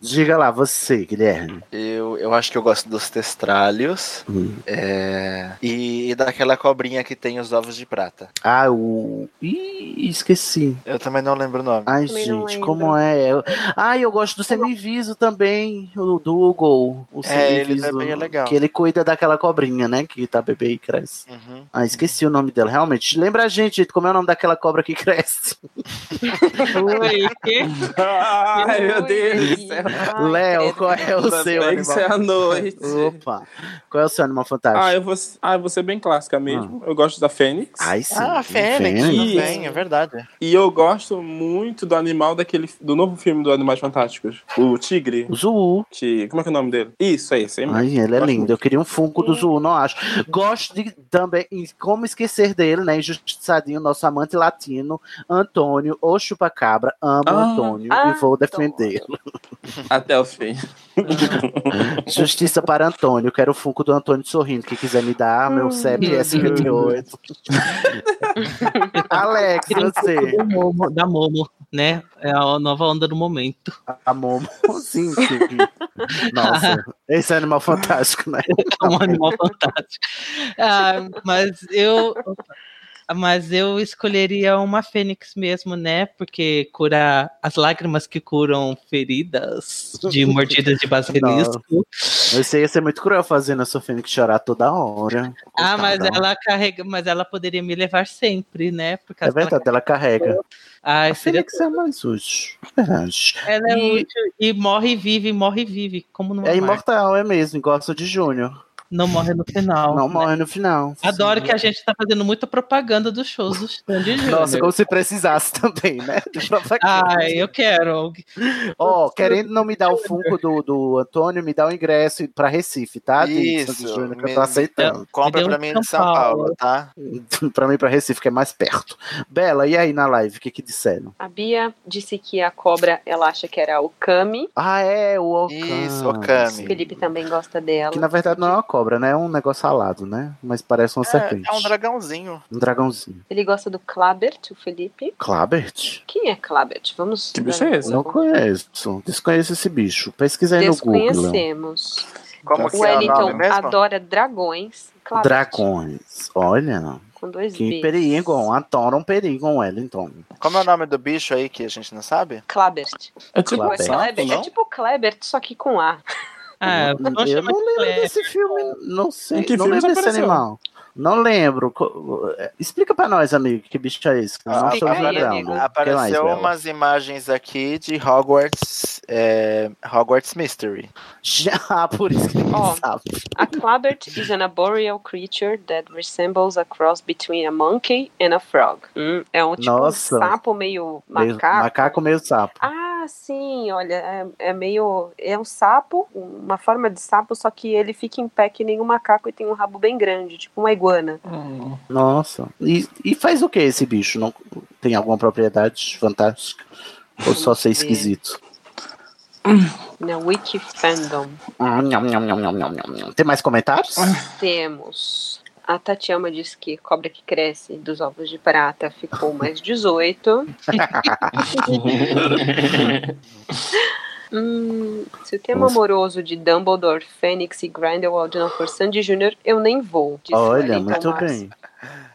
S6: Diga lá, você, Guilherme.
S7: Eu, eu acho que eu gosto dos testralhos
S6: Hum.
S7: é, e, e daquela cobrinha que tem os ovos de prata.
S6: Ah, o. Ih, esqueci.
S7: Eu também não lembro o nome.
S6: Ai, gente, como é? Eu- Ai, eu gosto do semiviso também, o do Hugo. O
S7: É, ele
S6: semiviso,
S7: também é legal.
S6: Que ele cuida daquela cobrinha, né? Que tá bebê e cresce.
S7: Uhum.
S6: Ah, esqueci o nome dela, realmente. Lembra a gente, gente, como é o nome daquela cobra que cresce?
S10: Oi, quê?
S8: Ai, meu Deus do céu.
S6: Léo, qual é o
S8: Ainda
S6: seu
S8: bem que
S6: animal?
S8: isso é à noite.
S6: Opa, qual é o seu animal fantástico?
S8: Ah, eu vou, ser- ah, eu vou ser bem clássica
S6: Ah.
S8: mesmo. Eu gosto da Fênix.
S6: Ai, sim.
S7: Ah, Fênix,
S8: Fênix.
S7: também, é verdade.
S8: E eu gosto muito do animal daquele do novo filme do Animais Fantásticos. O Tigre.
S6: O Zuu.
S8: Que, como é que é o nome dele? Isso, é esse. aí mesmo.
S6: Ai, ele é
S8: Gosto
S6: lindo. Eu queria um Funko do Zulu, não acho. Gosto de também, e como esquecer dele, né? Injustiçadinho, nosso amante latino, Antônio, o Chupacabra. Amo
S8: Ah,
S6: Antônio e vou defendê-lo.
S8: Até o fim.
S6: Justiça para Antônio. Quero o Funko do Antônio sorrindo. Quem quiser me dar, meu
S10: Hum.
S6: CEP é 58. Alex,
S10: Queria um
S6: você.
S10: pouco do Momo- da Momo, né? É a nova onda do momento.
S6: A Momo, sim, sim. Nossa, esse é animal fantástico, né?
S10: É um animal fantástico. Ah, mas eu. Mas eu escolheria uma fênix mesmo, né? Porque cura as lágrimas que curam feridas de mordidas de basilisco.
S6: Não. Isso ia ser muito cruel fazendo a sua Fênix chorar toda hora.
S10: Ah, mas
S6: Coitada.
S10: ela carrega, mas ela poderia me levar sempre, né? Por
S6: É
S10: causa
S6: verdade, ela carrega.
S10: Ah, a
S6: Fênix é mais útil. Verdade.
S10: que ela, ela é útil e morre e vive, morre e vive, como não
S6: É imortal, é mesmo. Gosto de Júnior.
S10: Não né? morre no final.
S6: Não morre no final.
S10: Adoro que a gente tá fazendo muita propaganda dos shows do Sandy Júnior.
S6: Nossa, como se precisasse também, né? De propaganda.
S10: Ai, eu quero.
S6: Ó, querendo não me dar o Funko do, do Antônio, me dá o ingresso pra Recife, tá? De Sandy
S7: Isso,
S6: Júnior, que eu
S7: me-
S6: tô aceitando.
S7: Compra Então, pra mim de São Paulo, tá?
S6: pra mim, pra Recife, que é mais perto. Bela, e aí na live, o que que disseram?
S9: A Bia disse que a cobra ela acha que era o Kami.
S6: Ah, é, o Okami.
S7: Isso,
S9: O Felipe também gosta dela.
S6: Que na verdade não é uma cobra, né? É um negócio alado, né? Mas parece uma serpente.
S7: É um dragãozinho.
S6: Um dragãozinho.
S9: Ele gosta do Klabert, o Felipe.
S6: Clabert?
S9: Quem é Klabert? Vamos.
S6: Tipo,
S9: Que
S6: Não conheço. Desconheço esse bicho. Pesquisei é um no Google.
S9: Desconhecemos.
S7: Como
S6: que
S9: o
S6: é o
S9: Wellington
S6: nome mesmo?
S9: adora dragões. Klabert,
S6: Dragões. Olha.
S9: Com dois
S6: Que
S9: B.
S6: perigo. Adoro um perigo, Wellington.
S7: Como é o nome do bicho aí que a gente não sabe?
S9: Klabert.
S6: É tipo
S9: Ou é
S6: sapo,
S9: Klebert?
S6: não?
S9: É tipo Klebert, só que com A.
S10: Ah,
S6: eu, eu não lembro
S10: né?
S6: desse filme, não sei.
S10: Em que
S6: não
S10: filme
S6: lembro
S10: isso
S6: desse
S10: apareceu?
S6: animal. Não lembro. Co- eh, Explica pra nós, amigo, que bicho é esse? Que nós não
S7: Ah,
S6: estamos
S7: apare-
S6: lembrando. O que mais,
S7: Apareceu
S6: Bela?
S7: umas imagens aqui de Hogwarts, é, Hogwarts Mystery.
S6: Já, ah, por isso que ninguém sabe.
S9: A clabert is an arboreal creature that resembles a cross between a monkey and a frog. Hum, é um tipo
S6: Nossa.
S9: um sapo meio
S6: Meio-
S9: macaco.
S6: macaco meio sapo.
S9: Ah, sim, olha, é, é meio. É um sapo, uma forma de sapo, só que ele fica em pé que nem um macaco e tem um rabo bem grande, tipo uma iguana.
S6: Nossa. E, e faz o que esse bicho? Não tem alguma propriedade fantástica? Ou só ser esquisito?
S9: Na Wiki Fandom
S6: Ah, nham, nham, nham, nham, nham, nham. Tem mais comentários?
S9: temos. A Tatiana diz que cobra que cresce dos ovos de prata ficou mais 18. Hum, se o tema
S6: Nossa.
S9: amoroso de Dumbledore, Fênix e Grindelwald não for Sandy Jr., eu nem vou. disse
S6: Olha,
S9: Clarita
S6: muito
S9: tá Massa.
S6: bem.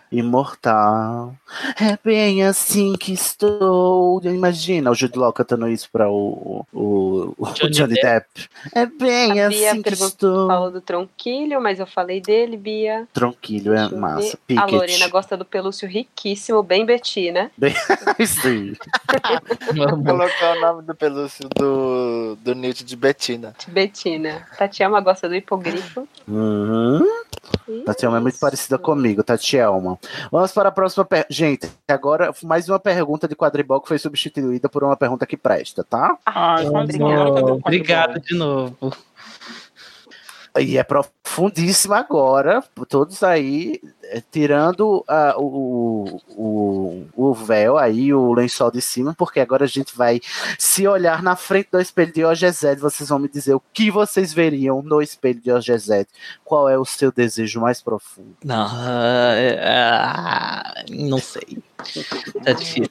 S6: Imortal. É bem assim que estou. Imagina o Jude Law cantando isso pra o, o, o Johnny, Depp. É bem
S9: a Bia
S6: assim que
S9: perguntou-
S6: estou.
S9: falou do tronquilho, mas eu falei dele, Bia.
S6: Tranquilo, é
S9: Deixa eu
S6: massa.
S9: ver. A Lorena
S6: Pickett.
S9: gosta do pelúcio riquíssimo, bem Betina.
S6: Bem- Isso aí. Uhum.
S7: Vou colocar o nome do pelúcio do, do Newt de Betina.
S9: Betina. Tatiana gosta do hipogrifo.
S6: Uhum. Tatielma é muito parecida comigo, Tatielma. Vamos para a próxima pergunta. Gente, agora mais uma pergunta de quadribol que foi substituída por uma pergunta que presta, tá?
S8: Ai, faz isso agora
S10: um
S8: que eu tô com
S10: Obrigado de novo.
S6: E é profundíssima agora, todos aí, eh, tirando ah, o, o, o véu aí, o lençol de cima, porque agora a gente vai se olhar na frente do espelho de Ogezed, vocês vão me dizer o que vocês veriam no espelho de Ogezed. Qual é o seu desejo mais profundo?
S10: Não, ah, ah, não sei. Tá difícil.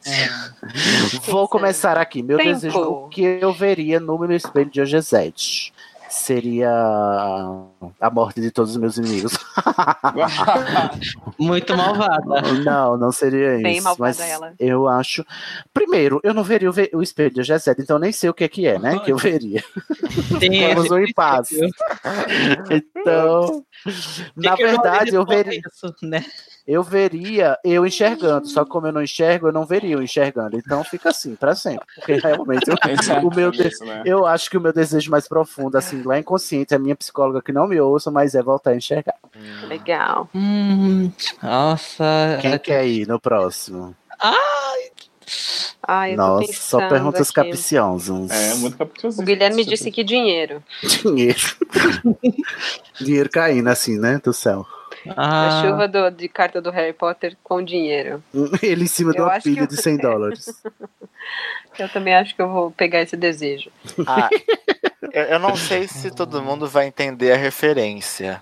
S6: Vou começar aqui. Meu
S10: Tempo.
S6: desejo, o que eu veria no meu espelho de Ogezete seria a morte de todos os meus inimigos. Ah,
S10: Muito malvada.
S6: Não, não seria
S10: Bem
S6: isso.
S10: malvada
S6: Mas
S10: ela.
S6: eu acho. Primeiro, eu não veria o, ve- o espelho de Ogezete, então nem sei o que é que é, né? Que eu veria.
S10: Tem
S6: Temos
S10: esse
S6: um impasse. Então, na
S10: que eu não
S6: verdade, eu
S10: respondo
S6: veria.
S10: isso, né?
S6: Eu veria eu enxergando, só que como eu não enxergo, eu não veria eu enxergando. Então fica assim, pra sempre. Porque realmente eu,
S8: Esse é
S6: o meu de-
S8: isso, né?
S6: eu acho que o meu desejo mais profundo, assim, lá inconsciente, a minha psicóloga que não me ouça, mas é voltar a enxergar.
S9: Legal.
S10: Hum. nossa.
S6: Quem quer ir no próximo?
S10: Ai,
S9: Ai, eu
S6: Nossa,
S9: tô pensando
S6: só perguntas
S9: aqui.
S6: capciosas.
S8: É,
S10: É,
S9: O Guilherme disse que dinheiro.
S6: Dinheiro. Dinheiro caindo, assim, né? Do céu.
S10: Ah,
S9: é? A chuva do- de carta do Harry Potter com dinheiro.
S6: Ele em cima de
S9: Eu
S6: uma
S9: acho que
S6: pilha
S7: é
S9: eu-
S6: de 100 dólares.
S9: Eu também acho que eu vou pegar esse desejo.
S7: Ah, eu, eu não sei se todo mundo vai entender a referência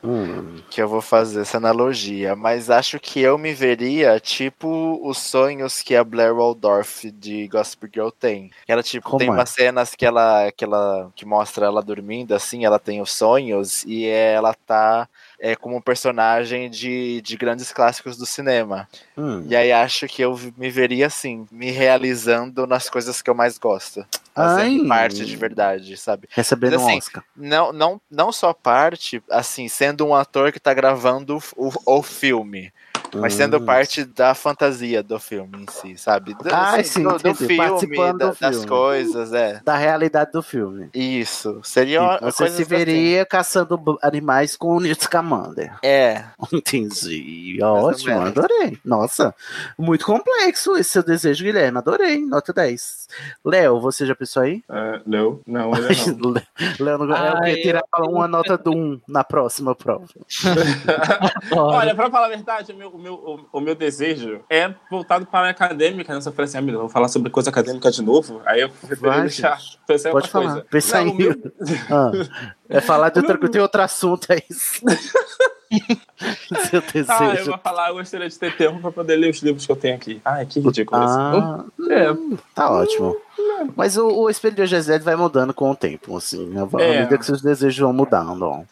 S7: que eu vou fazer essa analogia, mas acho que eu me veria tipo os sonhos que a Blair Waldorf de Gossip Girl tem. Ela tipo
S10: Como
S7: tem
S10: é?
S7: umas cenas que ela, que ela que mostra ela dormindo assim, ela tem os sonhos e ela tá é, como um personagem de, de grandes clássicos do cinema.
S6: Hum.
S7: E aí acho que eu me veria assim, me realizando nas coisas que eu mais gosto. Fazendo
S6: Ai.
S7: parte de verdade, sabe?
S6: Recebendo
S7: Mas, assim,
S6: um Oscar.
S7: Não, não, não só parte, assim, sendo um ator que tá gravando o, o filme. Mas sendo
S6: Hum.
S7: parte da fantasia do filme em si, sabe? Do,
S6: Ah,
S7: assim,
S6: sim,
S7: do, do
S6: entendi.
S7: filme,
S6: Participando
S7: da-
S6: do
S7: das
S6: filme.
S7: coisas, é.
S6: Da realidade do filme.
S7: Isso. Seria
S6: Tipo,
S7: É uma
S6: você
S7: coisa assim.
S6: se veria caçando b- animais com o Newt Scamander.
S7: É.
S6: Entendi.
S7: ou
S6: Ótimo,
S7: menos.
S6: adorei. Nossa, muito complexo esse seu desejo, Guilherme. Adorei. Nota 10. Léo, você já pensou aí?
S8: É, não, não, ainda não.
S6: Léo, não... é o
S8: Ai,
S6: quê? Tirar
S8: eu-
S6: uma nota do 1 na próxima prova.
S8: Olha, pra falar a verdade, o meu, o meu, o- o meu desejo é voltado para a acadêmica. Né? Eu falei assim, amigo, eu vou falar sobre coisa acadêmica de novo. Aí eu preferi
S6: Vai,
S8: deixar.
S6: gente.
S8: Pensar em
S6: Pode
S8: outra
S6: falar.
S8: coisa.
S6: Pensar
S8: Não,
S6: em.
S8: o meu-
S6: Ah, é falar de outra... tem outro assunto, é isso. seu desejo.
S8: Ah, eu vou falar, eu gostaria de ter tempo pra poder ler os livros que eu tenho aqui. Ai, que ridículo
S6: Ah,
S8: isso. É,
S6: Tá ótimo. Mas o, o espelho de Ogezed vai mudando com o tempo, assim. À
S8: É.
S6: medida que seus desejos vão mudando.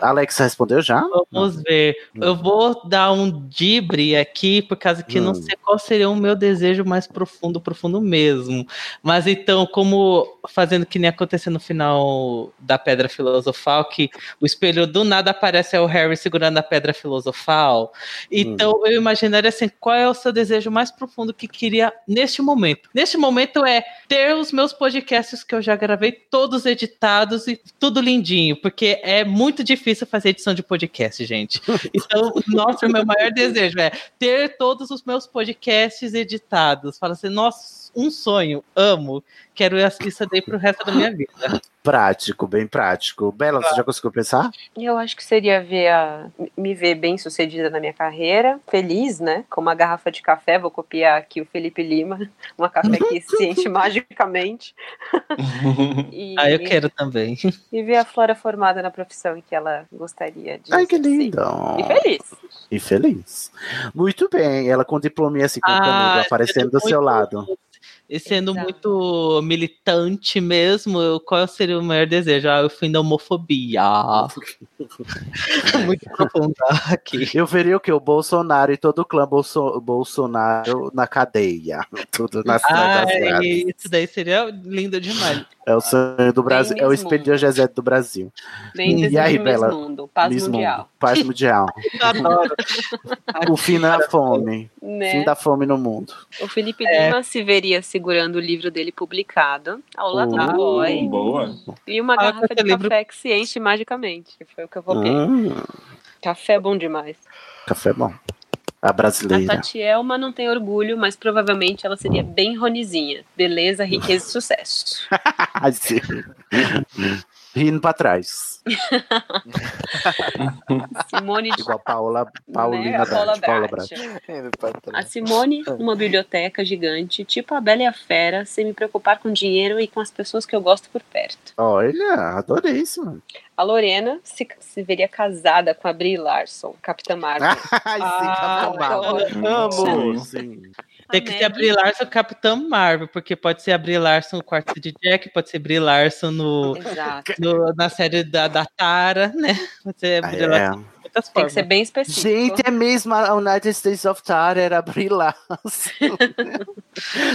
S6: Alex respondeu já?
S10: Vamos ver. Eu vou dar um dibre aqui, por causa que não sei qual seria o meu desejo mais profundo, profundo mesmo. Mas então, como fazendo que nem aconteceu no final da Pedra Filosofal, que o espelho do nada aparece é o Harry segurando a Pedra Filosofal. Então, eu imaginaria assim, qual é o seu desejo mais profundo que queria neste momento? Neste momento é ter os meus podcasts que eu já gravei todos editados e tudo lindinho, porque é muito difícil fazer edição de podcast, gente. Então, nossa, o meu maior desejo é ter todos os meus podcasts editados. Fala assim, nossa, um sonho, amo. Quero isso daí pro resto da minha vida.
S6: Prático, bem prático. Bela, você já conseguiu pensar?
S9: Eu acho que seria ver a, me ver bem sucedida na minha carreira, feliz, né? Com uma garrafa de café, vou copiar aqui o Felipe Lima, uma café que se enche magicamente. E-
S10: Ah, eu quero também.
S9: E ver a Flora formada na profissão em que ela gostaria de. assim.
S6: Ai, que lindo.
S9: E feliz.
S6: E feliz. Muito bem, ela com diplomia assim, com o canudo
S10: Ah,
S6: aparecendo do
S10: muito-
S6: seu lado.
S10: E sendo muito militante mesmo, eu- qual seria o maior desejo? Ah, o fim da homofobia. muito profundo ah, aqui.
S6: Eu veria o que? O Bolsonaro e todo o clã Bolso- Bolsonaro na cadeia. Tudo nas
S10: Ah,
S6: nas- nas-
S10: isso daí seria lindo demais.
S6: É o sonho do Brasil, é o espelho de Eugésio do Brasil.
S10: Bem
S6: e
S10: desejo
S6: aí,
S10: Miss
S6: Bela?
S9: Mundo, paz
S6: Miss
S9: mundial.
S6: Mundo, paz mundial.
S10: Eu adoro.
S6: o fim da fome.
S9: Né?
S6: Fim da fome no mundo.
S9: O Felipe
S6: É.
S9: Lima se veria segurando o livro dele publicado ao lado do boy
S8: Boa.
S9: e uma
S10: Fala com
S9: garrafa de
S10: esse livro.
S9: café que se enche magicamente. que Foi o que eu votei.
S6: Hum,
S10: Ah.
S9: Café é bom demais.
S6: café é bom. A
S9: A
S6: brasileira.
S9: Tatielma não tem orgulho, mas provavelmente ela seria bem ronizinha. Beleza, riqueza e sucesso.
S6: Ai, sim. Rindo pra trás.
S9: Simone de
S6: Igual Paola, Paulina
S9: Né?
S6: Brat.
S9: Paula
S6: Paula
S9: Brat.
S6: Brat.
S9: A Simone numa biblioteca gigante, tipo a Bela e a Fera, sem me preocupar com dinheiro e com as pessoas que eu gosto por perto.
S6: Olha, adorei isso, mano.
S9: A Lorena se, se veria casada com a Brie Larson, Capitã Marvel.
S6: Ai, sim,
S9: Ah,
S6: Capitã Marvel. Amo, sim.
S10: Tem que ser a Brie Larson Capitão Marvel, porque pode ser a Brie Larson no quarto de Jack, pode ser Brie Larson no,
S9: Exato.
S10: no- na série da, da Tara, né? Pode ser
S7: Ah,
S10: a Brie
S6: é.
S10: Larson de muitas
S9: Tem que
S10: formas.
S9: ser bem específico.
S6: Gente, é mesmo a United States of Tara era Brie Larson.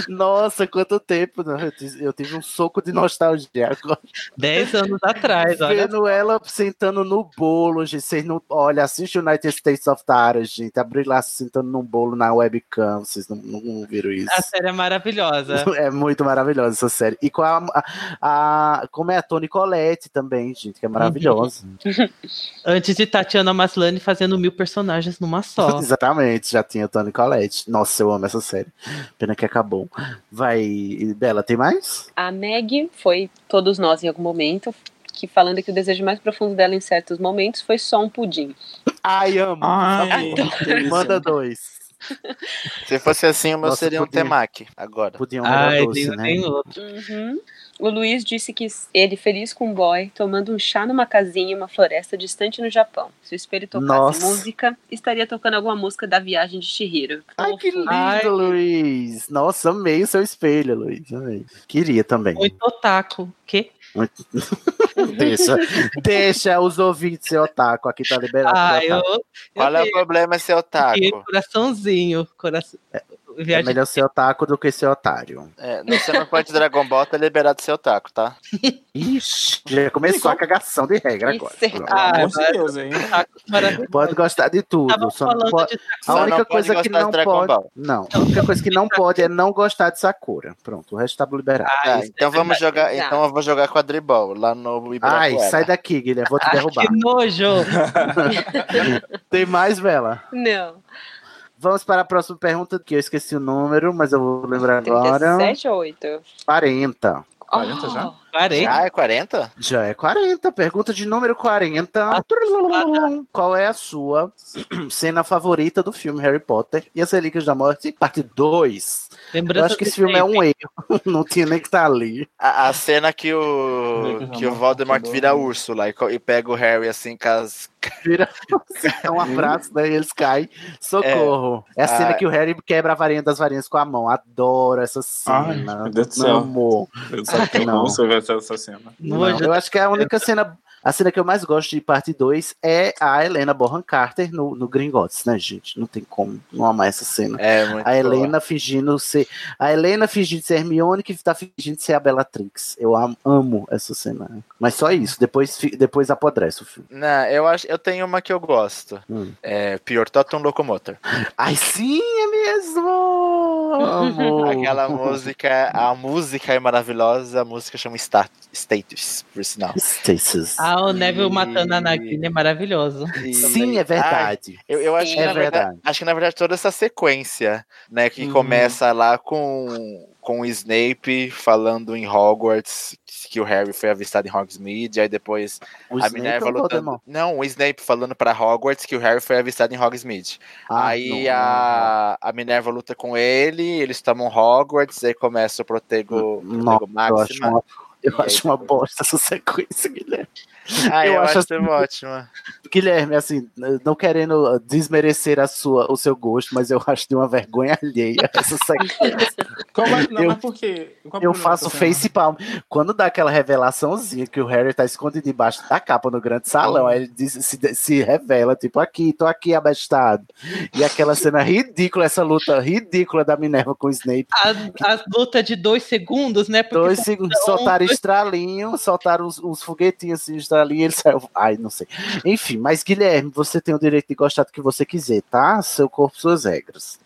S6: Nossa, quanto tempo! né? Eu tive- Eu tive um soco de nostalgia agora.
S10: Dez anos atrás, olha.
S6: Vendo ela sentando no bolo, gente. Vocês não. Olha, assiste United States of Tara, gente. A Brie Larson sentando num bolo na webcam. Vocês não, não viram isso.
S10: A série é maravilhosa.
S6: É muito maravilhosa essa série. E com a, a- a- como é a Toni Collette também, gente, que é maravilhosa.
S10: Antes de Tatiana Maslany fazendo mil personagens numa só.
S6: Exatamente, já tinha Toni Collette. Nossa, eu amo essa série. Pena que acabou. Vai, Bela, tem mais?
S9: A Meg foi todos nós em algum momento, que falando que o desejo mais profundo dela em certos momentos foi só um pudim.
S6: Ai, amo.
S10: Ah,
S8: Ai,
S6: Manda dois.
S7: Se fosse assim, o meu
S6: Nossa,
S7: seria um
S6: podia-
S7: temaki agora.
S6: Podia um
S10: Ai,
S6: melhor doce,
S10: tem-
S6: né?
S10: tem outro.
S9: Uhum. O Luiz disse que ele feliz com um boy, tomando um chá numa casinha em uma floresta distante no Japão. Se o espelho tocasse
S6: Nossa.
S9: música, estaria tocando alguma música da viagem de Shihiro.
S6: Ai, que lindo,
S10: Ai.
S6: Luiz. Nossa, amei o seu espelho, Luiz. Amei. Queria também.
S10: Muito otaku. Que?
S6: deixa, deixa os ouvintes ser otaku. Aqui tá liberado.
S10: Ah,
S6: pra
S10: eu,
S6: otaku.
S7: Qual é o problema ser
S10: eu
S7: otaku?
S10: coraçãozinho. Coração,
S6: É
S10: viagem
S6: melhor ser otaku do que ser otário.
S7: É, não, você não pode Dragon Ball, tá liberado ser otaku, tá?
S6: Ixi, já começou a cagação de regra
S9: Isso.
S6: agora.
S9: Pelo
S10: Ah,
S8: amor de
S10: mas-
S8: Deus, hein?
S10: otaku maravilhoso.
S6: Pode gostar de tudo.
S10: Estavam
S6: Só não
S10: falando
S6: pode...
S10: de
S6: A
S7: Só
S10: Sakura.
S6: única
S7: não pode
S6: coisa que
S7: gostar de
S6: não
S7: Dragon
S6: pode.
S7: Ball.
S6: Não, a única coisa que não pode é não gostar de Sakura. Pronto, o resto tá liberado.
S7: Tá, então vamos jogar.
S9: Exato.
S7: Então eu vou jogar quadribol lá no
S6: Ai,
S7: Ibirapuera.
S6: sai daqui, Guilherme. Vou te
S10: Ai,
S6: derrubar.
S10: que nojo!
S6: Tem mais, Bela?
S9: Não.
S6: Vamos para a próxima pergunta, que eu esqueci o número, mas eu vou lembrar agora.
S9: 37 ou Oh, 8?
S6: 40.
S8: 40 já?
S10: Parei.
S7: Ah, é 40?
S6: Já é 40. Pergunta de número 40.
S7: Ah, tá.
S6: Qual é a sua cena favorita do filme Harry Potter e as Relíquias da Morte, parte 2? Eu
S10: Lembrança
S6: acho que
S10: de
S6: esse filme é um
S10: sempre.
S6: erro. Não tinha nem que estar ali.
S7: A, a cena que o, que o Voldemort vira urso lá e, co- e pega o Harry assim com as.
S6: Vira é um abraço, né? E eles caem. Socorro. É, a cena
S7: Ah.
S6: que o Harry quebra a varinha das varinhas com a mão. Adoro essa
S8: Ai,
S6: cena.
S8: meu Deus do
S6: Meu
S8: céu.
S6: amor.
S8: Eu só tenho
S6: Não.
S8: como você ver essa essa cena.
S6: Não,
S10: Nojo.
S6: eu acho que é a única cena. A cena que eu mais gosto de parte 2 é a Helena Bonham Carter no, no Gringotts, né, gente? Não tem como não amar essa cena.
S7: É, muito
S6: a Helena fingindo ser. A Helena fingindo ser Hermione, que tá fingindo ser a Bellatrix. Eu am- amo essa cena. Mas só isso. Depois, fi- depois apodrece o filme.
S7: Não, eu acho, eu tenho uma que eu gosto.
S6: Hum.
S7: É pior Totem Locomotor.
S6: Ai, sim, é mesmo! Amo.
S7: Aquela música, a música é maravilhosa, a música chama Stat- Status, por sinal.
S6: Status.
S10: Ah, o Neville matando a Anakin é maravilhoso.
S6: Sim, é verdade.
S7: Eu, eu acho,
S10: Sim.
S7: que, na
S10: É
S7: verdade,
S10: verdade.
S7: acho que na verdade toda essa sequência, né, que começa lá com com o Snape falando em Hogwarts, que o Harry foi avistado em Hogsmeade, aí depois
S6: O
S7: a
S6: Snape
S7: Minerva
S6: ou o
S7: lutando.
S6: Voldemort?
S7: Não, o Snape falando pra Hogwarts que o Harry foi avistado em Hogsmeade.
S6: Ah,
S7: aí
S6: não,
S7: a, a Minerva luta com ele, eles tomam Hogwarts, aí começa o Protego, protego
S6: eu
S7: Máxima.
S6: acho uma, eu
S7: E aí
S6: acho uma bosta essa sequência, Guilherme.
S7: Ah, eu, acho,
S6: assim-
S7: ótima.
S6: Guilherme, assim, não querendo uh, desmerecer a sua, o seu gosto, mas eu acho de uma vergonha alheia essa sequência.
S8: Como é- não,
S6: eu,
S8: mas por quê? Qual é o
S6: eu
S8: problema
S6: faço
S8: dessa cena?
S6: face palm. Quando dá aquela revelaçãozinha que o Harry tá escondido debaixo da capa no grande salão, aí ele diz- se, se revela, tipo, aqui, tô aqui abestado. E aquela cena ridícula, essa luta ridícula da Minerva com o Snape.
S10: A, a luta de dois segundos, né? Porque
S6: Dois
S10: só-
S6: segundos,
S10: um-
S6: soltaram estralinho, soltaram uns, uns foguetinhos assim, estralinho, ele saiu. Ai, não sei. Enfim, mas Guilherme, você tem o direito de gostar do que você quiser, tá? Seu corpo, suas regras.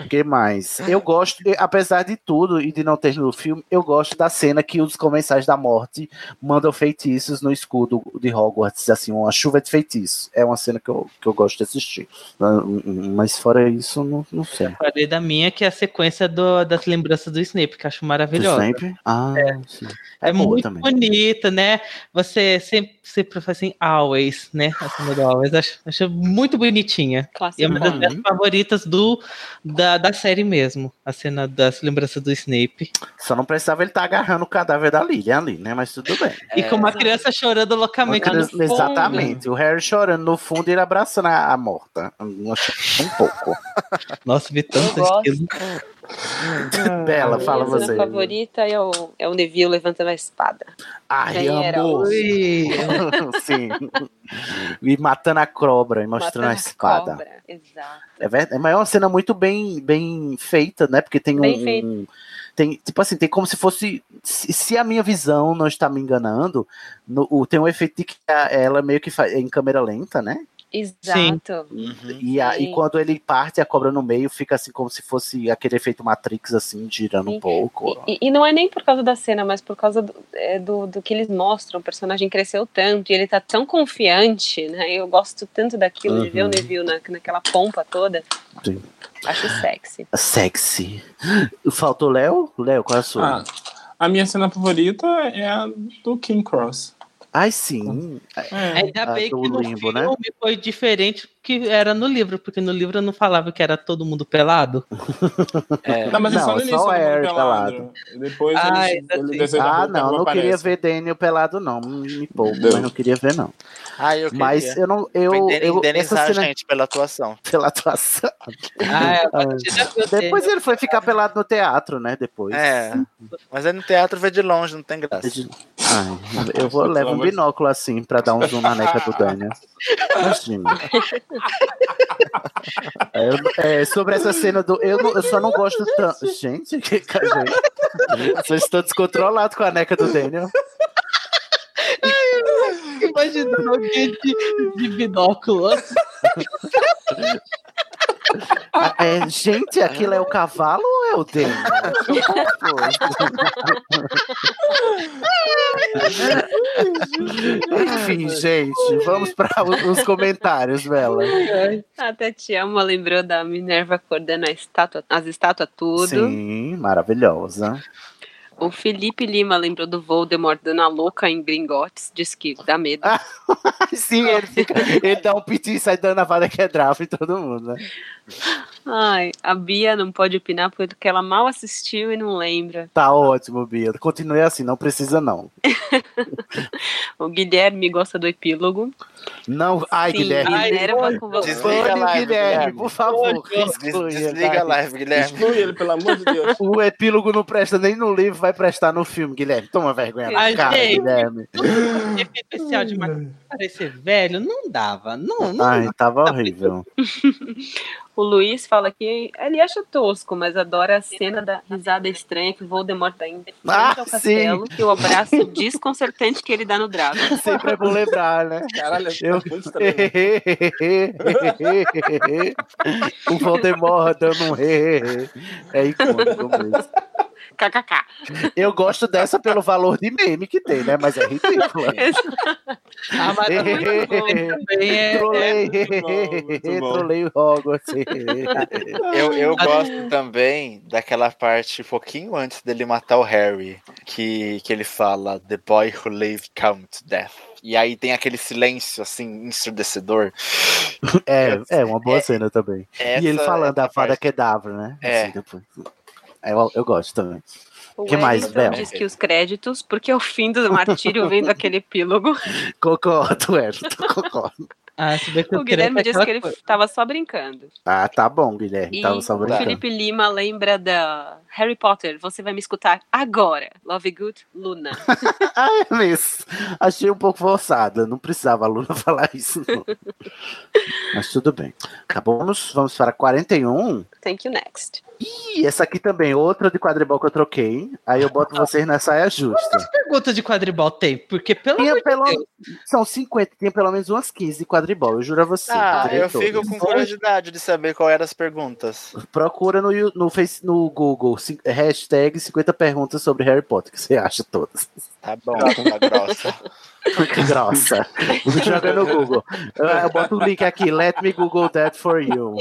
S6: O que mais? Eu gosto, e- apesar de tudo e de não ter no filme, eu gosto da cena que os comensais da morte mandam feitiços no escudo de Hogwarts, assim, uma chuva de feitiços. É uma cena que eu, que eu gosto de assistir. Ah, hum, Mas fora isso, não, não sei.
S10: Falei da minha, que é a sequência do- das lembranças do Snape, que eu acho maravilhosa.
S6: Sempre? Ah, sim.
S10: né? É,
S6: boa
S10: muito
S6: também.
S10: bonita, né? Você sempre, sempre faz assim, always, né? Assim, melhor, always. Acho, acho muito bonitinha.
S11: Clássico.
S10: E é uma das
S11: Uhum.
S10: minhas favoritas do, da, da série mesmo. A cena das lembranças do Snape.
S6: Só não precisava ele estar agarrando o cadáver da Lilian ali, né? Mas tudo bem.
S10: E com uma criança chorando
S6: Uma
S10: loucamente. lá no
S6: criança-
S10: fundo.
S6: Exatamente. O Harry chorando no fundo e ele abraçando a, a morta. Um, um pouco.
S10: Nossa, vi tanto
S11: gosto.
S6: Bela, fala
S11: Minha
S6: você.
S11: cena favorita é o, é o Neville levantando a espada.
S6: Ai,
S11: Quem era
S6: amor.
S11: hoje?
S6: Sim. E matando a cobra e mostrando a
S11: Matando a
S6: espada.
S11: cobra, Exato.
S6: É verdade, mas é uma cena muito bem, bem feita, né? Porque tem um,
S11: Bem feita.
S6: um- tem tipo assim, tem como se fosse se, se a minha visão não está me enganando, no- o- tem um efeito de que a- ela meio que faz em câmera lenta, né?
S11: Exato.
S6: E, a- e
S11: Sim.
S6: quando ele parte a cobra no meio, fica assim como se fosse aquele efeito Matrix assim girando um pouco.
S11: E, e não é nem por causa da cena, mas por causa do, é, do, do que eles mostram. O personagem cresceu tanto e ele tá tão confiante, né? Eu gosto tanto daquilo de ver o
S6: Uhum.
S11: Neville na, naquela pompa toda.
S6: Sim.
S11: Acho sexy.
S6: Sexy. Faltou o Léo? Léo, qual é a sua?
S8: Ah, a minha cena favorita é a do King Cross.
S6: Ai, sim.
S8: É.
S10: Ainda
S6: Ah,
S10: bem que
S6: do
S10: no
S6: limbo,
S10: filme
S6: né?
S10: foi diferente do que era no livro, porque no livro eu não falava que era todo mundo pelado.
S8: Não, mas é só
S6: Não,
S8: no
S6: é
S8: início,
S6: só
S8: todo mundo
S6: o Harry
S8: pelado.
S6: pelado.
S8: Depois
S10: Ah,
S8: eles,
S10: ainda
S8: ele
S10: sim.
S8: deseja
S6: Ah,
S8: a
S6: não,
S8: roupa
S6: não queria
S8: aparece.
S6: ver Daniel pelado, não. Me poupa,
S8: Deus.
S6: mas não queria ver, não.
S7: Ah, eu queria.
S6: Mas eu não. Eu, eu,
S7: Indenizar
S6: essa
S7: a
S6: cena
S7: gente pela atuação.
S6: pela atuação.
S10: Ah, é, a
S6: Ah,
S10: partida que eu
S6: depois
S10: tenho.
S6: ele foi ficar pelado no teatro, né? Depois.
S7: É. Mas aí no teatro vê de longe, não tem graça.
S6: Ai, eu vou
S7: Pelo
S6: levar um
S7: amor de-
S6: binóculo assim pra dar um zoom na neca do Daniel. Imagina. É, eu- é, sobre essa cena do. Eu, não- eu só não gosto tanto. Gente, que cara. Vocês estão descontrolados com a neca do Daniel.
S10: Imaginando alguém de, de binóculo.
S6: Ah, é, gente, aquilo é o cavalo ou é o Daniel? Enfim, gente, vamos para os comentários, Bela.
S11: A Tatiana lembrou da Minerva acordando a estátua, as estátuas tudo.
S6: Sim, maravilhosa.
S11: O Felipe Lima lembrou do Voldemort dando a louca em Gringotes. Diz que dá medo.
S6: Ah. Sim, ele, fica, ele dá um piti e sai dando a vada que é draft em todo mundo, né?
S11: Ai, a Bia não pode opinar porque ela mal assistiu e não lembra.
S6: Tá ótimo, Bia. Continue assim, não precisa não.
S11: O Guilherme gosta do epílogo.
S6: Não, ai,
S11: Sim,
S6: Guilherme.
S11: Minerva
S6: Ai,
S11: com você.
S6: Pane,
S7: Desliga a live,
S6: Guilherme,
S7: Guilherme.
S6: por favor.
S7: Des- desliga a live, Guilherme.
S8: Exclui ele, pelo amor de Deus.
S6: O epílogo não presta nem no livro, vai vai prestar no filme, Guilherme. Toma vergonha
S10: Ai,
S6: na cara,
S10: gente.
S6: Guilherme.
S10: Efeito especial de maquiagem parecer velho, não dava. Não, não
S6: Ai, tava horrível.
S9: O Luiz fala que ele acha tosco, mas adora a cena da risada estranha que o Voldemort dá em frente
S6: Ah,
S9: ao
S6: sim.
S9: castelo e o abraço desconcertante que ele dá no Drago.
S6: Sempre é bom lembrar, né?
S8: Caralho, tá
S6: eu... o Voldemort dando um é icônico mesmo.
S9: KKK.
S6: Eu gosto dessa pelo valor de meme que tem, né? Mas é ridícula.
S10: Ah, mas
S9: é
S10: tá muito bom também, é-
S6: Trolei,
S7: bom.
S6: trolei o Hogwarts.
S7: Eu, eu gosto também daquela parte um pouquinho antes dele matar o Harry, que, que ele fala The boy who lived come to death. E aí tem aquele silêncio assim, ensurdecedor.
S6: É, é uma boa cena também.
S7: essa- é
S6: e ele falando da
S7: essa
S6: fada
S7: parte-
S6: Kedavra, né?
S7: É.
S6: Assim, depois. É, eu, eu gosto também.
S9: O
S6: O que mais,
S9: Wellington
S6: Bel?
S9: diz que os créditos, porque é o fim do martírio vendo aquele epílogo.
S6: Concordo, Wellington, concordo.
S10: Ah, se bem que
S9: O Guilherme disse que ele estava só brincando.
S6: Ah, tá bom, Guilherme.
S9: E
S6: Tava só
S9: o
S6: brincando.
S9: Felipe Lima lembra da Harry Potter. Você vai me escutar agora. Love Good Luna.
S6: Ah, é mesmo. Achei um pouco forçada. Não precisava a Luna falar isso, não. Mas tudo bem. Acabamos. Vamos para 41.
S9: Thank you, next.
S6: E essa aqui também, outra de quadribol que eu troquei. Aí eu boto vocês na saia justa.
S10: Pergunta de quadribol tem, porque pelo
S6: Tinha
S10: amor
S6: pelo-
S10: de Deus.
S6: São 50, tinha pelo menos umas 15 de quadribol, eu juro a você. tá Então,
S7: Ah,
S6: Adorei
S7: eu fico
S6: todas.
S7: com curiosidade de saber qual eram as perguntas.
S6: Procura no, Yu- no, face, no Google cin- hashtag 50 perguntas sobre Harry Potter, que você acha todas.
S7: Tá bom, tá grossa.
S6: Que grossa. Joga no Google. Eu, eu boto o link aqui, let me Google that for you.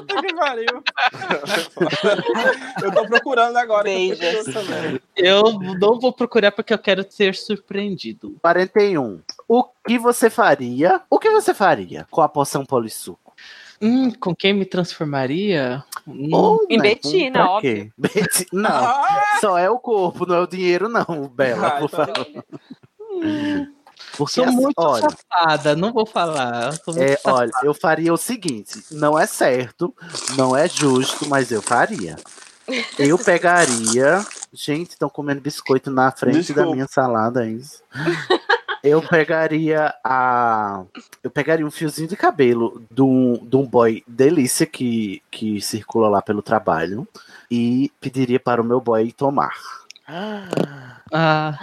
S8: Puta que pariu. Eu tô procurando agora.
S9: Beijos.
S10: Eu não vou procurar porque eu quero ser surpreendido.
S6: 41. O que você faria? O que você faria com a poção polissuco?
S10: Hum, com quem me transformaria? Hum.
S6: Ou,
S10: Em
S6: né,
S10: Betina,
S6: pra
S10: óbvio.
S6: quê? Beti- Não, só é o corpo, não é o dinheiro, não, Bela,
S10: Ai,
S6: por
S10: tá
S6: favor. Porque
S10: Sou
S6: assim,
S10: muito
S6: olha,
S10: safada, não vou falar. Sou muito
S6: É,
S10: safada.
S6: olha, eu faria o seguinte: não é certo, não é justo, mas eu faria. Eu pegaria. Gente, estão comendo biscoito na frente da
S4: Desculpa.
S6: minha salada, é isso. Eu pegaria a. Eu pegaria um fiozinho de cabelo de um, de um boy delícia que, que circula lá pelo trabalho e pediria para o meu boy tomar.
S10: Ah,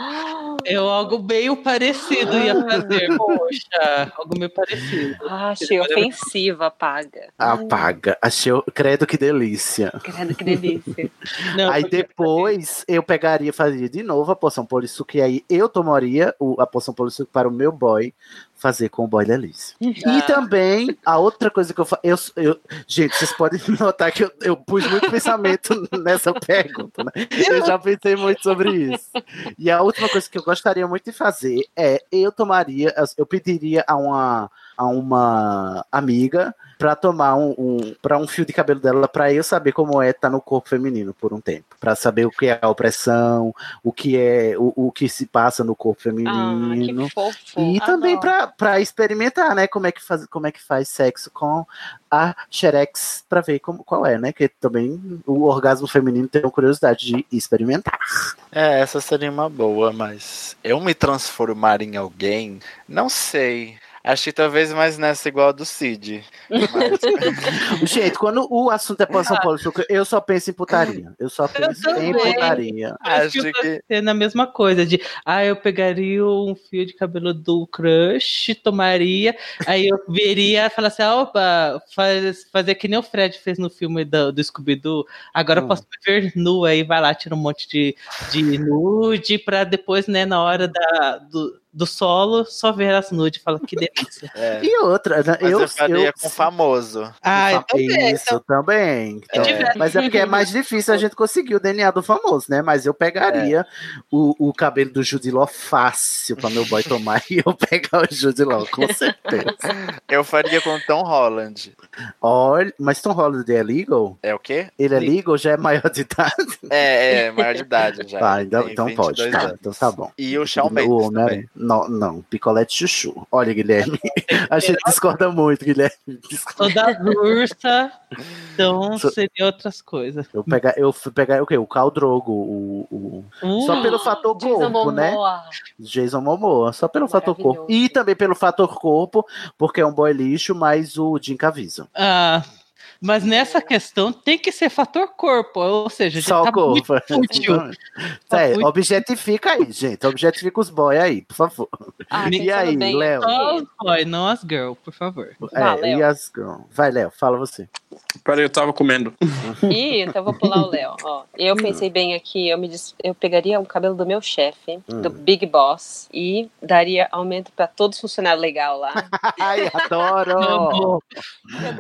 S10: eu algo meio parecido ia fazer, poxa, algo meio parecido.
S9: Ah, achei ofensiva, paga.
S6: Apaga. Achei. o- Credo que delícia.
S9: Credo, que delícia.
S6: aí depois eu pegaria, faria de novo a poção polissuco, e aí eu tomaria o- a poção polissuco para o meu boy fazer com o boy da Alice. E também, a outra coisa que eu faço. Eu, eu- gente, vocês podem notar que eu, eu pus muito pensamento nessa pergunta, né? Eu já pensei muito sobre isso. E a última coisa que eu gostaria muito de fazer é eu tomaria, eu pediria a uma, a uma amiga para tomar um, um para um fio de cabelo dela para eu saber como é estar no corpo feminino por um tempo, para saber o que é a opressão, o que é o, o que se passa no corpo
S9: Ah,
S6: feminino. E também para experimentar, né, como é que faz, como é que faz sexo com a Xerex para ver como qual é, né, que também o orgasmo feminino tem uma curiosidade de experimentar.
S7: É, essa seria uma boa, mas eu me transformar em alguém, não sei. Acho que talvez mais nessa igual a do Cid.
S6: Gente, quando o assunto é poção polissuco, eu só penso em putaria. Eu só penso em
S10: também.
S6: putaria.
S10: Acho que vai ser na mesma coisa de, ah, eu pegaria um fio de cabelo do crush, tomaria, aí eu veria, falar assim, ah, opa, faz, fazer que nem o Fred fez no filme do, do Scooby-Doo, agora eu posso me ver nua, aí vai lá, tira um monte de, de nude, pra depois, né, na hora da, do, do solo, só ver as nudes, fala que delícia.
S6: E outra, né,
S7: é. Mas eu,
S6: eu,
S7: faria
S6: eu-
S7: com famoso.
S10: Ah, eu
S6: então
S10: também.
S6: Isso também. Então,
S7: É.
S6: Mas é porque é mais difícil a gente conseguir o DNA do famoso, né? Mas eu pegaria o, o cabelo do Judiló fácil pra meu boy tomar e eu pegar o Judiló, com certeza.
S7: Eu faria com Tom Holland.
S6: Olha, mas Tom Holland é legal?
S7: É o quê?
S6: Ele é legal, já é maior de idade?
S7: É, é, maior de idade já.
S6: Tá, então,
S7: Tem
S6: então pode,
S7: 22
S6: tá,
S7: anos.
S6: então tá bom.
S7: E o Shawn
S6: O
S7: Mendes
S6: Homem-Aranha.
S7: também.
S6: Não, não, picolé de chuchu. Olha, Guilherme, a gente discorda muito, Guilherme.
S10: Toda ursa, então seria outras coisas.
S6: Eu pegar, eu fui pegar o quê? O Caldrogo, o, o-
S10: Hum.
S6: só pelo fator
S10: Jason
S6: corpo, né?
S10: Momoa.
S6: Jason Momoa, só pelo fator corpo. E também pelo fator corpo, porque é um boy lixo, mas o Jim Caviezel.
S10: Ah, mas nessa questão tem que ser fator corpo, ou seja, já
S6: Só
S10: tá
S6: corpo.
S10: muito útil. Tá
S6: É, objetifica aí, gente. Objetifica os boy aí, por favor.
S9: Ah,
S10: Ah,
S6: e aí, Léo?
S10: Só os boy, não as girl, por favor.
S6: É, e as... Vai, Léo, fala você.
S8: Peraí, eu tava comendo.
S9: Ih, então eu vou pular o Léo. ó.
S6: Hum.
S9: Eu pensei bem aqui, eu me des- eu pegaria o cabelo do meu chefe,
S6: Hum.
S9: do Big Boss, e daria aumento pra todo funcionário legal lá.
S6: Ai, adoro!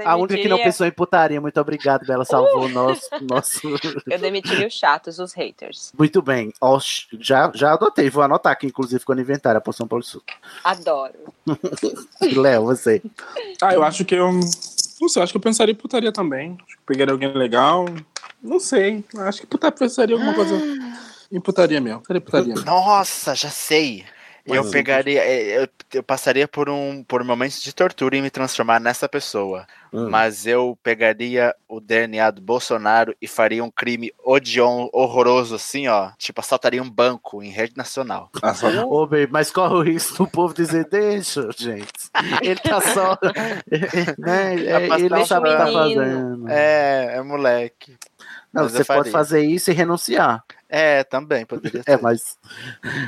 S6: A única que não
S9: demitiria-
S6: pensou em putaria, muito obrigado, Bela, salvou o nosso. nosso...
S9: Eu demitiria os chatos, os haters.
S6: Muito bem, Ó, já, já adotei, vou anotar aqui, inclusive, quando inventar a porção Paulo Sul.
S9: Adoro.
S6: Léo, você.
S8: Ah, eu acho que eu. Não sei, acho que eu pensaria em putaria também. Acho que pegaria alguém legal. Não sei. Acho que puta, pensaria alguma coisa em putaria mesmo. Putaria, putaria mesmo.
S7: Nossa, já sei. Eu
S8: Mas-
S7: pegaria, é, eu, eu passaria por um por momentos de tortura e me transformar nessa pessoa.
S6: Hum.
S7: Mas eu pegaria o DNA do Bolsonaro e faria um crime odion, horroroso assim, ó. Tipo, assaltaria um banco em rede nacional.
S6: Ah, Ô, baby, mas corre o risco do povo dizer, deixa, gente. Ele tá só.
S9: Tá
S6: né?
S7: Vai
S6: é,
S7: passar
S6: Ele não
S7: um
S6: sabe o que tá
S7: menino.
S6: fazendo.
S7: É, é moleque.
S6: Não,
S7: Mas eu
S6: você pode
S7: faria.
S6: fazer isso e renunciar.
S7: É, também, poderia
S6: É, mas.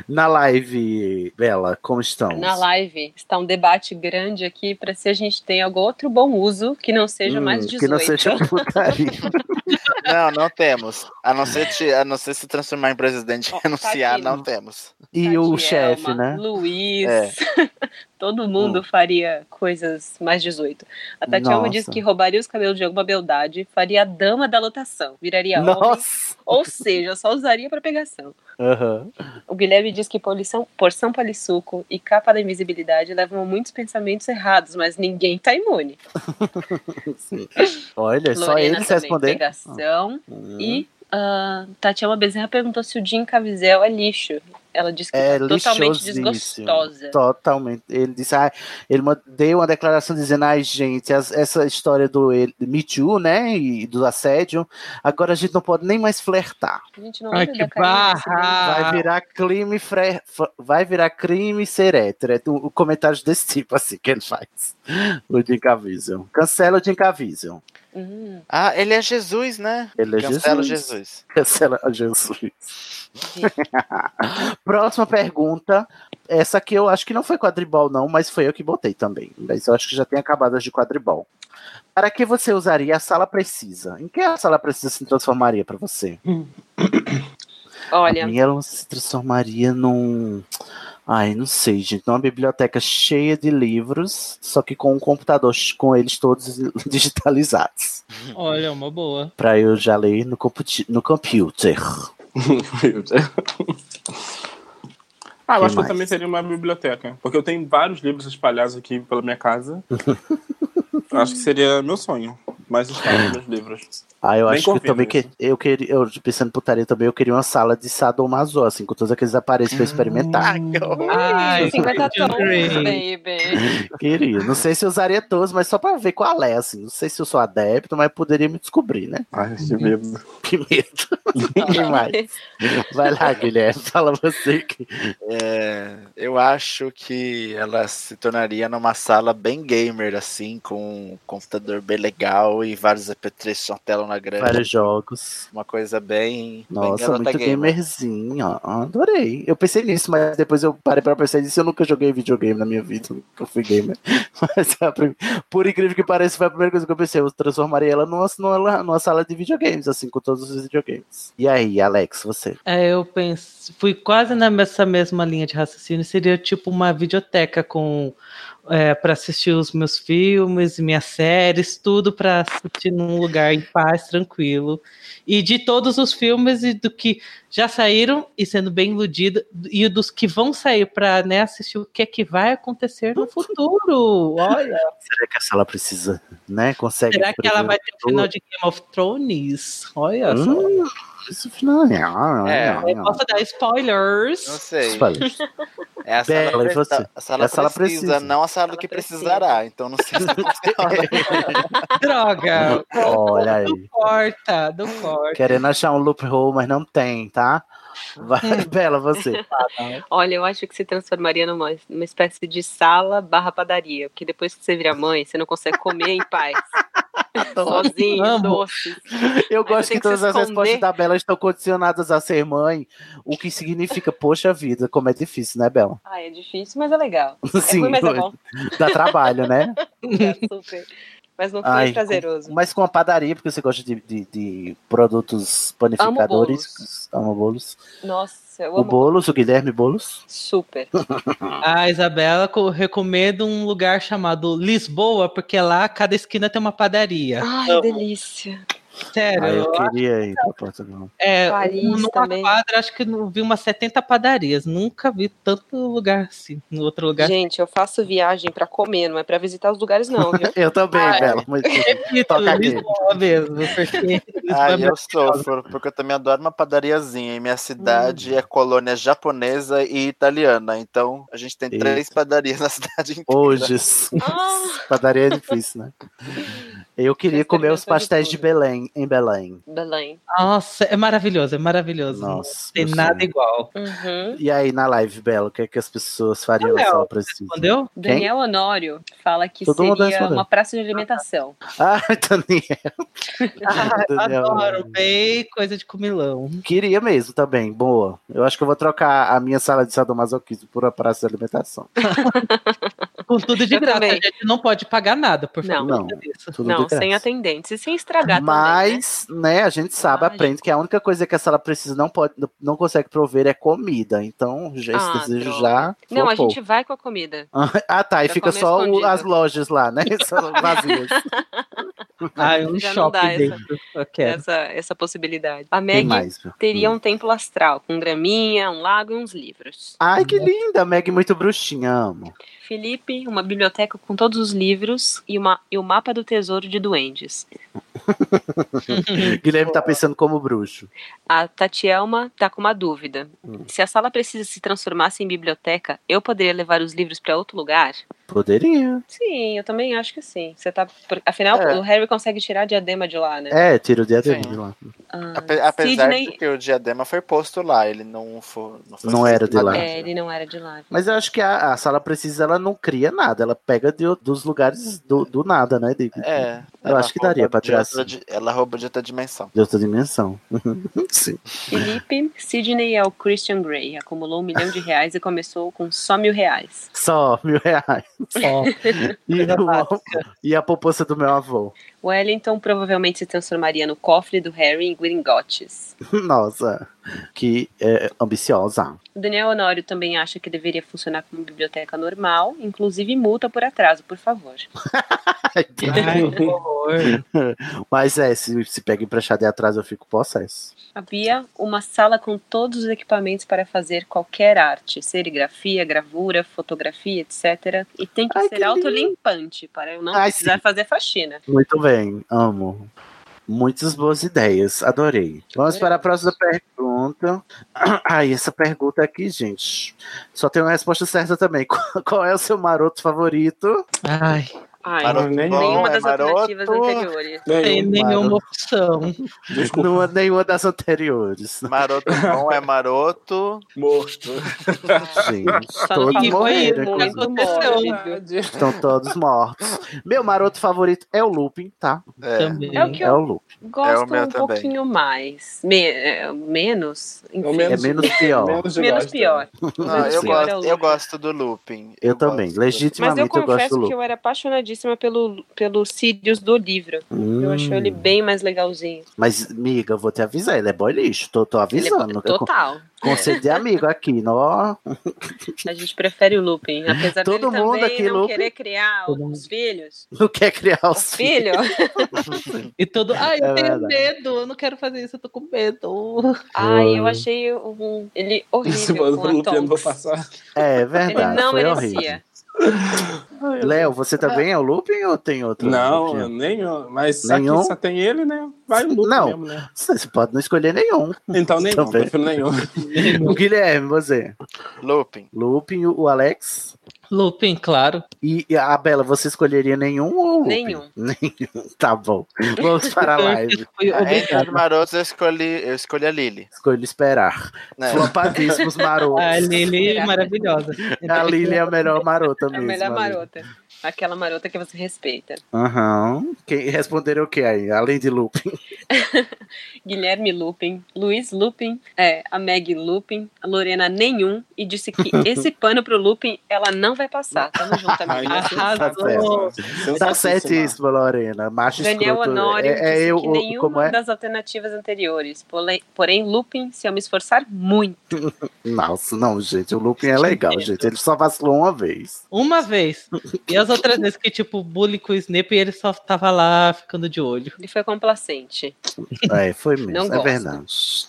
S6: Na live, Bela, como estão?
S9: Na live está um debate grande aqui para se a gente tem algum outro bom uso que não seja
S7: Hum,
S9: mais
S7: que
S9: 18.
S7: não seja
S6: putaria.
S7: Não, não temos. A não ser, te- a não ser se transformar em presidente e renunciar, não temos.
S6: E
S9: é
S6: o chefe, né? Hum.
S9: Luiz,
S7: É.
S9: todo mundo faria coisas mais 18. A Tatiana
S6: Nossa.
S9: disse que roubaria os cabelos de alguma beldade, faria a dama da lotação, viraria homem,
S6: Nossa!
S9: ou seja, só usaria para pegação.
S6: Aham.
S9: O Guilherme diz que polição, porção palisuco e capa da invisibilidade levam a muitos pensamentos errados, mas ninguém tá imune.
S6: Sim. Olha, É só
S9: Lorena
S6: eles
S9: também,
S6: responder.
S9: Pegação.
S6: Hum.
S9: E ah, Tatiana Bezerra perguntou se o Jim Caviezel é lixo. Ela disse que
S6: É
S9: tá totalmente
S6: lixosíssimo.
S9: desgostosa.
S6: Totalmente. Ele disse, ah, ele ma- deu uma declaração dizendo, ai, gente, as- essa história do ele- Me Too, né? E do assédio, agora a gente não pode nem mais flertar.
S9: A gente não
S6: Ai,
S9: lembra
S6: que
S9: da carinha desse
S6: Vai virar crime fre- f- vai virar crime ser hétero. É do- o comentário desse tipo assim que ele faz. O Jim Caviezel. Cancela o Jim Caviezel.
S9: Uhum.
S7: Ah, ele é Jesus, né?
S6: Ele é
S7: Cancela
S6: Jesus.
S7: Jesus.
S6: Cancela Jesus. Próxima pergunta. Essa aqui eu acho que não foi quadribol, não, mas foi eu que botei também. Mas eu acho que já tem acabado as de quadribol. Para que você usaria a sala precisa? Em que a sala precisa se transformaria para você?
S9: Olha,
S6: A minha ela se transformaria num. Ai, não sei, gente. Numa biblioteca cheia de livros, só que com um computador ch- com eles todos digitalizados.
S10: Olha, uma boa.
S6: Pra eu já ler no, computi- no computer.
S8: Ah, eu
S6: Que
S8: acho que eu
S6: mais?
S8: também seria uma biblioteca. Porque eu tenho vários livros espalhados aqui pela minha casa. Eu acho que seria meu sonho. Mais espalhar meus livros.
S6: Ah, eu
S8: Bem
S6: acho que eu
S8: convido
S6: também que, eu queria, eu pensando em putaria também, eu queria uma sala de sadomaso, assim, com todos aqueles aparelhos pra eu experimentar.
S10: Ai,
S9: 50
S10: Christian
S9: tons,
S10: Grey.
S9: baby.
S6: queria. Não sei se eu usaria todos, mas só pra ver qual é, assim. Não sei se eu sou adepto, mas poderia me descobrir, né?
S8: Ai, que medo.
S6: Que medo. Quem mais? Vai lá, Guilherme, fala você. que-
S7: É, eu acho que ela se tornaria numa sala bem gamer, assim, com um computador bem legal e vários apetrechos, uma tela na grande.
S6: Vários jogos.
S7: Uma coisa bem.
S6: Nossa,
S7: bem garota
S6: muito
S7: gamer.
S6: gamerzinho. ó. Adorei. Eu pensei nisso, mas depois eu parei pra pensar e disse: eu nunca joguei videogame na minha vida, nunca fui gamer. Mas é a prim- por incrível que pareça, foi a primeira coisa que eu pensei. Eu transformaria ela numa, numa, numa sala de videogames, assim, com todos os videogames. E aí, Alex, você?
S10: É, eu penso, fui quase nessa mesma linha de raciocínio. Seria tipo uma videoteca com para assistir os meus filmes, minhas séries, tudo para assistir num lugar em paz, tranquilo. E de todos os filmes e do que já saíram e sendo bem iludido e dos que vão sair para né, assistir o que é que vai acontecer no futuro. Olha,
S6: Será que a sala precisa, né? Consegue.
S10: será que ela vai ter o final
S6: prever
S10: de Game of Thrones? Olha
S6: tudo?
S10: só.
S6: Hum, isso final. É,
S10: Eu posso dar spoilers. Não
S7: sei.
S6: Spoilers.
S7: É a sala,
S6: Bela, e
S7: pre-
S6: você?
S7: a sala
S6: É a sala
S7: precisa,
S6: precisa.
S7: não a sala do que precisará. Então não sei se
S10: Droga!
S6: Olha aí.
S10: Corta, do corte.
S6: Querendo achar um loophole, mas não tem, tá?
S10: É.
S6: Vai, Bela, você.
S9: Olha, eu acho que se transformaria numa, numa espécie de sala barra padaria, porque depois que você vira mãe, você não consegue comer em paz. Sozinho,
S6: Amo.
S9: doce.
S6: Eu gosto
S9: tem
S6: que
S9: que se
S6: todas as
S9: esconder.
S6: respostas da Bela estão condicionadas a ser mãe, o que significa, poxa vida, como é difícil, né, Bela?
S9: Ah, é difícil, mas é legal. é ruim, mas é bom.
S6: dá trabalho, né?
S9: É super. Mas não foi
S6: Ai,
S9: prazeroso.
S6: com- mas com a padaria, porque você gosta de, de- de produtos panificadores. Amo bolos.
S9: Nossa, eu
S6: O
S9: amo
S6: Bolos, o Guilherme Bolos.
S9: super.
S6: Ah.
S10: A Isabela co- recomenda um lugar chamado Lisboa, porque lá cada esquina tem uma padaria.
S9: Ai, delícia.
S10: Sério,
S6: Aí eu
S10: eu
S6: queria ir pra Portugal.
S10: É,
S9: Ah, Paris
S10: numa
S9: também.
S10: quadra, acho que eu vi umas 70 padarias. Nunca vi tanto lugar assim, em outro lugar.
S9: Gente, eu faço viagem pra comer, não é pra visitar os lugares, não, viu?
S6: Eu também,
S9: Ai.
S6: Bela. Mas... tipo,
S10: Repito,
S6: Toca aqui.
S10: Tipo, Lisboa mesmo, porque Lisboa
S7: Ah,
S10: é
S7: eu sofro, porque eu também adoro uma padariazinha. E minha cidade
S6: Hum.
S7: é colônia japonesa e italiana. Então a gente tem três padarias na cidade inteira.
S6: Hoje. "Oh,
S10: né?"
S9: Ah.
S6: Padaria é difícil, né? Eu queria
S9: é
S6: comer os pastéis de Belém, em Belém.
S9: Belém.
S10: Nossa, é maravilhoso, é maravilhoso. não tem
S6: meu
S10: nada
S6: sonho.
S10: igual.
S9: Uhum.
S6: E aí, na live, Bela, o que, é que as pessoas fariam
S9: Daniel,
S6: se ela precisa?
S10: Respondeu?
S6: Quem?
S9: Daniel Honório fala que
S6: Todo mundo
S9: seria
S6: respondeu.
S9: uma praça de alimentação.
S6: Ah, Daniel. Daniel.
S10: Adoro, bem coisa de comilão.
S6: Queria mesmo também, boa. Eu acho que eu vou trocar a minha sala de sadomasoquismo por uma praça de alimentação.
S10: Com tudo de
S9: Eu
S10: graça,
S9: também.
S10: a gente não pode pagar nada, por
S9: Não,
S10: favor.
S6: Não, tudo
S9: não
S6: de graça.
S9: sem atendentes e sem estragar
S6: Mas, né, a gente sabe,
S9: Ah,
S6: aprende que a única coisa que a sala precisa não pode, não consegue prover é comida. Então, já, esse
S9: Ah,
S6: desejo já.
S9: também. Não, a
S6: flopou.
S9: gente vai com a comida.
S6: Ah, tá, e
S9: Pra
S6: fica
S9: comer
S6: só o-
S9: escondido.
S6: as lojas lá, né? Só vazias.
S10: Ah, um
S9: Já não dá
S10: shopping
S9: essa-
S10: dentro. Eu quero.
S9: Essa, essa possibilidade. A
S6: Tem
S9: Meg
S6: mais, Hum. viu?
S9: teria um templo astral, com graminha, um lago e uns livros.
S6: Ai, que linda, Meg muito bruxinha, amo.
S9: Felipe, uma biblioteca com todos os livros e, uma, e o mapa do tesouro de duendes.
S6: Guilherme tá pensando como bruxo.
S9: A Tatielma tá com uma dúvida.
S6: Hum.
S9: Se a sala precisa se transformasse em biblioteca, eu poderia levar os livros para outro lugar?
S6: Poderia.
S9: Sim, eu também acho que sim. Você tá, por- afinal,
S7: É.
S9: o Harry consegue tirar a diadema de lá, né?
S6: É, tira o diadema
S7: Sim.
S6: de lá.
S7: Ape- apesar
S9: Sidney-
S7: de que o diadema foi posto lá, ele não foi. Não, foi
S6: Não era de lá.
S9: É, ele não era de lá.
S6: Mas eu acho que a, a sala precisa, ela não cria nada, ela pega de o- dos lugares do, do nada, né? De-
S7: É,
S6: eu
S7: ela
S6: acho que
S7: rouba
S6: daria pra
S7: de
S6: tirar
S7: outra
S6: assim,
S7: di- Ela rouba de outra dimensão.
S6: de outra dimensão. Sim.
S9: Felipe, Sidney é o Christian Grey. Acumulou um milhão de reais e começou com só mil reais.
S6: Só mil reais.
S9: É um
S10: Só.
S6: E, o- e a poupança do meu avô.
S9: Wellington provavelmente se transformaria no cofre do Harry em Gringotes.
S6: Nossa, que é, ambiciosa.
S9: O Daniel Honório também acha que deveria funcionar como biblioteca normal, inclusive multa por atraso, por favor.
S10: Ai, que horror.
S6: Mas é, se, se pega emprestado e atrás eu fico possesso.
S9: Havia uma sala com todos os equipamentos para fazer qualquer arte, serigrafia, gravura, fotografia, etc. E tem que ser autolimpante para eu não
S6: Ai,
S9: precisar
S6: sim.
S9: fazer faxina.
S6: Muito bem, amo. Muitas boas ideias, adorei. Vamos para a próxima pergunta. Ai, essa pergunta aqui, gente. Só tem uma resposta certa também. Qual- Qual é o seu maroto favorito?
S10: Ai.
S9: Ai,
S6: Maroto bom,
S9: nenhuma
S6: é
S9: das alternativas
S6: maroto.
S9: anteriores.
S10: Tem nenhuma opção.
S6: Não é nenhuma das anteriores.
S7: Maroto bom é maroto.
S8: Morto.
S6: Gente,
S7: Só não falou
S6: todos morreram.
S7: muito,
S6: inclusive.
S9: um
S10: Aconteceu.
S6: Estão todos mortos. Meu maroto favorito é o Lupin, tá?
S7: É,
S9: É o que eu
S6: o Lupin.
S9: Gosto
S6: É o meu
S9: um
S6: também.
S9: pouquinho mais. Me- é, menos. Enfim.
S6: menos- É menos pior. menos eu
S9: Menos
S6: gosto.
S9: pior.
S7: Não, Ah, eu,
S6: Sim. Pior é o
S7: gosto, eu gosto do Lupin.
S6: Eu, também,
S9: Mas eu
S6: legitimamente eu gosto do
S9: confesso que
S6: Lupin.
S9: eu era apaixonadíssima pelo, pelo Sirius do livro. Eu
S6: Hum.
S9: acho ele bem mais legalzinho.
S6: Mas, miga, eu vou te avisar, ele é boy lixo, tô, tô
S9: Ele é
S6: avisando. Eu con-
S9: total.
S6: Conceder amigo aqui, nó.
S9: A gente prefere o Lupin. Apesar
S6: Todo
S9: dele
S6: mundo
S9: também
S6: aqui,
S9: não
S6: Lupin.
S9: querer criar
S6: Todo
S9: os filhos.
S6: Não quer criar os
S9: Filho?
S10: E todo. Ai, eu
S6: É
S10: tenho
S6: verdade.
S10: medo, eu não quero fazer isso, eu tô com medo.
S9: Ai, eu achei um- ele horrível
S8: Esse mano
S9: com a
S8: Lupin não
S9: Tonks.
S8: vou passar.
S6: É
S9: Ele
S6: verdade,
S9: não
S6: foi
S9: merecia.
S6: horrível. Léo, você também é o Lupin ou tem outro?
S8: Não,
S6: Lupin?
S8: nenhum. Mas
S6: é. Nenhum?
S8: aqui só tem ele, né? Vai o Lupin
S6: Não.
S8: mesmo, né?
S6: Você pode não escolher nenhum.
S8: Então nenhum,
S6: Também.
S8: prefiro nenhum.
S6: O Guilherme, você.
S7: Lupin.
S6: Lupin, o Alex.
S10: Lupin, claro.
S6: E e a Bela, você escolheria nenhum ou Lupin?
S7: Nenhum.
S6: Nenhum. Tá bom. Vamos para a live.
S7: Entre os marotos, eu escolhi, eu escolhi a Lily.
S6: Escolho esperar.
S7: Né?
S6: Flopadíssimos marotos.
S7: A
S10: Lili é maravilhosa.
S6: A Lili é a melhor marota mesmo.
S9: A melhor
S6: ali.
S9: marota. Aquela marota que você respeita.
S6: Aham. Quem responderam o que aí? Além de Lupin.
S9: Guilherme Lupin, Luiz Lupin, é, a Meg Lupin, a Lorena nenhum, e disse que esse pano pro Lupin ela não vai passar. Tamo junto, amiga.
S6: Tá certo. Tá certíssimo, Lorena. Macho
S9: Daniel
S6: escroto.
S9: Honório
S6: é, é
S9: disse
S6: eu,
S9: que
S6: o-
S9: nenhuma
S6: como é?
S9: das alternativas anteriores. Porém, porém, Lupin, se eu me esforçar muito.
S6: Nossa, não, gente. O Lupin é legal, gente. Ele só vacilou uma vez.
S10: Uma vez. E as outras vezes que, tipo, bullying com o Snape e ele só tava lá ficando de olho.
S9: Ele foi complacente.
S6: É, foi mesmo.
S10: Não
S6: é
S10: gosto.
S6: verdade.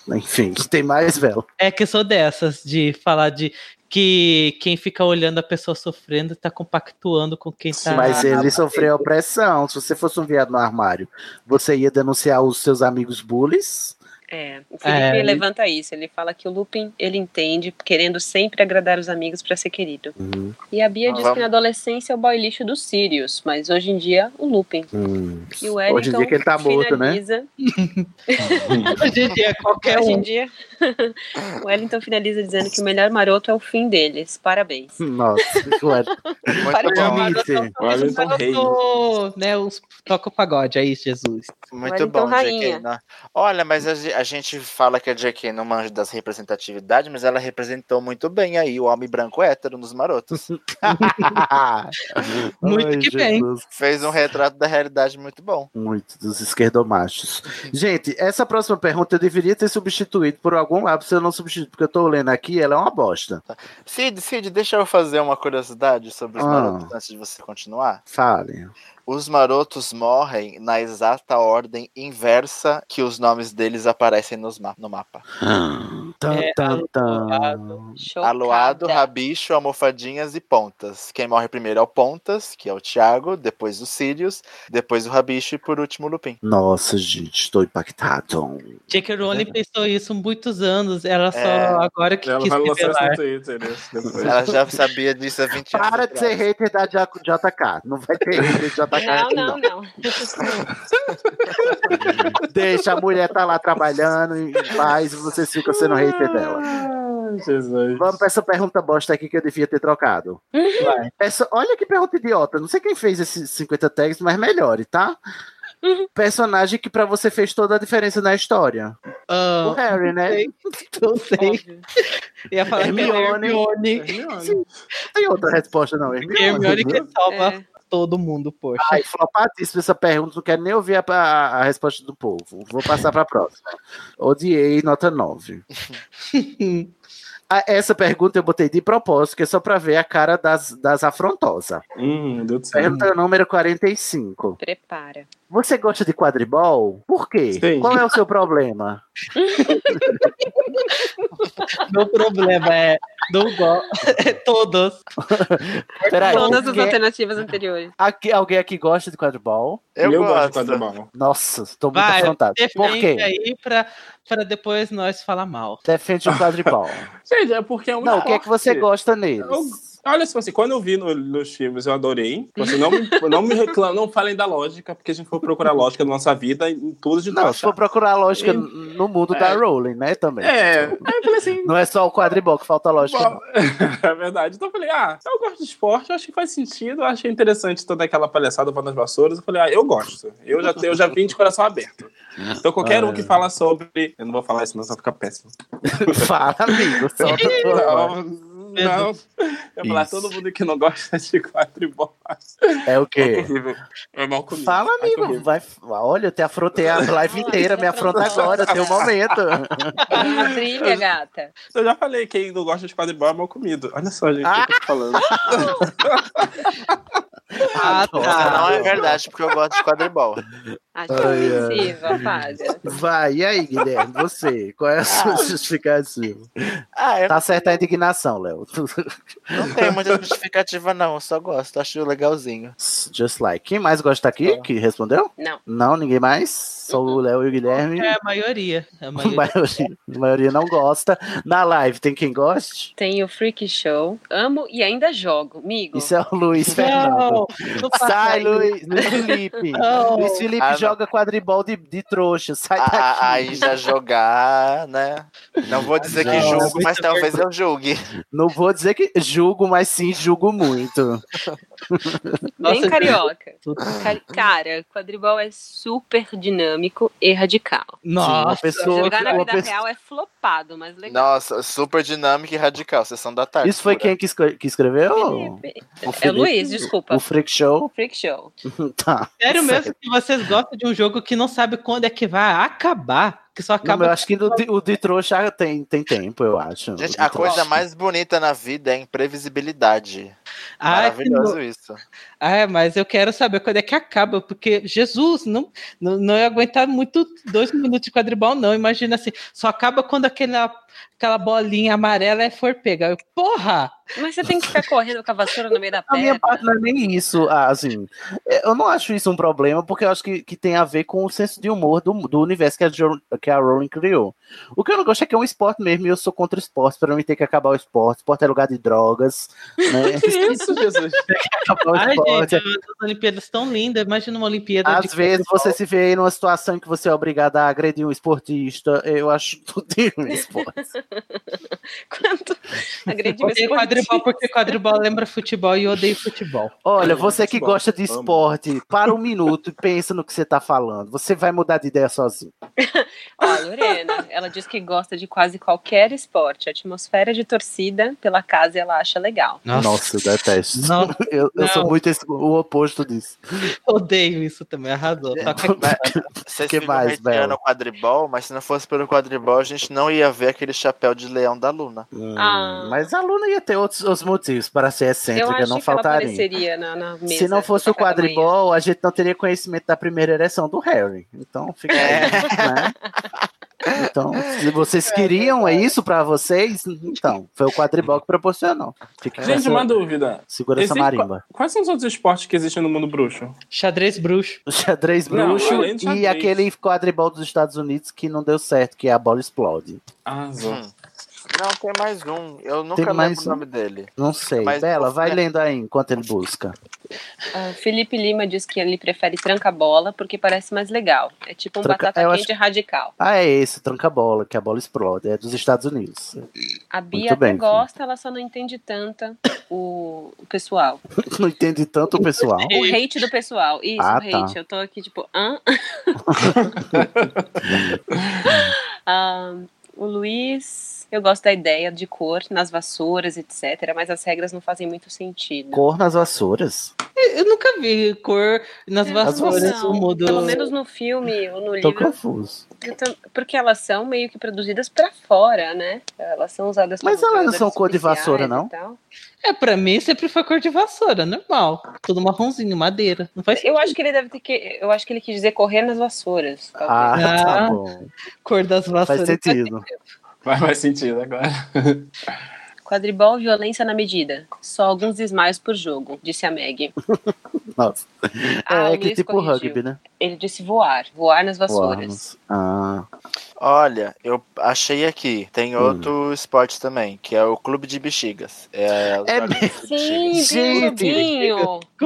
S6: Enfim, tem mais, velho.
S10: É que eu sou dessas, de falar de que quem fica olhando a pessoa sofrendo tá compactuando com quem tá.
S6: Mas ele sofreu opressão. Se você fosse um viado no armário, você ia denunciar os seus amigos bullies?
S9: É, o
S6: É,
S9: Felipe
S6: ele-
S9: levanta isso. Ele fala que o Lupin, ele entende, querendo sempre agradar os amigos para ser querido. E a Bia
S6: Ah,
S9: diz
S6: vamos.
S9: que na adolescência é o boy lixo do Sirius, mas hoje em dia, o Lupin.
S6: Hum.
S9: E o Wellington
S6: Hoje em dia que ele tá morto, né? É
S9: finaliza...
S10: Hoje em dia, qualquer
S9: Hoje
S10: um.
S9: em dia, o Wellington finaliza dizendo que o melhor maroto é o fim deles. Parabéns.
S6: Nossa, claro.
S9: Para de chamar
S6: Delícia.
S8: tá um
S10: Maroto, né, os- Toca o pagode, aí, Jesus.
S7: Muito bom, JK. né? Olha, mas a, ge- a gente fala que a JK não manja das representatividades, mas ela representou muito bem aí o homem branco hétero nos marotos.
S6: Muito Ah. Ai, que bem. Jesus.
S7: Fez um retrato da realidade muito bom.
S6: Muito dos esquerdomachos. Gente, essa próxima pergunta eu deveria ter substituído por algum lado, se eu não substituir, porque eu tô lendo aqui, ela é uma bosta.
S7: Cid, Cid, deixa eu fazer uma curiosidade sobre os
S6: Ah.
S7: marotos antes de você continuar.
S6: Fale.
S7: Os marotos morrem na exata ordem inversa que os nomes deles aparecem nos ma- no mapa.
S6: Tan,
S9: É,
S6: tan, tan.
S7: Aloado, Rabicho, Almofadinhas e Pontas. Quem morre primeiro é o Pontas, que é o Thiago, depois o Sirius, depois o Rabicho e por último o Lupin.
S6: Nossa, gente, estou impactado.
S10: J.K.
S6: É.
S10: Rowling pensou isso há muitos anos. Ela só
S7: É.
S10: agora que
S7: Ela
S10: quis
S7: vai lançar isso no
S6: assim,
S10: revelar.
S8: Twitter, né? Depois.
S7: Ela já sabia disso há 20 anos.
S6: Para de ser hater da J- JK. Não vai ter hater de JK
S9: Não,
S6: aqui,
S9: não, não.
S6: não. Deixa a mulher tá lá trabalhando em paz e você fica sendo hater dela. Vamos pra essa pergunta bosta aqui que eu devia ter trocado. Perso- Olha que pergunta idiota. Não sei quem fez esses 50 tags, mas melhore, tá? Personagem que pra você fez toda a diferença na história.
S10: Ah,
S6: o Harry, né?
S10: Não sei. Ia falar que era
S6: Hermione.
S10: Hermione.
S8: né?
S6: Sim. Tem outra resposta, não. Hermione.
S10: Hermione que salva
S9: é,
S10: todo mundo, poxa.
S6: Ai, flopadíssimo essa pergunta, não quero nem ouvir a, a- a resposta do povo. Vou passar para a próxima. Odiei, nota 9. Ah, essa pergunta eu botei de propósito, que é só para ver a cara das, das afrontosas.
S8: Hum, deu certo.
S6: Pergunta número 45.
S9: Prepara.
S6: Você gosta de quadribol? Por quê?
S8: Sim.
S6: Qual é o seu problema?
S10: Meu problema é do go... é todos.
S6: Peraí,
S9: Todas as
S6: porque
S9: alternativas anteriores.
S6: aqui, alguém aqui gosta de quadribol?
S7: Eu Eu gosto de gosto.
S8: quadribol.
S6: Nossa, estou muito
S10: Vai,
S6: afrontado. Por
S10: defende
S6: quê?
S10: aí pra, pra depois nós falar mal.
S6: Defende o quadribol.
S8: Gente, é porque é um
S10: Não, o que é que
S8: esporte.
S10: você gosta
S6: neles?
S8: Eu- olha, tipo assim, quando eu vi no- nos filmes, eu adorei. Tipo assim, não, me, não me reclamam, não falem da lógica, porque a gente for procurar lógica na nossa vida, em tudo de
S6: Não, se for procurar lógica no mundo da Rowling, né, também.
S8: É, aí eu falei assim,
S6: Não é só o quadribol que falta lógica.
S8: Bom, é verdade. Então eu falei, ah, eu gosto de esporte, eu acho que faz sentido, eu achei interessante toda aquela palhaçada para nas vassouras. Eu falei, ah, eu gosto. Eu já, eu já vim de coração aberto. Então qualquer um que fala sobre. Eu não vou falar isso, senão vai ficar péssimo.
S6: Fala, amigo, solta a tua
S8: Não,
S6: voz.
S8: não. Eu ia falar, todo mundo que não gosta de quadribol.
S6: É o quê?
S8: horrível. É mal comigo.
S6: Fala, amigo. Vai, olha, eu te afrontei a live inteira, me afronta agora, tem um momento.
S9: Uma trilha, gata.
S8: Eu já falei, quem não gosta de quadribol é mal comido. Olha só, gente, o que eu tô falando.
S7: tá. Ah, não é verdade, porque eu gosto de quadribol.
S9: Ah, que ofensiva, paga.
S6: Vai, e aí, Guilherme, você? Qual é a sua justificativa?
S7: É
S6: tá certa a indignação, Léo.
S7: Ah, Não tem muita justificativa, não. Eu só gosto. Acho legalzinho.
S6: Just like. Quem mais gosta aqui que respondeu?
S9: Não.
S6: Não, ninguém mais? Só o Léo e o Guilherme.
S10: É a maioria. A
S6: A
S10: maioria.
S6: maioria, a maioria não gosta. Na live, tem quem goste?
S9: Tem o Freak Show. Amo e ainda jogo. Migo.
S6: Isso é o Luiz Fernando. Sai, Luiz, Luiz Felipe.
S9: Não.
S6: Luiz Felipe
S7: Ah, não.
S6: joga quadribol de, de trouxa. Sai daqui.
S7: Ah, Aí já jogar, né? Não vou dizer que
S6: Nossa,
S7: julgo, mas
S6: muita
S7: talvez
S6: vergonha.
S7: eu julgue.
S6: Não vou dizer que julgo, mas sim julgo muito. é
S9: Bem carioca. Ca- Cara, quadribol é super dinâmico e radical.
S6: Nossa. Uma pessoa
S9: Jogar
S6: que-
S9: na
S6: uma
S9: vida
S6: pessoa-
S9: real é flopado, mas legal.
S7: Nossa, super dinâmica e radical, sessão da tarde.
S6: Isso foi quem que, escre- que escreveu?
S9: É o Luiz, desculpa.
S6: O Freak Show?
S9: Freak Show.
S6: tá.
S10: Sério mesmo que vocês gostam de um jogo que não sabe quando é que vai acabar, que só
S6: Não,
S10: acaba.
S6: eu acho que o de, o de trouxa tem, tem tempo, eu acho.
S7: Gente,
S6: O de
S7: a coisa
S6: trouxa.
S7: mais bonita na vida é a imprevisibilidade.
S10: Ah,
S7: Maravilhoso
S10: que no-
S7: isso.
S10: Ah, mas eu quero saber quando é que acaba, porque Jesus, não, não, não ia aguentar muito dois minutos de quadribol, não. Imagina assim, só acaba quando aquela, aquela bolinha amarela é for pegar. Eu, porra!
S9: Mas você tem que ficar correndo com a vassoura no meio da
S6: A minha
S9: pedra.
S6: parte não é nem isso, ah, assim. é, Eu não acho isso um problema, porque eu acho que, que tem a ver com o senso de humor do, do universo que a, Jo- que a Rowling criou. O que eu não gosto é que é um esporte mesmo, e eu sou contra o esporte, pra mim tem que acabar o esporte. Esporte é lugar de drogas. Né?
S10: Que isso,
S8: Jesus?
S6: Tem que acabar o
S10: Ai,
S6: esporte.
S10: gente, as Olimpíadas estão lindas. Imagina uma Olimpíada
S6: Às
S10: de
S6: vezes
S10: quadribol.
S6: você se vê aí numa situação em que você é obrigado a agredir um esportista, eu acho tudo de um esporte.
S9: Agrediu
S10: Odeio quadribol porque quadribol lembra futebol e eu odeio futebol.
S6: Olha, você que gosta de esporte, para um minuto e pensa no que você tá falando. Você vai mudar de ideia sozinho.
S9: Ó, a Lorena, ela diz que gosta de quase qualquer esporte. A atmosfera de torcida pela casa ela acha legal.
S6: Nossa, eu detesto. eu, eu sou
S10: Não.
S6: muito esse- o oposto disso.
S10: Odeio isso também, arrasou.
S6: É.
S10: Só que-
S7: Vocês
S6: Que
S7: ficam
S6: mais,
S7: hateando
S6: Bela?
S7: o quadribol, mas se não fosse pelo quadribol, a gente não ia ver aquele chapéu de leão da Luna.
S6: Ah, Mas a Luna ia ter outros, outros motivos para
S9: Ah.
S6: ser
S9: eu
S6: excêntrica,
S9: acho
S6: não
S9: que ela
S6: faltariam.
S9: apareceria na, na mesa.
S6: Se não fosse
S9: do
S6: o
S9: café da manhã.
S6: quadribol, a gente não teria conhecimento da primeira ereção do Harry. Então fica aí,
S9: É.
S6: né? Então, se vocês queriam é isso pra vocês, então, foi o quadribol que proporcionou. Fica com
S8: Gente,
S6: essa-
S8: uma dúvida.
S6: Segura essa
S8: Existe-
S6: marimba.
S8: Quais são os outros esportes que existem no mundo bruxo?
S10: Xadrez bruxo.
S6: O xadrez
S8: Não,
S6: bruxo
S8: além do xadrez.
S6: e aquele quadribol dos Estados Unidos que não deu certo, que é a bola explode.
S7: Hum. Não, tem mais um. Eu nunca
S6: Tem
S7: lembro
S6: mais
S7: o
S6: um?
S7: nome dele.
S6: Não sei.
S7: Mas-
S6: Bela, vai lendo aí enquanto ele busca.
S9: Ah, Felipe Lima diz que ele prefere tranca-bola porque parece mais legal. É tipo um
S6: Tranca-
S9: batata
S6: eu
S9: quente
S6: acho-
S9: radical.
S6: Ah, é esse, tranca-bola, que a bola explode. É dos Estados Unidos.
S9: A Bia
S6: Muito
S9: até
S6: bem,
S9: gosta, ela só não entende tanta o, o pessoal.
S6: Não entende tanto o pessoal.
S9: O hate do pessoal. Isso,
S6: Ah,
S9: o hate.
S6: tá.
S9: Eu tô aqui tipo, hã? Ah, o Luiz, eu gosto da ideia de cor nas vassouras, etc. Mas as regras não fazem muito sentido.
S6: Cor nas vassouras.
S10: Eu nunca vi cor
S6: É,
S10: nas vassouras é do mundo.
S9: Pelo menos no filme ou no
S6: Tô
S9: livro.
S6: confuso.
S9: eu tam- Porque elas são meio que produzidas pra fora, né? Elas são usadas
S10: Mas
S9: como
S10: elas não são
S9: produtos
S10: cor de
S9: oficiais
S10: vassoura,
S9: e
S10: não?
S9: tal.
S10: É, pra mim sempre foi cor de vassoura, normal. Tudo marronzinho, madeira. Não faz
S9: Eu acho que ele deve ter que. Eu acho que ele quis dizer correr nas vassouras.
S6: Ah,
S9: talvez.
S6: tá bom.
S10: Cor das
S6: Faz
S10: vassouras.
S6: sentido.
S8: Vai mais sentido agora.
S9: Quadribol, violência na medida. Só alguns desmaios por jogo, disse a Meg.
S6: Nossa.
S9: Ah,
S6: é
S9: o
S6: que
S9: Luiz
S6: tipo
S9: corrigiu.
S6: rugby, né?
S9: Ele disse voar, voar nas vassouras.
S6: Ah.
S7: Olha, eu achei aqui. Tem
S6: Hum.
S7: outro esporte também, que é o clube de bexigas. É, os
S9: Sim,
S7: jogos-
S6: Gente,
S7: é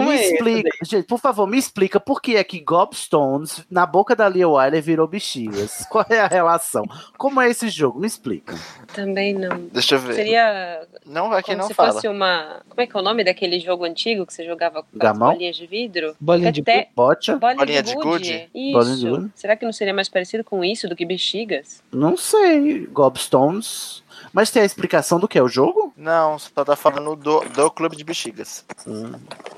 S6: me explica, gente, por favor, me explica por que é que Gobstones na boca da Lia Wiley virou bexigas. Qual é a relação? Como é esse jogo? Me explica.
S9: Também não.
S7: Deixa eu ver.
S9: Seria.
S7: Não,
S9: como
S7: não
S9: se
S7: fala.
S9: fosse uma. Como é que é o nome daquele jogo antigo que você jogava com as
S6: Gamão?
S9: bolinhas de vidro?
S6: Bolinha de
S9: Tete-
S6: gu- bocha?
S9: Bolinha,
S6: Bolinha
S9: de
S6: de
S9: gude?
S6: gude?
S9: Isso.
S6: Bolinha de gude?
S9: Será que não seria mais parecido com isso do que bexigas?
S6: Não sei, Gobstones. Mas tem a explicação do que é o jogo?
S9: um-
S7: Não, só tá falando do, do clube de bexigas.
S6: Hum.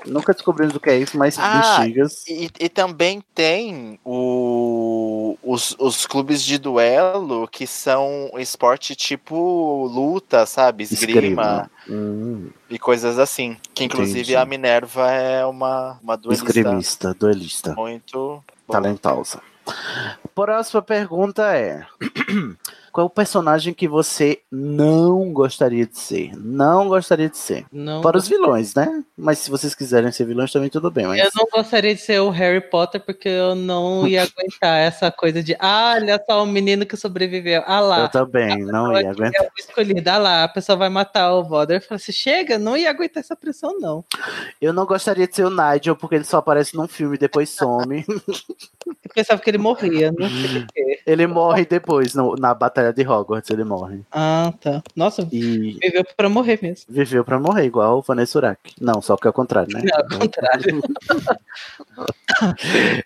S6: Nunca descobrimos o que é isso, mas
S7: Ah,
S6: bexigas.
S7: E, e também tem o, os, os clubes de duelo que são esporte tipo luta, sabe? Esgrima
S6: Esgrima. Hum,
S7: e coisas assim. Que inclusive
S6: Entendi.
S7: a Minerva é uma, uma duelista
S6: esgrimista, duelista.
S7: muito
S6: Talentosa. Próxima pergunta é: Qual é o personagem que você não gostaria de ser? Não gostaria de ser.
S10: Não
S6: Para os
S10: gostaria.
S6: vilões, né? Mas se vocês quiserem ser vilões também, tudo bem. Mas...
S10: Eu não gostaria de ser o Harry Potter porque eu não ia aguentar essa coisa de ah, olha só o menino que sobreviveu. Ah lá.
S6: Eu também, não ia aguentar.
S10: É o escolhido. Ah lá, a pessoa vai matar o Voldemort. Eu falo assim, chega, não ia aguentar essa pressão não.
S6: Eu não gostaria de ser o Nigel, porque ele só aparece num filme e depois some.
S10: Eu pensava que ele morria, né? não sei por quê.
S6: ele morre depois, no- na Batalha de Hogwarts, ele morre.
S10: Ah, tá. Nossa,
S6: E
S10: viveu pra morrer mesmo.
S6: viveu pra morrer, igual o Vanessa Urach. Não, só que é o contrário, né?
S10: Não, ao contrário.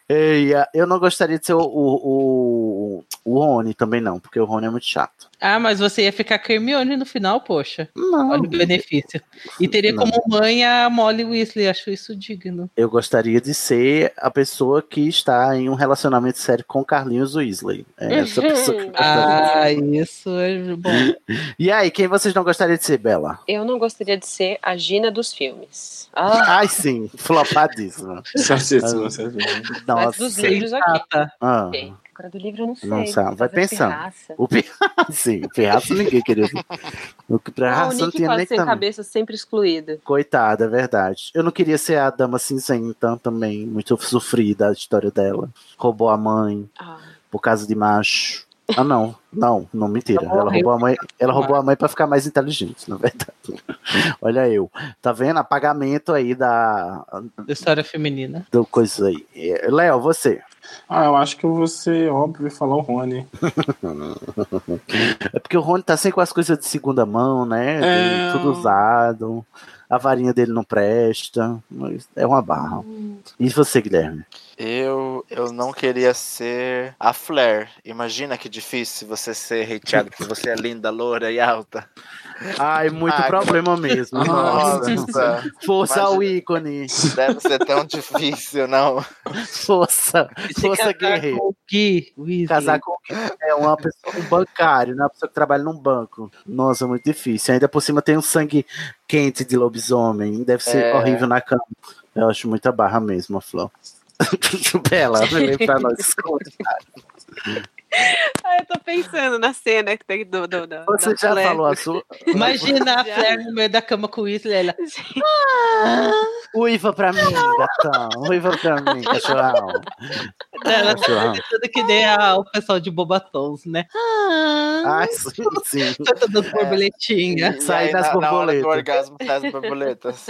S6: Ei, a- eu não gostaria de ser o, o, o, o Rony também, não, porque o Rony é muito chato.
S10: Ah, mas você ia ficar com a Hermione no final, poxa. Olha o benefício. E teria
S6: Não.
S10: como mãe a Molly Weasley, acho isso digno.
S6: Eu gostaria de ser a pessoa que está em um relacionamento sério com Carlinhos Weasley. É essa pessoa que eu gostaria de ser.
S10: ah, isso é bom.
S6: E aí, quem vocês não gostariam de ser, Bela?
S9: Eu não gostaria de ser a Gina dos filmes. Ah,
S6: Ai, sim, flopadíssima.
S8: Certíssimo,
S9: mas
S6: Nossa.
S9: dos livros ok.
S6: Ah.
S9: Ok. Agora do livro eu não sei.
S6: Não sabe, vai
S9: Talvez
S6: pensando.
S9: pirraça.
S6: O pirraça, sim, o pirraça ninguém queria. ser. O que
S9: Ah, o
S6: pirraça não
S9: Nick
S6: tinha nem
S9: passa sem
S6: tamanho.
S9: cabeça sempre excluído.
S6: Coitada, é verdade. Eu não queria ser a dama cinzenta também, muito sofrida a história dela. Roubou a mãe
S9: Ah.
S6: por causa de macho. Ah, não, não, não, mentira.
S10: Ela
S6: Ela roubou a mãe, ela roubou a mãe para ficar mais inteligente, na verdade. Olha eu. Tá vendo? Apagamento aí da
S10: Da história feminina.
S6: do coisa aí. É, Léo, você.
S8: Ah, eu acho que eu vou ser óbvio e falar o Rony.
S6: É porque o Rony tá sempre com as coisas de segunda mão, né? Tem
S8: É.
S6: Tudo usado. A varinha dele não presta. Mas é uma barra. E você, Guilherme?
S7: Eu, eu não queria ser a Flair. Imagina que difícil você ser hateado porque você é linda, loura e alta.
S6: Ai, muito
S7: Ah,
S6: problema
S7: que-
S6: mesmo.
S7: Nossa.
S6: Nossa. Força ao ícone.
S7: Deve ser tão difícil, não.
S6: Força. Força guerreiro.
S10: Que
S6: Casar com o Gui é uma pessoa, um bancário, né? Uma pessoa que trabalha num banco. Nossa, muito difícil. Ainda por cima tem um sangue quente de lobisomem. Deve ser
S7: É.
S6: horrível na cama. Eu acho muita barra mesmo, a Flor. Bela, vem pra nós. escuta.
S9: Ah, eu tô pensando na cena que tem do. do, do
S6: Você
S9: da
S6: já
S9: Flair.
S6: falou a sua?
S10: Imagina a
S9: Já.
S10: Flair no meio da cama com o Weasley, ela.
S6: Uiva pra mim, gatão. Uiva pra mim, cachorrão.
S10: Ela
S6: Cachorrão.
S10: tá tentando que nem a- o pessoal de Bobatons, né?
S6: Ai, sim, sim.
S10: Tá dando
S6: é
S10: borboletinha.
S7: E aí, na, na hora do orgasmo sai as borboletas.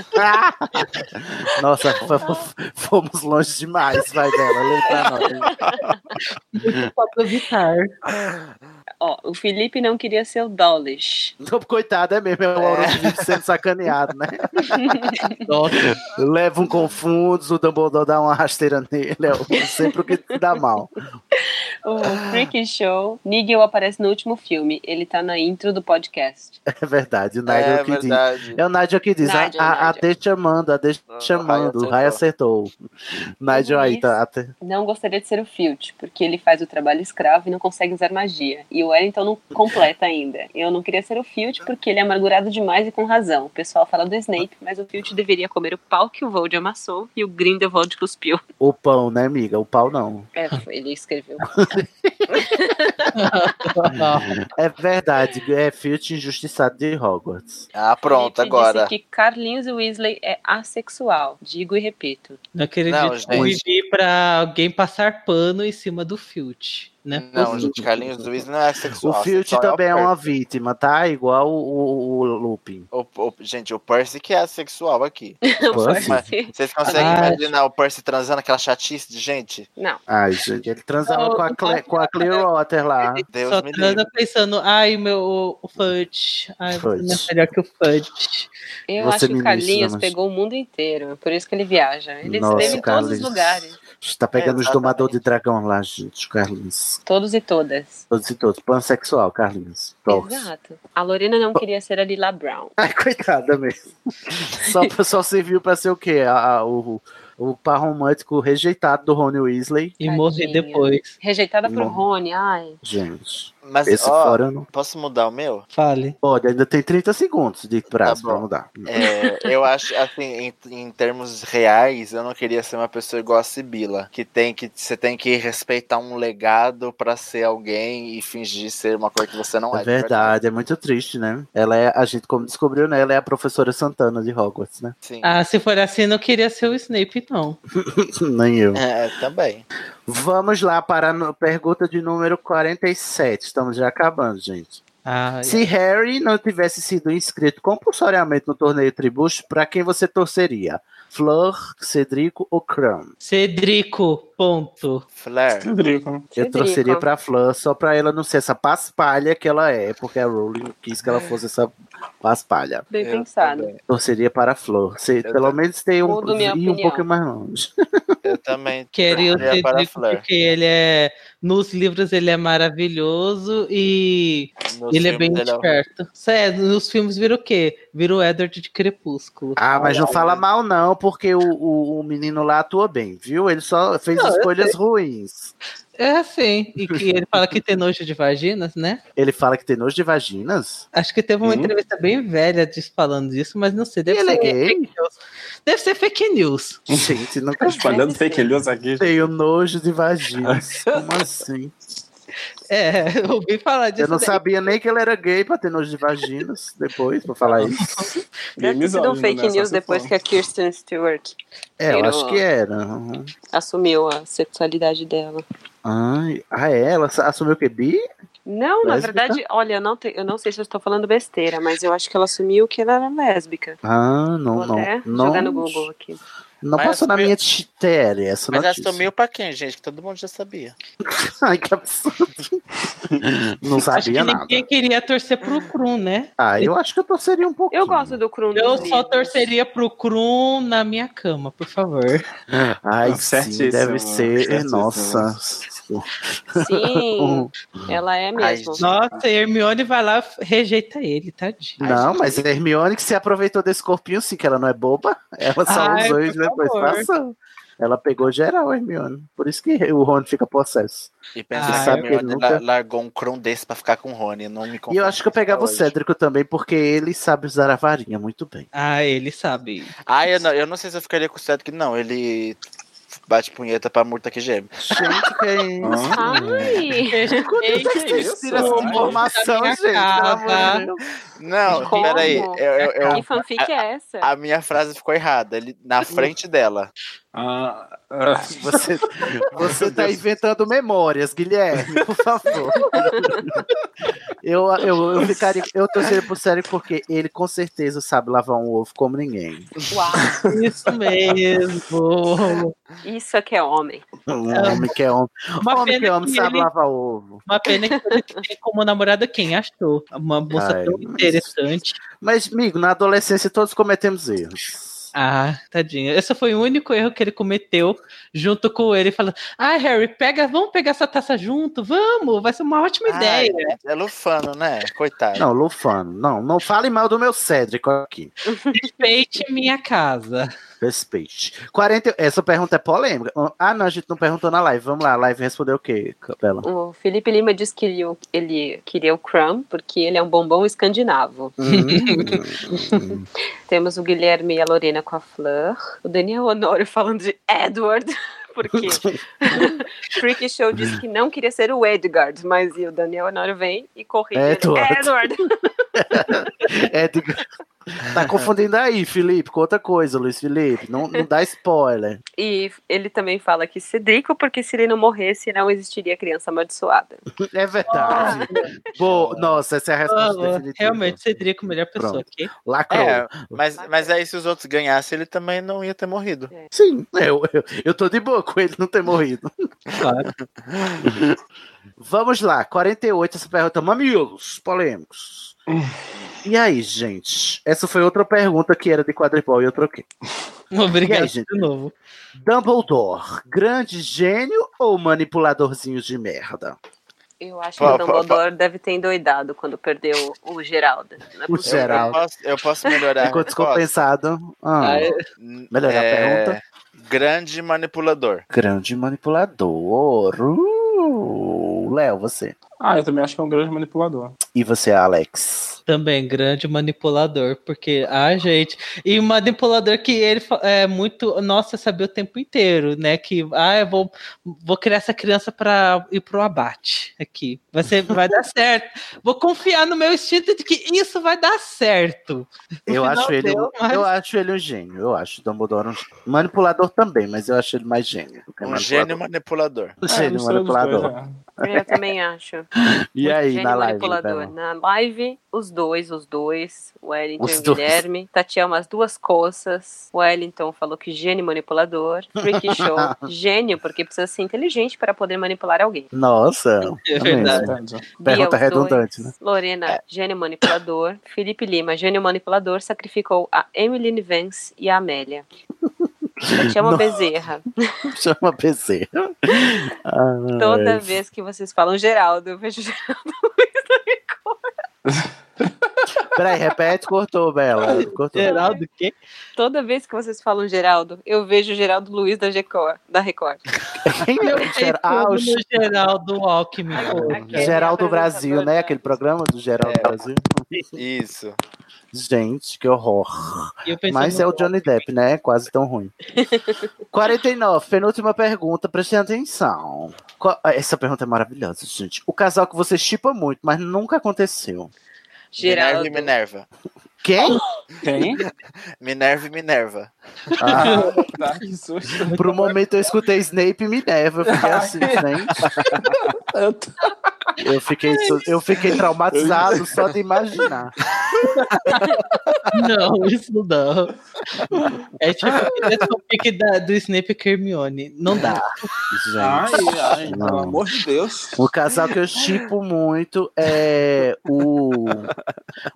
S6: Nossa, fomos, fomos longe demais, vai dela. Lê pra nós.
S9: Ó, o Felipe não queria ser o Dawlish.
S6: Então, coitado, é mesmo, é o Aurora Felipe sendo sacaneado, né? Leva um confundos, o Dumbledore dá uma rasteira nele, é o- sempre o que dá mal.
S9: O
S6: Ah.
S9: Freak Show. Nigel aparece no último filme. Ele tá na intro do podcast.
S6: É verdade, o Nigel
S7: É
S6: que
S7: verdade.
S6: diz. É o Nigel que diz, a-
S9: Nigel,
S6: a, a,
S9: Nigel.
S6: deixa chamando, a deixa chamando, o Rai acertou. Nigel aí, tá, até-
S9: Não gostaria de ser o Filch, porque ele faz o trabalho escravo e não consegue usar magia. E o Wellington não completa ainda. Eu não queria ser o Filch, porque ele é amargurado demais e com razão. O pessoal fala do Snape, mas o Filch deveria comer o pau que o Vold amassou e o Grindelwald cuspiu.
S6: o pão, né, amiga? O pau não.
S9: É, foi- ele escreveu.
S6: É verdade, é Filch injustiçado de Hogwarts.
S7: Ah, pronto,
S9: Ele Disse que Carlinhos Weasley é assexual. Digo e repito.
S10: Não acredito que eu
S7: gente.
S10: vivi pra alguém passar pano em cima do Filch, né?
S7: Não, gente, Carlinhos Luiz não é
S6: O
S7: sexual.
S6: Filch
S7: sexual
S6: também é,
S7: o
S6: uma
S7: Percy.
S6: vítima, tá? Igual o, o, o Lupin.
S7: O, o- gente, o Percy que é sexual aqui.
S10: Então,
S6: Percy?
S7: Mas Vocês conseguem
S6: Ah.
S7: imaginar o Percy transando aquela chatice de gente?
S9: Não.
S6: Ai, gente, Ah, ele transava
S10: Não,
S6: com a,
S10: não
S6: Cle, com a Clearwater lá.
S7: Deus
S10: Só
S7: me
S10: transa
S7: livre.
S10: pensando, ai, meu, o, o Fudge. Ai, você não é
S6: Fudge.
S10: melhor que o Fudge.
S9: Eu
S6: Você
S9: acho que o
S6: ministra,
S9: Carlinhos
S6: mas-
S9: pegou o mundo inteiro.
S11: é
S9: Por isso que ele viaja. Ele
S6: Nossa,
S9: esteve em todos os
S6: Carlinhos.
S9: lugares.
S6: Tá pegando os
S7: Exatamente.
S6: domador de dragão lá, gente, Carlinhos.
S9: Todos e todas.
S6: Todos e todos. Pansexual, Carlinhos. Torce.
S9: Exato. A Lorena não queria ser a Lila Brown.
S6: Ai, coitada mesmo. Só, só serviu pra ser o quê? A- a- o, o par romântico rejeitado do Rony Weasley.
S10: E morrer depois.
S9: Rejeitada por
S6: Não.
S9: Rony, ai.
S6: Gente.
S7: Mas,
S6: Esse
S7: ó,
S6: fora não.
S7: posso mudar o meu?
S10: Fale.
S6: Pode, ainda tem 30 segundos de prazo
S7: Tá
S6: pra
S7: bom.
S6: mudar.
S7: É, eu acho, assim, em, em termos reais, eu não queria ser uma pessoa igual a Sibila, que tem que você tem que respeitar um legado pra ser alguém e fingir ser uma coisa que você não é.
S6: É
S7: de verdade.
S6: verdade, é muito triste, né? Ela é, a gente como descobriu, né? Ela é a professora Santana de Hogwarts, né?
S7: Sim.
S10: Ah, se for assim, eu não queria ser o Snape, não.
S6: Nem eu.
S7: É, também.
S6: Vamos lá para a no- pergunta de número 47. Estamos já acabando, gente.
S10: Ah,
S6: Se Harry não tivesse sido inscrito compulsoriamente no torneio Tribucho, para quem você torceria? Flor, Cedrico ou Crum?
S10: Cedrico, ponto.
S7: Flair.
S8: Cedrico.
S6: Eu torceria pra Flor só pra ela não ser essa paspalha que ela é, porque a Rowling quis que ela
S7: É.
S6: fosse essa paspalha.
S11: Bem
S10: né?
S11: pensado.
S6: Torceria para a Flor. Se, pelo menos tem um,
S11: Mudo minha
S6: e um
S11: opinião.
S6: pouquinho mais longe.
S7: Eu também.
S10: Queria o
S7: torceria para a
S10: Cedrico
S7: Fleur.
S10: porque ele é. Nos livros ele é maravilhoso e
S7: Nos
S10: ele é bem
S7: filmes ele é o-
S10: esperto. Sério, nos filmes vira o quê? Vira o Edward de Crepúsculo.
S6: Ah, mas não fala mal, não, porque o, o, o menino lá atua bem, viu? Ele só fez
S10: Não, eu
S6: escolhas
S10: sei.
S6: ruins.
S10: É sim. E que ele fala que tem nojo de vaginas, né?
S6: Ele fala que tem nojo de vaginas.
S10: Acho que teve uma
S6: Hum.
S10: entrevista bem velha disso, falando disso, mas não sei. Deve
S6: Ele
S10: ser
S6: é gay?
S10: fake news. Deve ser fake news.
S6: Gente, não tá
S8: Espalhando fake news aqui.
S6: Tenho nojo de vaginas. Como assim?
S10: É, eu ouvi falar disso.
S6: Eu não
S10: daí.
S6: sabia nem que ele era gay pra ter nojo de vaginas depois, pra falar isso.
S11: Deve ter sido um
S8: né?
S11: fake news depois que a Kirsten Stewart
S6: É, eu
S11: virou-
S6: acho que era. Uhum.
S11: assumiu a sexualidade dela.
S6: Ai, ah, é? Ela sa- assumiu o que? Bi?
S11: Não, na
S6: Lésbica?
S11: verdade, olha, eu não, te- eu não sei se eu estou falando besteira, mas eu acho que ela assumiu que ela era lésbica.
S6: Ah, não,
S11: Vou
S6: não.
S11: até jogar no
S6: Não,
S11: Google aqui.
S6: não
S7: Mas
S6: passou na minha titéria essa
S7: Mas
S6: notícia.
S7: assumiu pra quem, gente? Que todo mundo já sabia.
S6: Ai, que absurdo. Não
S10: Acho que
S6: sabia nada.
S10: ninguém queria torcer pro Krum, né?
S6: Ah, eu acho que eu torceria um pouquinho.
S11: Eu gosto do Krum.
S10: Eu
S11: dos
S10: só
S11: livros.
S10: torceria pro Krum na minha cama, por favor.
S6: Ai, sim,
S8: Certíssimo,
S6: deve ser.
S8: certíssimo.
S6: Nossa.
S11: Sim, ela é mesmo.
S10: Nossa, a Hermione vai lá rejeita ele, tadinho.
S6: Não, mas a Hermione que se aproveitou desse corpinho, sim, que ela não é boba. Ela só
S10: Ai,
S6: usou
S10: por
S6: e depois
S10: favor.
S6: passou. Ela pegou geral, a Hermione. Por isso que o Ron fica possesso.
S7: E pensa
S6: Você
S7: que a
S6: sabe que
S7: Hermione
S6: nunca-
S7: la- largou um cron desse pra ficar com o Rony. Não me
S6: é E eu acho que eu pegava o Cédrico também, porque ele sabe usar a varinha muito bem.
S10: Ah, ele sabe.
S7: Ah, eu não, eu não sei se eu ficaria com o Cedric, não. Ele bate punheta pra murta que geme.
S6: Gente, que é isso?
S11: Ai!
S6: Onde é que vocês tiram essa
S7: Ai,
S6: informação,
S10: minha
S6: gente? Pelo amor
S10: cara.
S6: de Deus.
S7: Não,
S11: Como?
S7: peraí. Eu, eu, eu-
S11: Que fanfic é essa?
S7: a minha frase ficou errada. Ele, na frente dela.
S8: Ah,
S6: Você, você tá inventando memórias, Guilherme, por favor. Eu, eu, eu ficaria. Eu torceria pro sério porque ele com certeza sabe lavar um ovo como ninguém.
S11: Uau,
S10: Isso mesmo.
S11: isso aqui é homem.
S6: Um homem que é homem.
S10: Uma
S6: homem que é
S10: pena
S6: homem
S10: que
S6: sabe
S10: ele-
S6: lavar ovo.
S10: Uma pena que ele tem como namorada quem achou. Uma moça
S6: Ai,
S10: tão
S6: mas-
S10: interessante.
S6: Mas, amigo, na adolescência todos cometemos erros.
S10: Ah, tadinho. Esse foi o único erro que ele cometeu junto com ele, falando: Ah, Harry, pega, vamos pegar essa taça junto, vamos, vai ser uma ótima
S7: Ai,
S10: ideia.
S7: é Lufano, né? Coitado.
S6: Não, Lufano, não, não fale mal do meu Cédrico aqui.
S10: Respeite minha casa.
S6: Respeite. 40... Essa pergunta é polêmica. Ah, não, a gente não perguntou na live. Vamos lá, a live respondeu o quê, Capela?
S11: O Felipe Lima disse que ele, ele queria o Crumb porque ele é um bombom escandinavo. Temos o Guilherme e a Lorena com a Fleur. O Daniel Honório falando de Edward, porque Freak Show disse que não queria ser o Edgard, mas e o Daniel Honório vem e corrige ele.
S6: Edward.
S11: Edward.
S6: É, de- tá confundindo aí, Felipe, com outra coisa, Luiz Felipe. Não, não dá spoiler.
S11: E ele também fala que Cedrico, porque se ele não morresse, não existiria criança amaldiçoada.
S6: É verdade. Boa, nossa, essa é a resposta
S10: Ah,
S6: definitiva.
S10: realmente, seria a melhor pessoa
S6: Pronto.
S10: aqui.
S6: Lacrou.
S7: É, mas, mas aí se os outros ganhassem, ele também não ia ter morrido.
S6: Sim, eu, eu, eu tô de boa com ele não ter morrido.
S10: Claro.
S6: Vamos lá, 48, essa pergunta. Mamilos, polêmicos. E aí, gente? Essa foi outra pergunta que era de quadribol e eu troquei. E
S10: Obrigado
S6: aí, gente?
S10: de novo.
S6: Dumbledore, grande gênio ou manipuladorzinho de merda?
S11: Eu acho que
S7: Pá,
S11: o
S7: pá,
S11: Dumbledore deve ter endoidado quando perdeu o Geraldo. Não é
S6: O
S11: possível.
S7: Eu
S6: Geraldo.
S7: posso, eu posso melhorar a
S6: Ficou
S7: resposta?
S6: descompensado. Ah,
S7: Ah, é.
S6: melhorar a pergunta. É
S7: Grande manipulador.
S6: Grande manipulador. Uh, Léo, você.
S8: Ah, eu também acho que é um grande manipulador.
S6: E você, Alex?
S10: Também grande manipulador, porque a ah, gente. E manipulador que ele fa- é muito. Nossa, sabia o tempo inteiro, né? Que, ah, eu vou, vou criar essa criança para ir pro abate aqui. Vai, ser, vai dar certo. Vou confiar no meu instinto de que isso vai dar certo. No
S6: Eu
S10: final
S6: acho, ele,
S10: deu, mas-
S6: eu acho ele um gênio. Eu acho o Dumbledore um gênio. manipulador também, mas eu acho ele mais gênio. do que
S7: Um
S6: manipulador.
S7: gênio é, manipulador.
S6: Um
S8: Ah,
S6: gênio manipulador.
S7: né?
S11: Eu também acho.
S6: E
S9: Um
S6: aí,
S11: Gênio
S6: na live,
S11: manipulador.
S6: Bela?
S11: Na live, os dois, os dois, o Wellington
S6: Os
S11: e o
S6: dois.
S11: Guilherme. Tatiana, umas duas coças. O Wellington falou que gênio manipulador. Freak show. gênio, porque precisa ser inteligente para poder manipular alguém.
S6: Nossa.
S10: É
S6: mesmo.
S8: né?
S10: verdade.
S6: Pergunta
S11: Bia, os
S6: redundante, né?
S11: dois. Lorena, gênio manipulador. Felipe Lima, gênio manipulador, sacrificou a Emily Vance e a Amélia. Chama
S6: Nossa.
S11: Bezerra.
S6: Chama PC. Ah,
S11: Toda
S6: é.
S11: vez que vocês falam Geraldo, eu vejo Geraldo.
S6: Peraí, repete, cortou,
S7: É.
S6: Bela. Cortou.
S10: Geraldo, quê?
S11: Toda vez que vocês falam Geraldo, eu vejo Geraldo Luiz da, Record, da Record.
S6: Quem é o Ger- Ah, o
S10: Geraldo, Geraldo Alckmin.
S6: é Geraldo Brasil,
S9: tá.
S6: né? Aquele programa do
S7: É.
S6: Geraldo Brasil.
S7: Isso.
S6: Gente, que horror.
S10: E eu pensei
S6: Mas
S10: no
S6: é o Johnny Depp, né? É Quase tão ruim. 49, penúltima pergunta, prestem atenção. Qual- Essa pergunta é maravilhosa, gente. O casal que você chipa muito, mas nunca aconteceu.
S7: Geraldo. Minerva
S6: Quem?
S7: e Minerva. Minerva e Minerva.
S6: Ah,
S8: que susto.
S6: Por um momento eu escutei Snape e Minerva, eu fiquei assim,
S8: Eu
S6: gente. Eu fiquei, eu fiquei traumatizado só de imaginar.
S10: Não, isso não. É tipo aquele fanfic da, do Snape e Hermione. Não dá.
S6: Gente,
S8: Ai, ai, pelo
S6: não.
S8: amor de Deus.
S6: O casal que eu tipo muito é o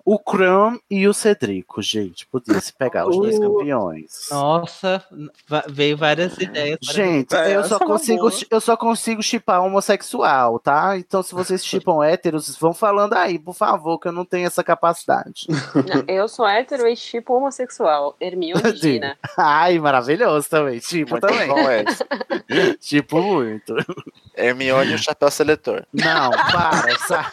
S6: o Crum e o Cedrico, gente. Podia se pegar os dois
S10: O-
S6: campeões.
S10: Nossa, va- veio várias ideias.
S6: Gente, eu só consigo eu só consigo chipar homossexual, tá? Então se vocês chipam héteros, vão falando aí, por favor, que eu não tenho essa capacidade.
S11: Não, eu sou hétero e tipo homossexual. Hermione e Gina.
S6: Ai, maravilhoso também. Tipo
S7: Muito
S6: também.
S7: bom essa.
S6: tipo muito.
S7: Hermione e o chapéu seletor.
S6: Não, para, sabe?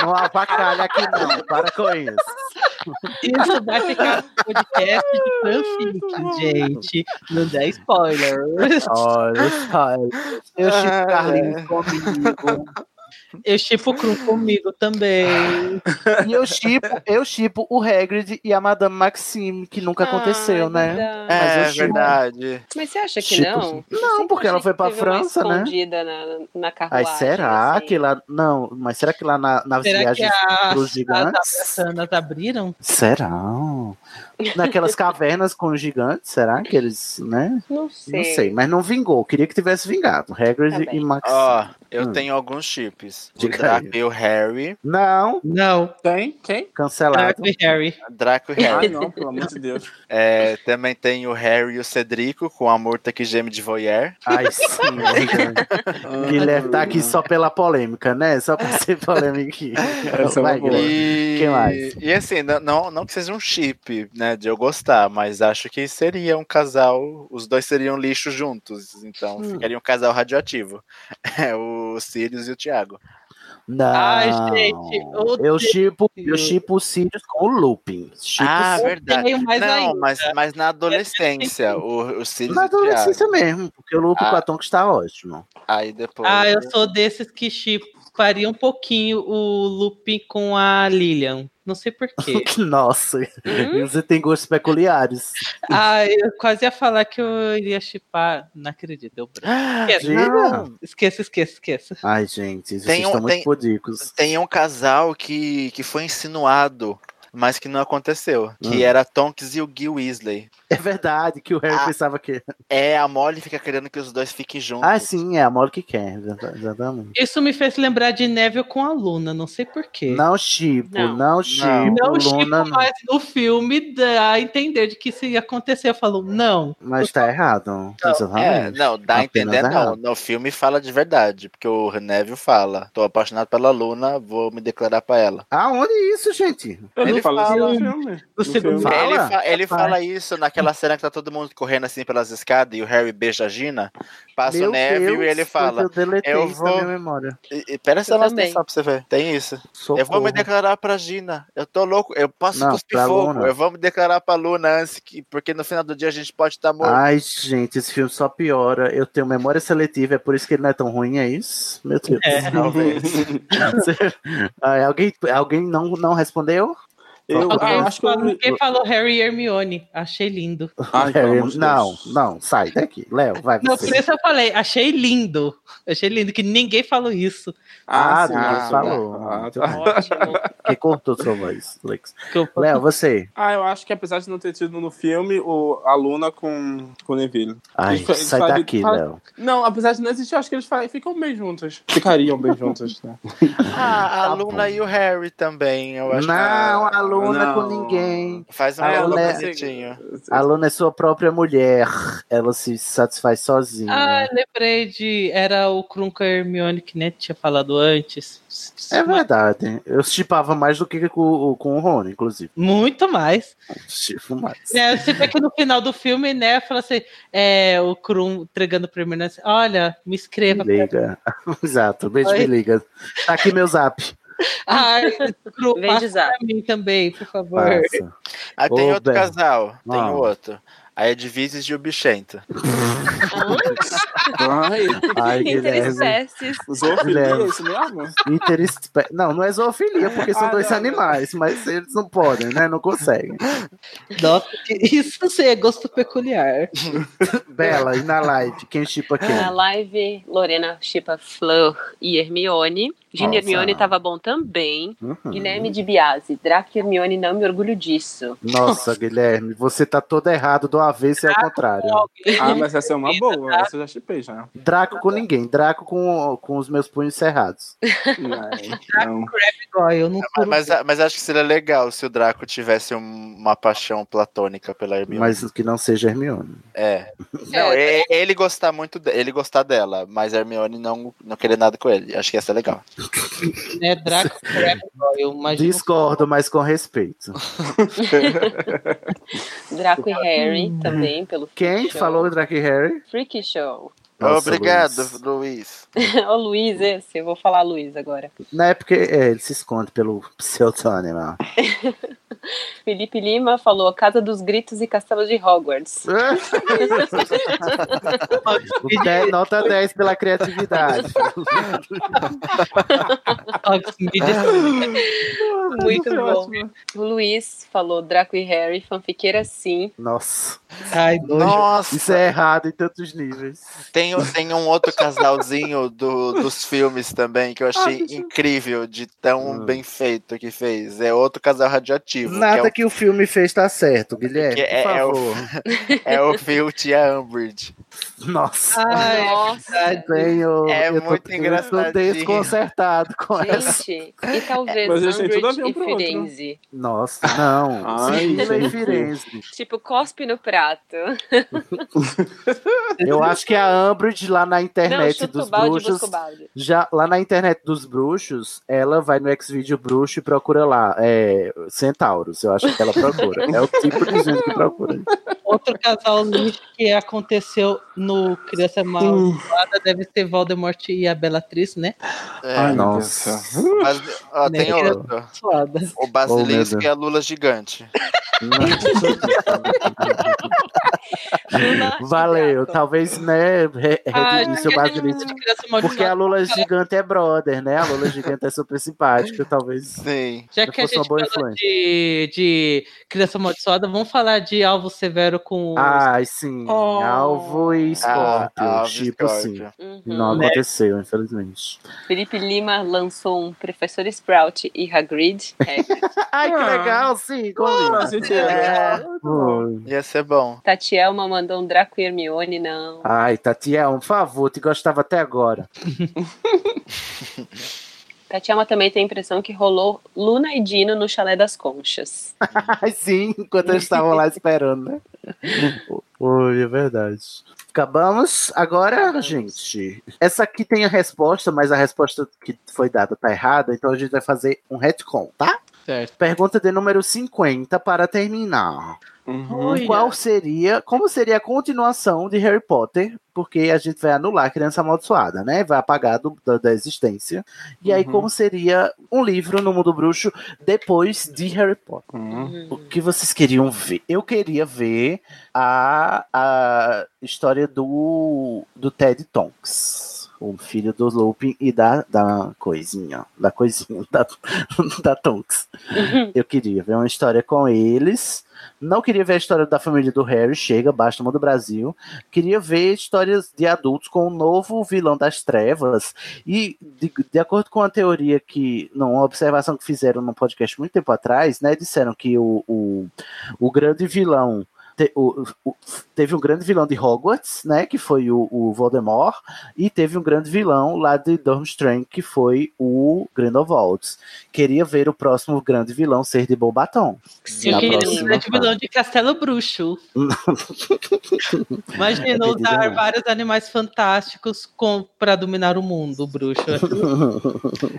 S6: Não abacalha aqui não, para com isso.
S10: Isso vai ficar no podcast de fanfic, gente. Não dá spoiler.
S6: Olha, olha. Eu chipo
S10: Ah,
S6: Carlinhos
S10: é.
S6: comigo.
S10: Eu chipo o Krum comigo também.
S6: E eu chipo, eu chipo o Hagrid e a Madame Maxime, que nunca
S9: Ah,
S6: aconteceu, né?
S9: então,
S6: Mas eu
S7: É,
S6: shippo.
S7: verdade.
S11: Mas você acha que
S6: Tipo,
S11: não? Eu
S6: Não,
S11: sempre
S6: porque ela
S11: achei
S6: foi
S11: que
S6: pra
S11: teve uma
S6: França, né?
S11: escondida na, na
S6: Ai,
S11: carruagem.
S6: será
S9: assim?
S6: que lá. Não, mas será que lá na, nas
S10: Será que é
S6: viagens pros
S10: as, as
S6: gigantes?
S10: abraçanas tá abriram?
S6: Será? Naquelas cavernas com os gigantes, será que eles, né?
S11: Não
S6: Não sei, mas não vingou. Queria que tivesse vingado.
S10: Tá
S6: Hagrid e Max.
S7: Ó, eu
S6: Hum.
S7: tenho alguns chips. O
S6: Diga
S7: Draco
S6: aí.
S7: e o Harry.
S6: Não,
S10: Não.
S8: Tem? Quem?
S6: cancelado.
S10: Ah, Harry.
S7: Draco e
S8: Ai,
S7: Harry.
S8: não, pelo amor de Deus.
S7: É, também tem o Harry e o Cedrico com a morta que geme de voyeur.
S8: Ah.
S6: Ai, sim, Guilherme. Guilherme tá aqui só pela polêmica, né? Só pra ser polêmica.
S8: Essa é uma
S6: Vai,
S8: boa.
S6: Guilherme.
S7: E,
S6: Quem mais?
S7: e assim, não, não, não que seja um chip, né, de eu gostar, mas acho que seria um casal, os dois seriam lixo juntos, então
S6: Hum.
S7: ficaria um casal radioativo. É o Sirius e o Thiago.
S6: Não.
S10: Ai, gente, eu
S6: eu chipo, eu chipo o Sirius com o Lupin. Chipo
S7: ah,
S6: o Sirius.
S7: verdade.
S10: tenho mais
S7: não,
S10: ainda.
S7: mas, mas na adolescência, o, o Sirius
S6: Na
S7: e o Thiago.
S6: adolescência é mesmo, porque o Lupin
S7: Ah.
S6: com a Tonks tá ótimo.
S7: Aí depois.
S10: Ah, eu sou desses que chipariam um pouquinho o Lupin com a Lilian. Não sei porquê.
S6: Nossa,
S7: Hum?
S6: você tem gostos peculiares.
S10: ah, eu quase ia falar que eu iria chipar. Não acredito, eu branco.
S7: Ah,
S10: Esquece,
S6: Diga.
S10: não. esqueça, esqueça, esqueça.
S6: Ai, gente, vocês
S7: Tem um-
S6: estão muito
S7: tem-
S6: podicos.
S7: Tem um casal que, que foi insinuado, mas que não aconteceu. Que
S6: Hum.
S7: era Tonks e o Gil Weasley.
S6: É verdade que o Harry
S7: Ah.
S6: pensava que.
S7: É, a Molly fica querendo que os dois fiquem juntos.
S6: Ah, sim, é a Molly que quer. exata- Exatamente.
S10: Isso me fez lembrar de Neville com a Luna, não sei
S7: Hum.
S10: porquê.
S6: Não chipo,
S10: Não.
S6: não chipo,
S10: Não
S6: Luna.
S10: chipo,
S6: não.
S10: mas no filme dá a entender de que isso ia acontecer. Eu falo, não.
S6: Mas tá errado.
S7: É,
S6: Exatamente.
S7: não, dá a
S6: Apenas
S7: entender não.
S6: errado.
S7: No filme fala de verdade, porque o Neville fala: tô apaixonado pela Luna, vou me declarar pra ela.
S6: ah, Aonde é isso, gente?
S8: Eu
S7: Ele
S8: não fala isso
S7: fala.
S8: no filme.
S7: No
S8: filme.
S7: Ele,
S8: Fala?
S7: fa- ele
S8: Fala.
S7: fala isso naquela cena que tá todo mundo correndo assim pelas escadas e o Harry beija a Gina, passa
S6: Meu
S7: o Neville
S6: Deus,
S7: e ele fala:
S6: Eu deletei
S7: Eu
S6: isso da minha
S7: vou.
S6: memória.
S7: E- e Pera essa
S6: Eu
S7: lá
S6: também.
S7: só pra você ver. Tem isso. Eu vou
S6: Socorro.
S7: me declarar pra Gina. Eu tô louco. Eu posso
S6: Não,
S7: cuspir
S6: pra
S7: fogo.
S6: Luna.
S7: Eu vou me declarar pra Luna antes que. Porque no final do dia a gente pode estar morto.
S6: Ai, gente, esse filme só piora. Eu tenho memória seletiva, é por isso que ele não é tão ruim, é isso? Meu Deus.
S7: É, talvez.
S6: Ai, alguém alguém não, não respondeu?
S8: Ah,
S10: Alguém falou- Quem falou Harry e Hermione? Achei lindo.
S6: Harry, É, não, não, sai daqui. Léo, vai
S10: Não,
S6: você.
S10: por isso eu falei, achei lindo. Achei lindo que ninguém falou isso.
S6: Ah, ninguém falou.
S8: Ah,
S6: Muito bem.
S10: tá.
S6: Que cortou sua voz, Lex. Léo, você.
S8: Ah, eu acho que apesar de não ter tido no filme o, a Luna com, com o Neville.
S6: Ai,
S8: Eles fa- eles
S6: sai
S8: fazem-
S6: daqui,
S8: fazem-
S6: Léo.
S8: Não, apesar de não existir, eu acho que eles fa- ficam bem juntos. Ficariam bem juntos, né?
S7: Ah, a Luna e o Harry também. Eu acho
S6: tá Não,
S7: que...
S6: a Luna
S7: Não.
S6: com ninguém.
S7: Faz um
S6: A
S7: diálogo
S6: Luna- é-
S7: bonitinho.
S6: A Luna é sua própria mulher. Ela se satisfaz sozinha.
S10: Ah, lembrei de. Era o Krunka Hermione que nem tinha falado antes.
S6: É verdade. Eu chipava mais do que com, o- com o Rony, inclusive.
S10: Muito mais.
S6: Chipo mais.
S10: Né, você vê que no final do filme, né, fala assim: é, o Krum entregando pro Hermione assim, olha, me
S6: Me
S10: escreva.
S6: liga. Exato, beijo,
S10: Oi.
S6: me liga. Tá aqui meu zap.
S10: Ai, Krum, passa pra mim também, por favor.
S6: Passa.
S7: Aí Ah, tem
S6: Ô,
S7: outro
S6: Bel.
S7: casal. Tem
S6: Ah.
S7: outro. A Edvises e o Bichento.
S8: Ai,
S6: Ai, Guilherme.
S8: Zoofilia,
S6: Guilherme.
S8: é isso mesmo?
S6: Interespe... Não, não é zoofilia, porque são
S8: Ah,
S6: dois
S8: não,
S6: animais, mas eles não podem, né? Não conseguem.
S10: Nossa, que isso sim é gosto peculiar.
S6: Bela, e na live, quem chipa quem?
S9: Na live, Lorena Chipa Fleur e Hermione. Gina
S6: Nossa.
S9: Hermione tava bom também.
S6: Uhum.
S9: Guilherme de Biase, Draco e Hermione, não me orgulho disso.
S6: Nossa, Guilherme, você tá todo errado do avesso e ao contrário.
S8: Ah, mas essa é uma boa. Essa eu já chipei já.
S6: Draco com ninguém, Draco com, com os meus punhos cerrados.
S8: Não.
S10: eu não
S7: É, mas, mas, mas acho que seria legal se o Draco tivesse um- uma paixão platônica pela Hermione.
S6: Mas que não seja Hermione.
S7: É. Não, e- ele gostar muito de- ele gostar dela, mas a Hermione não, não querer nada com ele. Acho que essa é legal.
S10: Né, Draco Crabbe, eu imagino.
S6: Discordo, mas com respeito.
S9: Draco e Harry também, pelo
S6: Hum. Quem
S9: Freak Show.
S6: falou Draco e Harry?
S9: Freak Show.
S6: Nossa,
S7: Obrigado,
S6: Luiz.
S7: Luiz.
S9: Ô Luiz, esse, eu vou falar Luiz agora.
S6: Na época é, ele se esconde pelo pseudônimo.
S9: Felipe Lima falou Casa dos Gritos e Castelo de Hogwarts.
S10: é
S6: Dez- nota 10 pela criatividade.
S10: é
S9: Muito
S6: Foi
S9: bom. O Luiz falou Draco e Harry, fanfiqueira sim.
S6: Nossa.
S10: Ai,
S7: Nossa.
S6: Isso é errado em tantos níveis.
S7: Tem, o- tem um outro casalzinho do- dos filmes também que eu achei incrível de tão
S6: Hum.
S7: bem feito que fez. É outro casal radioativo.
S6: Nada
S7: que
S6: que o filme fez tá certo,
S7: é o,
S6: Guilherme.
S7: que é,
S6: por
S7: é o,
S6: favor.
S7: é o Filt e a Umbridge.
S6: Nossa.
S10: Ai,
S9: Nossa.
S6: Tenho,
S7: É
S6: eu tô-
S7: muito
S6: eu tô
S7: engraçadinho.
S6: desconcertado com essa.
S9: Gente, e talvez
S8: Mas eles têm tudo a ver
S9: Umbridge
S8: um
S9: e
S8: pro outro.
S9: Firenze.
S6: Nossa, não.
S8: Ai,
S6: Cirila e
S8: gente.
S6: Firenze.
S9: Tipo, cospe no prato.
S6: Eu acho que a Umbridge lá na internet
S9: chuta o
S6: dos
S9: balde,
S6: bruxos.
S9: busca o balde.
S6: Já, lá na internet dos bruxos, ela vai no Xvideo Bruxo e procura lá. É, centauros, eu acho que ela procura. é o tipo de gente que procura.
S10: Outro casal lixo que aconteceu no Criança Malvada deve ser Voldemort e a Bellatriz, né?
S7: É.
S6: Ai, meu Nossa.
S7: Mas, ó, tem
S10: Né?
S7: outro.
S10: Suada.
S7: O
S6: Oh, meu
S7: Basilisco
S6: Deus.
S7: e a Lula gigante.
S6: Valeu, talvez, né? re- Redimir seu basilisco.
S10: Criança
S6: Porque a Lula gigante é brother, né? A Lula gigante é super simpática, talvez.
S7: Sim.
S10: Já
S6: não
S10: que a
S6: fosse uma
S10: gente
S6: boa
S10: falou
S6: influência.
S10: de, de Criança Amaldiçoada, vamos falar de Alvo Severo com.
S6: Ai, sim.
S10: Oh.
S6: Alvo e Scorpio.
S7: Ah, Alvo e
S6: tipo
S7: Scorpio.
S6: assim. Não
S10: Né?
S6: aconteceu, infelizmente.
S9: Uhum. Felipe Lima lançou um Professor Sprout e Hagrid. É.
S6: Ai, que legal, sim. combina.
S8: faz sentido.
S6: É.
S7: Ia ser bom.
S9: Tatielma mandou um Draco e Hermione, não.
S6: Ai, Tatiel, por favor, te gostava até agora.
S9: Tatielma também tem a impressão que rolou Luna e Dino no Chalé das Conchas.
S6: Ai, sim, enquanto eles estavam lá esperando, né? Oi, é verdade. Acabamos agora, gente. Essa aqui tem a resposta, mas a resposta que foi dada tá errada, então a gente vai fazer um retcon, tá? Certo. Pergunta de número 50 para terminar.
S4: Uhum.
S6: Qual seria, como seria a continuação de Harry Potter? Porque a gente vai anular a Criança Amaldiçoada, né? Vai apagar do- da, da existência. E aí,
S4: Uhum.
S6: como seria um livro no mundo bruxo depois de Harry Potter?
S8: Uhum.
S6: O que vocês queriam ver? Eu queria ver a, a história do, do Ted Tonks. O filho do Lupin e da, da coisinha. Da coisinha, da, da Tonks. Eu queria ver uma história com eles. Não queria ver a história da família do Harry, chega, basta o mundo Brasil. Queria ver histórias de adultos com o novo vilão das trevas. E, de, de acordo com a teoria que. Não, uma observação que fizeram num podcast muito tempo atrás, né? Disseram que o, o, o grande vilão. te- o- o- teve um grande vilão de Hogwarts, né? Que foi o, o Voldemort, e teve um grande vilão lá de Durmstrang, que foi o Grindelwald. Queria ver o próximo grande vilão ser de Bobaton.
S10: Eu queria um grande vilão de Castelo Bruxo. Imagina usar vários animais fantásticos com, pra dominar o mundo, bruxo.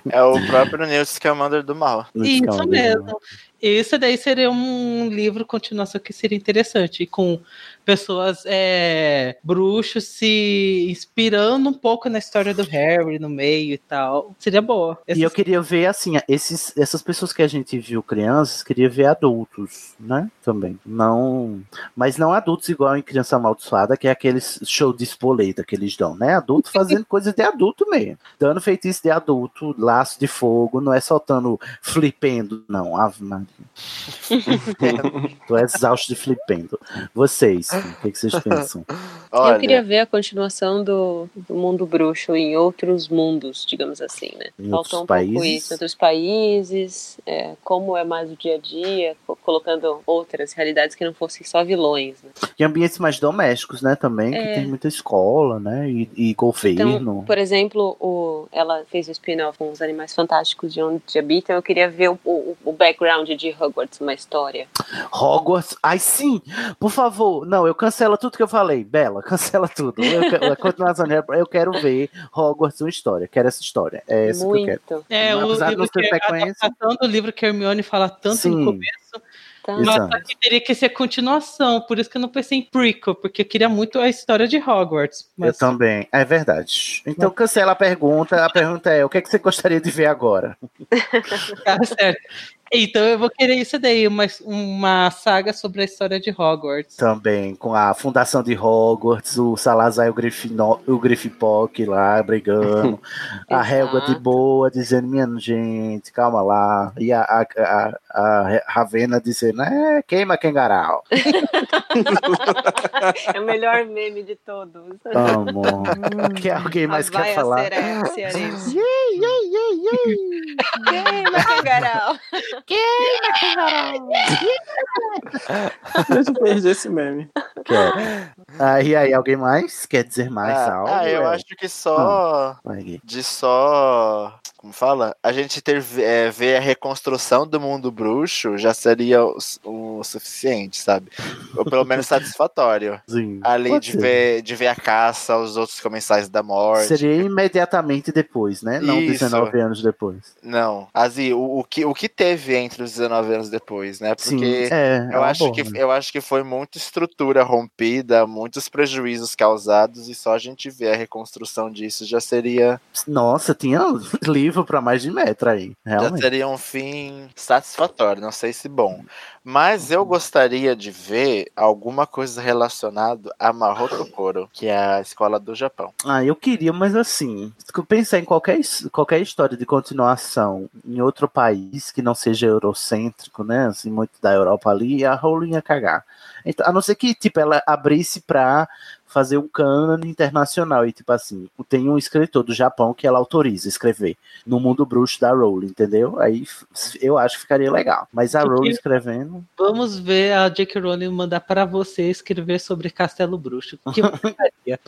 S7: É o próprio Newt Scamander do mal.
S10: Então, Isso
S6: né?
S10: mesmo. Isso daí seria um livro continuação que seria interessante, com pessoas é, bruxos se inspirando um pouco na história do Harry no meio e tal. Seria boa.
S6: E eu queria ver, assim, esses, essas pessoas que a gente viu crianças, queria ver adultos, né? Também. Não. Mas não adultos igual em Criança Amaldiçoada, que é aqueles show de espoleta que eles dão, né? Adulto fazendo coisas de adulto mesmo. Dando feitiço de adulto, laço de fogo, não é soltando flipendo, não. Ave Maria. Tô exausto de flipendo. Vocês, o que, que vocês pensam?
S9: Eu queria ver a continuação do, do mundo bruxo em outros mundos, digamos assim, né?
S6: Em outros
S9: Faltou um pouco
S6: países.
S9: isso, outros países, é, como é mais o dia a dia, co- colocando outras realidades que não fossem só vilões, né?
S6: E ambientes mais domésticos, né? Também, que
S9: É.
S6: tem muita escola, né? E, e governo.
S9: Então, por exemplo, o, ela fez o spin-off com os Animais Fantásticos de Onde Habitam. Eu queria ver o, o, o background de Hogwarts, uma história.
S6: Hogwarts. Ai, sim! Por favor. Não, eu cancelo tudo que eu falei. Bela, cancela tudo. Eu, que- a continuação, né? eu quero ver Hogwarts uma história. Quero essa história. É essa que eu quero.
S10: É, o
S6: Apesar de não
S10: livro
S6: ser
S10: que, a
S6: sequência.
S10: adaptação do livro que a Hermione fala tanto
S6: Sim.
S10: no começo.
S9: Tá,
S10: Mas
S6: Exato.
S10: só que teria que ser continuação, por isso que eu não pensei em prequel, porque eu queria muito a história de Hogwarts.
S6: Eu
S10: Mas
S6: também. É verdade. Então cancela a pergunta. A pergunta é: o que, é que você gostaria de ver agora?
S10: tá certo. Então eu vou querer isso daí, uma, uma saga sobre a história de Hogwarts.
S6: Também, com a fundação de Hogwarts, o Salazar e o, Grifino, o Grifipock lá brigando, a Helga de boa dizendo, minha gente, calma lá, e a, a, a, a Ravena dizendo, é, queima Kengarau.
S9: é o melhor meme de todos.
S6: Amo. que alguém mais
S9: Vai
S6: quer falar?
S9: a cearense.
S6: Yay, yay, yay, yay.
S9: Queima, Cangarau.
S5: Queima, Cangarau.
S8: Deixa eu perder esse meme.
S6: Ah, e aí, alguém mais quer dizer mais
S7: Ah,
S6: algo?
S7: ah, eu
S6: É. Ah.
S7: acho que só.
S6: Vai, Gui.
S7: De só. Como fala? A gente ter é, ver a reconstrução do mundo bruxo já seria o, s- o suficiente, sabe? Ou pelo menos satisfatório.
S6: Sim,
S7: Ali
S6: pode
S7: de
S6: ser.
S7: ver, de ver a caça aos outros comensais da morte.
S6: Seria imediatamente depois, né? Não
S7: Isso.
S6: 19 anos depois.
S7: Não, assim, o, o, que, o que teve entre os 19 anos depois, né? Porque
S6: Sim, é, é
S7: eu,
S6: uma
S7: acho
S6: boa,
S7: que,
S6: né?
S7: eu acho que foi muita estrutura rompida, muitos prejuízos causados, e só a gente ver a reconstrução disso já seria,
S6: Nossa, tinha livro pra mais de metro aí,
S7: já
S6: realmente.
S7: seria um fim satisfatório, não sei se bom. Mas
S6: Uhum.
S7: eu gostaria de ver alguma coisa relacionada a Marotokoro, que é a escola do Japão.
S6: Ah, eu queria, mas assim, se eu pensar em qualquer, his- qualquer história de continuação em outro país que não seja eurocêntrico, né? Assim, muito da Europa ali, a Rowling ia cagar. Então, a não ser que, tipo, ela abrisse pra fazer um cânone internacional e, tipo assim, tem um escritor do Japão que ela autoriza escrever no mundo bruxo da Rowling, entendeu? Aí f- eu acho que ficaria legal. Mas a
S10: Porque-
S6: Rowling escrevendo...
S10: Vamos ver a J.K. Rowling mandar pra você escrever sobre Castelo Bruxo. Que porcaria.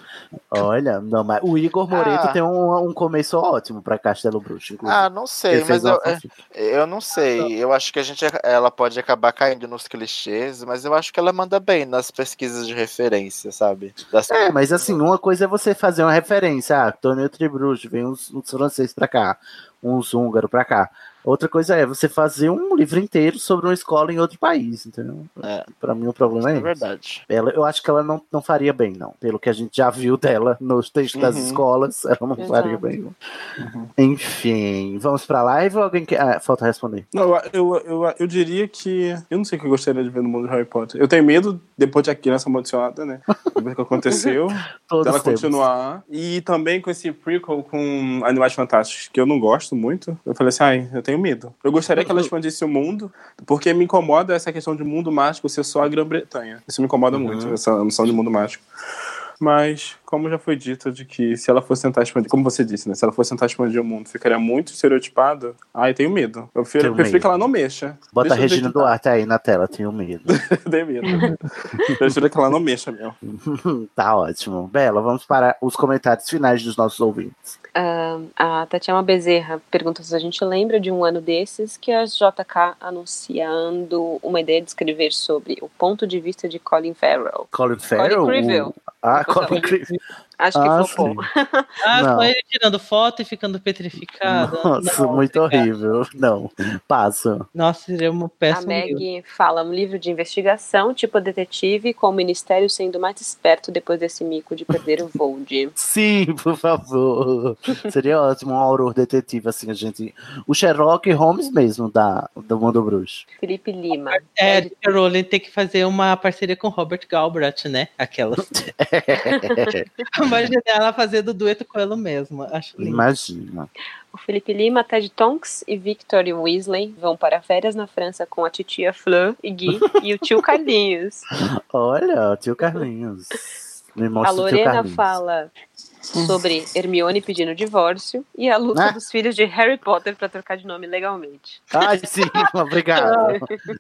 S6: Olha, não, mas o Igor Moreto
S7: Ah.
S6: tem um, um começo ótimo pra Castelo Bruxo, inclusive.
S7: Ah, não sei,
S6: Uhum. Ele fez
S7: mas
S6: uma Ah, tá.
S7: eu, é,
S6: fanfic.
S7: eu não sei. Eu acho que a gente ela pode acabar caindo nos clichês, mas eu acho que ela manda bem nas pesquisas de referência, sabe? Das-
S6: É, mas assim, uma coisa é você fazer uma referência. Ah, Tony Tribruxo, vem uns, uns franceses pra cá, uns húngaros pra cá. Outra coisa é você fazer um livro inteiro sobre uma escola em outro país, entendeu?
S7: É.
S6: Pra mim o problema é,
S7: É
S6: esse.
S7: verdade.
S6: Ela, eu acho que ela não, não faria bem, não. Pelo que a gente já viu dela nos textos das
S7: Uhum.
S6: escolas, ela não
S8: Exato.
S6: faria bem. não. Enfim, vamos pra live ou alguém quer. Ah, falta responder.
S8: Não, eu, eu, eu, eu diria que. Eu não sei o que eu gostaria de ver no mundo de Harry Potter. Eu tenho medo, depois de a criança amaldiçoada, né? Ver o que aconteceu.
S6: Todos
S8: dela
S6: temos.
S8: continuar. E também com esse prequel com Animais Fantásticos, que eu não gosto muito. Eu falei assim, ai, eu tenho medo. Eu gostaria
S6: Uhum.
S8: que ela expandisse o mundo, porque me incomoda essa questão de mundo mágico ser só a Grã-Bretanha. Isso me
S6: Uhum.
S8: incomoda muito, essa noção de mundo mágico. Mas, como já foi dito, de que se ela fosse tentar expandir, como você disse, né? Se ela fosse tentar expandir o mundo, ficaria muito estereotipada. Ai, tenho medo. Eu prefiro,
S6: Tenho
S8: prefiro
S6: medo.
S8: que ela não mexa.
S6: Bota a
S8: Deixa eu ver
S6: Regina
S8: que-
S6: Duarte aí na tela, tenho medo.
S8: Dei medo. Prefiro que ela não mexa mesmo.
S6: tá ótimo. Bela, vamos para os comentários finais dos nossos ouvintes.
S9: Ah, a Tatiana Bezerra pergunta se a gente lembra de um ano desses que a JK anunciando uma ideia de escrever sobre o ponto de vista de Colin Farrell.
S6: Colin Farrell?
S9: Creeville.
S6: Ah, Colin Creeville.
S9: Acho que um
S6: Ah,
S9: flopou.
S10: Ah,
S6: Não.
S10: só ele tirando foto e ficando petrificado.
S6: Nossa, muito horrível. Não, passa.
S10: Nossa, seria uma
S9: A
S10: péssima.
S9: Meg fala um livro de investigação, tipo detetive, com o ministério sendo mais esperto depois desse mico de perder o Vold.
S6: Sim, por favor. Seria ótimo um horror detetive, assim, a gente. O Sherlock Holmes mesmo, da, do Mundo Bruxo.
S9: Felipe Lima.
S10: É, J.K. Rowling tem que fazer uma parceria com Robert Galbraith, né? Aquelas. Imagina ela fazendo dueto com ela mesma. Acho lindo.
S6: Imagina.
S9: O Felipe Lima, Ted Tonks e Victoria Weasley vão para férias na França com a titia Fleur e Gui e o tio Carlinhos.
S6: Olha, o tio Carlinhos. Me
S9: a
S6: mostra o tio
S9: Lorena
S6: Carlinhos.
S9: fala sobre Hermione pedindo divórcio e a luta
S6: Ah.
S9: dos filhos de Harry Potter para trocar de nome legalmente.
S6: Ai, sim, obrigado.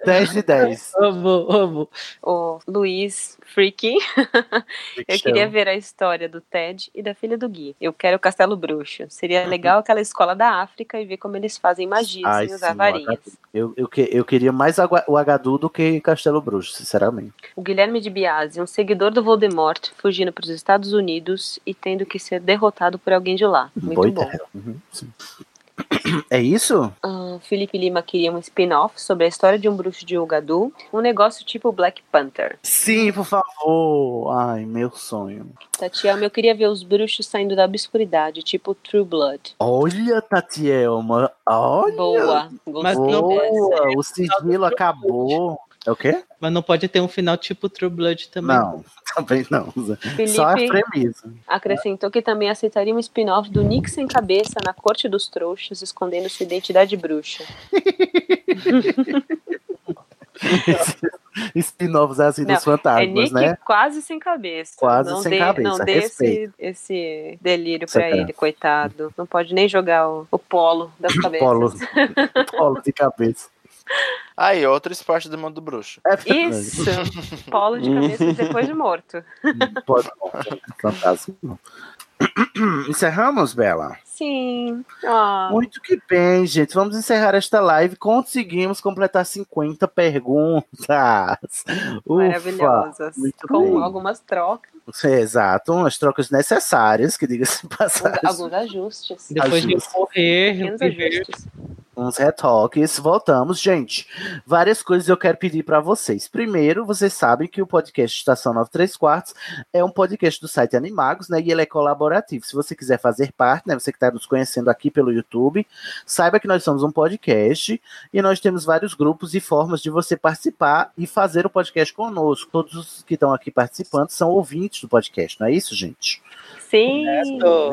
S6: 10 de 10.
S10: Amo, amo.
S9: O Luiz Freaking. Eu queria ver a história do Ted e da filha do Gui. Eu quero o Castelo Bruxo. Seria legal aquela escola da África e ver como eles fazem magia
S6: Uhum. Ai,
S9: sem
S6: sim,
S9: usar
S6: o
S9: varinhas.
S6: Agadu. Eu, eu, que- eu queria mais agua- o Agadu do que Castelo Bruxo, sinceramente.
S9: O Guilherme de Biasi, um seguidor do Voldemort, fugindo para os Estados Unidos e tendo que ser derrotado por alguém de lá. Muito
S6: Boa
S9: bom.
S6: ideia. Uhum, sim. É isso?
S9: Ah, Felipe Lima queria um spin-off sobre a história de um bruxo de Ugadu, um negócio tipo Black Panther.
S6: Sim, por favor. Ai, meu sonho.
S9: Tatiana, eu queria ver os bruxos saindo da obscuridade, tipo True Blood.
S6: Olha, Tatielma. Olha.
S9: Boa.
S10: Mas
S9: Gostei
S10: não-
S9: dessa.
S6: Boa. O sigilo acabou. É o quê?
S10: Mas não pode ter um final tipo True Blood também.
S6: Não, também não. Só a
S9: Felipe-
S6: premissa.
S9: Acrescentou que também aceitaria um spin-off do Nick sem cabeça na corte dos trouxas, escondendo sua identidade bruxa.
S6: Spin-offs assim
S9: Não,
S6: dos
S9: é
S6: fantasmas,
S9: Nick
S6: né?
S9: quase sem cabeça.
S6: Quase
S9: não
S6: sem
S9: dê,
S6: cabeça,
S9: Não dê esse,
S6: respeito. é
S9: esse delírio
S6: Essa
S9: pra
S6: cara.
S9: ele, coitado. Não pode nem jogar o, o polo das cabeças.
S6: Polo, polo de cabeça. É
S7: Aí, outro esporte do mundo bruxo.
S9: Isso! Polo de cabeça depois de morto.
S6: Pode um fantasma. Encerramos, Bela?
S9: Sim. Ah,
S6: Muito que bem, gente. Vamos encerrar esta live. Conseguimos completar 50 perguntas. Ufa,
S9: maravilhosas.
S6: Muito
S9: Com
S6: bem.
S9: algumas trocas,
S6: Exato, as trocas necessárias, que diga-se de passagem.
S9: alguns ajustes.
S10: Depois de um eu
S6: Ajustes.
S10: morrer,
S9: Pequenos
S10: viver.
S9: ajustes.
S6: Uns retoques, voltamos, gente. Várias coisas eu quero pedir para vocês. Primeiro, vocês sabem que o podcast Estação 93 Quartos é um podcast do site Animagos, né? E ele é colaborativo. Se você quiser fazer parte, né? Você que está nos conhecendo aqui pelo YouTube, saiba que nós somos um podcast e nós temos vários grupos e formas de você participar e fazer o podcast conosco. Todos os que estão aqui participando são ouvintes do podcast, não é isso, gente?
S9: Sim.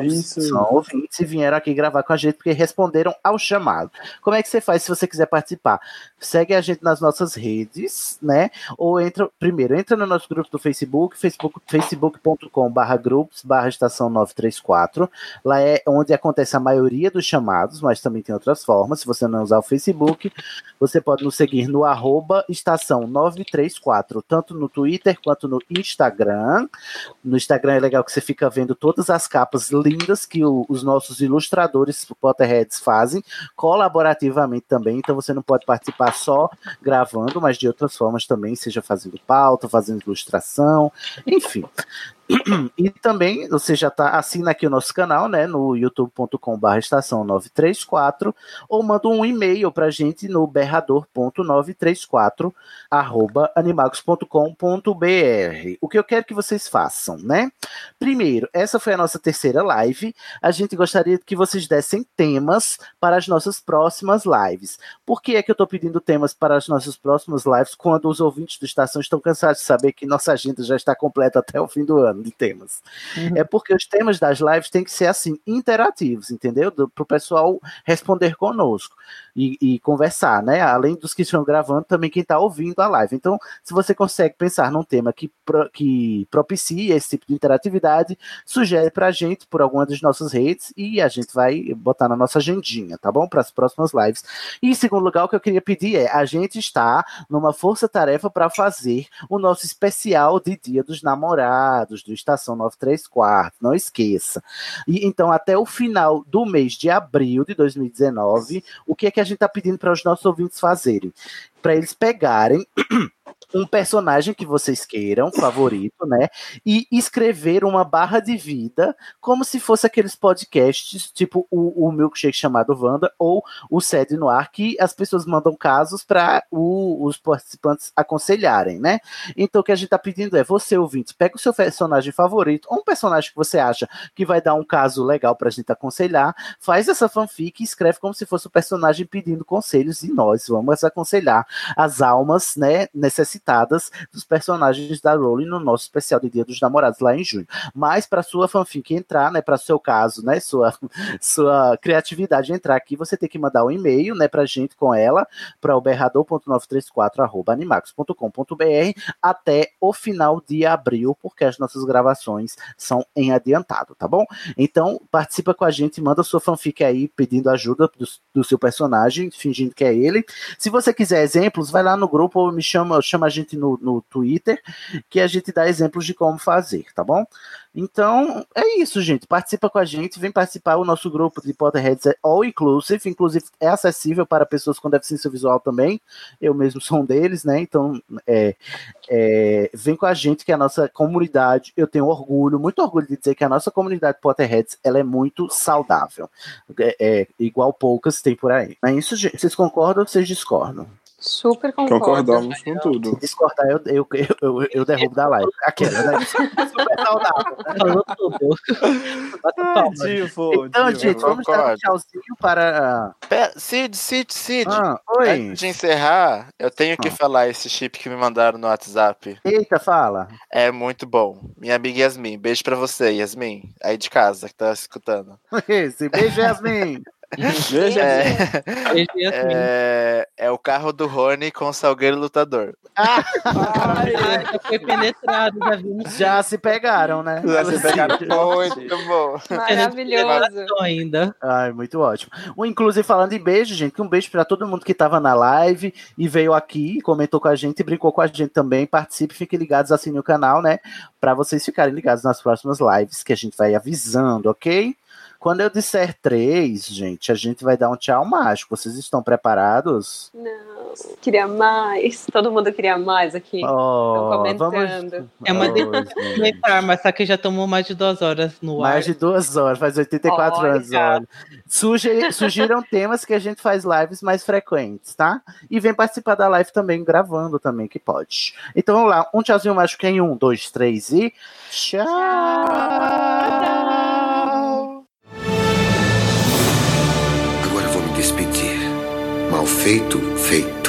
S8: Isso.
S6: São ouvintes e vieram aqui gravar com a gente porque responderam ao chamado. Como é que você faz se você quiser participar? Segue a gente nas nossas redes, né? Ou entra, primeiro, entra no nosso grupo do Facebook, facebook facebook.com barra grupos barra estação 934. Lá é onde acontece a maioria dos chamados, mas também tem outras formas. Se você não usar o Facebook, você pode nos seguir no arroba estação 934, tanto no Twitter quanto no Instagram. No Instagram é legal que você fica vendo todas as capas lindas que o- os nossos ilustradores Potterheads fazem, colaborativamente também. Então você não pode participar só gravando, mas de outras formas também, seja fazendo pauta, fazendo ilustração, enfim. E também você já tá, assina aqui o nosso canal, né? No youtube.com.br estação 934, ou manda um e-mail pra gente no berrador.934 arroba animagos.com.br. O que eu quero que vocês façam, né? Primeiro, essa foi a nossa terceira live. A gente gostaria que vocês dessem temas para as nossas próximas lives. Por que é que eu tô pedindo temas para as nossas próximas lives quando os ouvintes do Estação estão cansados de saber que nossa agenda já está completa até o fim do ano de temas? Uhum. É porque os temas das lives têm que ser assim, interativos, entendeu? Para o pessoal responder conosco e, e, conversar, né? Além dos que estão gravando, também quem está ouvindo a live. Então, se você consegue pensar num tema que, pro, que propicia esse tipo de interatividade, sugere para a gente por alguma das nossas redes e a gente vai botar na nossa agendinha, tá bom? Para as próximas lives. E em segundo lugar, o que eu queria pedir é: a gente está numa força-tarefa para fazer o nosso especial de Dia dos Namorados, do Estação 934, não esqueça. E então, até o final do mês de abril de 2019, o que é que a gente está pedindo para os nossos ouvintes fazerem? Para eles pegarem um personagem que vocês queiram, favorito, né? E escrever uma barra de vida, como se fosse aqueles podcasts, tipo o, o Milkshake chamado Wanda ou o Sede no Ar, que as pessoas mandam casos para os participantes aconselharem, né? Então o que a gente tá pedindo é você, ouvinte, pega o seu personagem favorito, ou um personagem que você acha que vai dar um caso legal pra gente aconselhar, faz essa fanfic e escreve como se fosse o personagem pedindo conselhos e nós vamos aconselhar as almas, né, necessitadas citadas dos personagens da Rowling no nosso especial de Dia dos Namorados lá em junho. Mas para sua fanfic entrar, né, para seu caso, né, sua sua criatividade entrar aqui, você tem que mandar um e-mail, né, pra gente com ela para o berrador.934@animax.com.br até o final de abril, porque as nossas gravações são em adiantado, tá bom? Então, participa com a gente, manda sua fanfic aí pedindo ajuda do, do seu personagem, fingindo que é ele. Se você quiser exemplos, vai lá no grupo ou me chama, chama a gente no, no Twitter, que a gente dá exemplos de como fazer, tá bom? Então, é isso, gente. Participa com a gente, vem participar. O nosso grupo de Potterheads é all inclusive, inclusive é acessível para pessoas com deficiência visual também. Eu mesmo sou um deles, né? Então, é, é, vem com a gente, que é a nossa comunidade. Eu tenho orgulho, muito orgulho de dizer que a nossa comunidade Potterheads ela é muito saudável. É, igual poucas tem por aí. É isso, gente. Vocês concordam ou vocês discordam?
S11: Super concordo.
S8: Concordamos com tudo.
S6: Se discordar, eu, eu, eu, eu, derrubo da live. Aquela, né? Super saudável.
S10: tá
S6: Falou tudo. Ah,
S8: 哎
S6: divo, então, divo, gente, vamos concordo. dar um tchauzinho para.
S7: Pera, Cid, Cid, Cid. Ah, oi. Antes de encerrar, eu tenho que ah. falar esse chip que me mandaram no WhatsApp.
S6: Eita, fala.
S7: É muito bom. Minha amiga Yasmin. Beijo pra você, Yasmin. Aí de casa, que tá escutando.
S6: Esse beijo, Yasmin.
S8: Tá
S7: É,
S10: assim,
S7: é, é, o carro do Rony com o Salgueiro Lutador.
S6: Ah,
S10: ah,
S6: ai, foi penetrado, já, vimos. já se pegaram, né?
S7: Já se pegaram. Muito bom.
S11: Maravilhoso.
S10: ainda.
S6: Ai, muito ótimo. Um, inclusive, falando em beijo, gente, um beijo para todo mundo que estava na live e veio aqui, comentou com a gente, brincou com a gente também. Participe, fiquem ligados, assinem o canal, né? Para vocês ficarem ligados nas próximas lives que a gente vai avisando, ok? Quando eu disser três, gente, a gente vai dar um tchau mágico. Vocês estão preparados?
S11: Não, queria mais. Todo mundo queria mais aqui.
S6: Oh,
S11: comentando.
S6: Vamos...
S10: É uma oh, mas só que já tomou mais de duas horas no
S6: mais
S10: ar.
S6: Mais de duas horas, faz 84 olha. anos. Olha. Sugi sugiram temas que a gente faz lives mais frequentes, tá? E vem participar da live também, gravando também, que pode. Então vamos lá, um tchauzinho mágico em um, dois, três e. tchau. tchau.
S12: Agora vou me despedir. Mal feito, feito.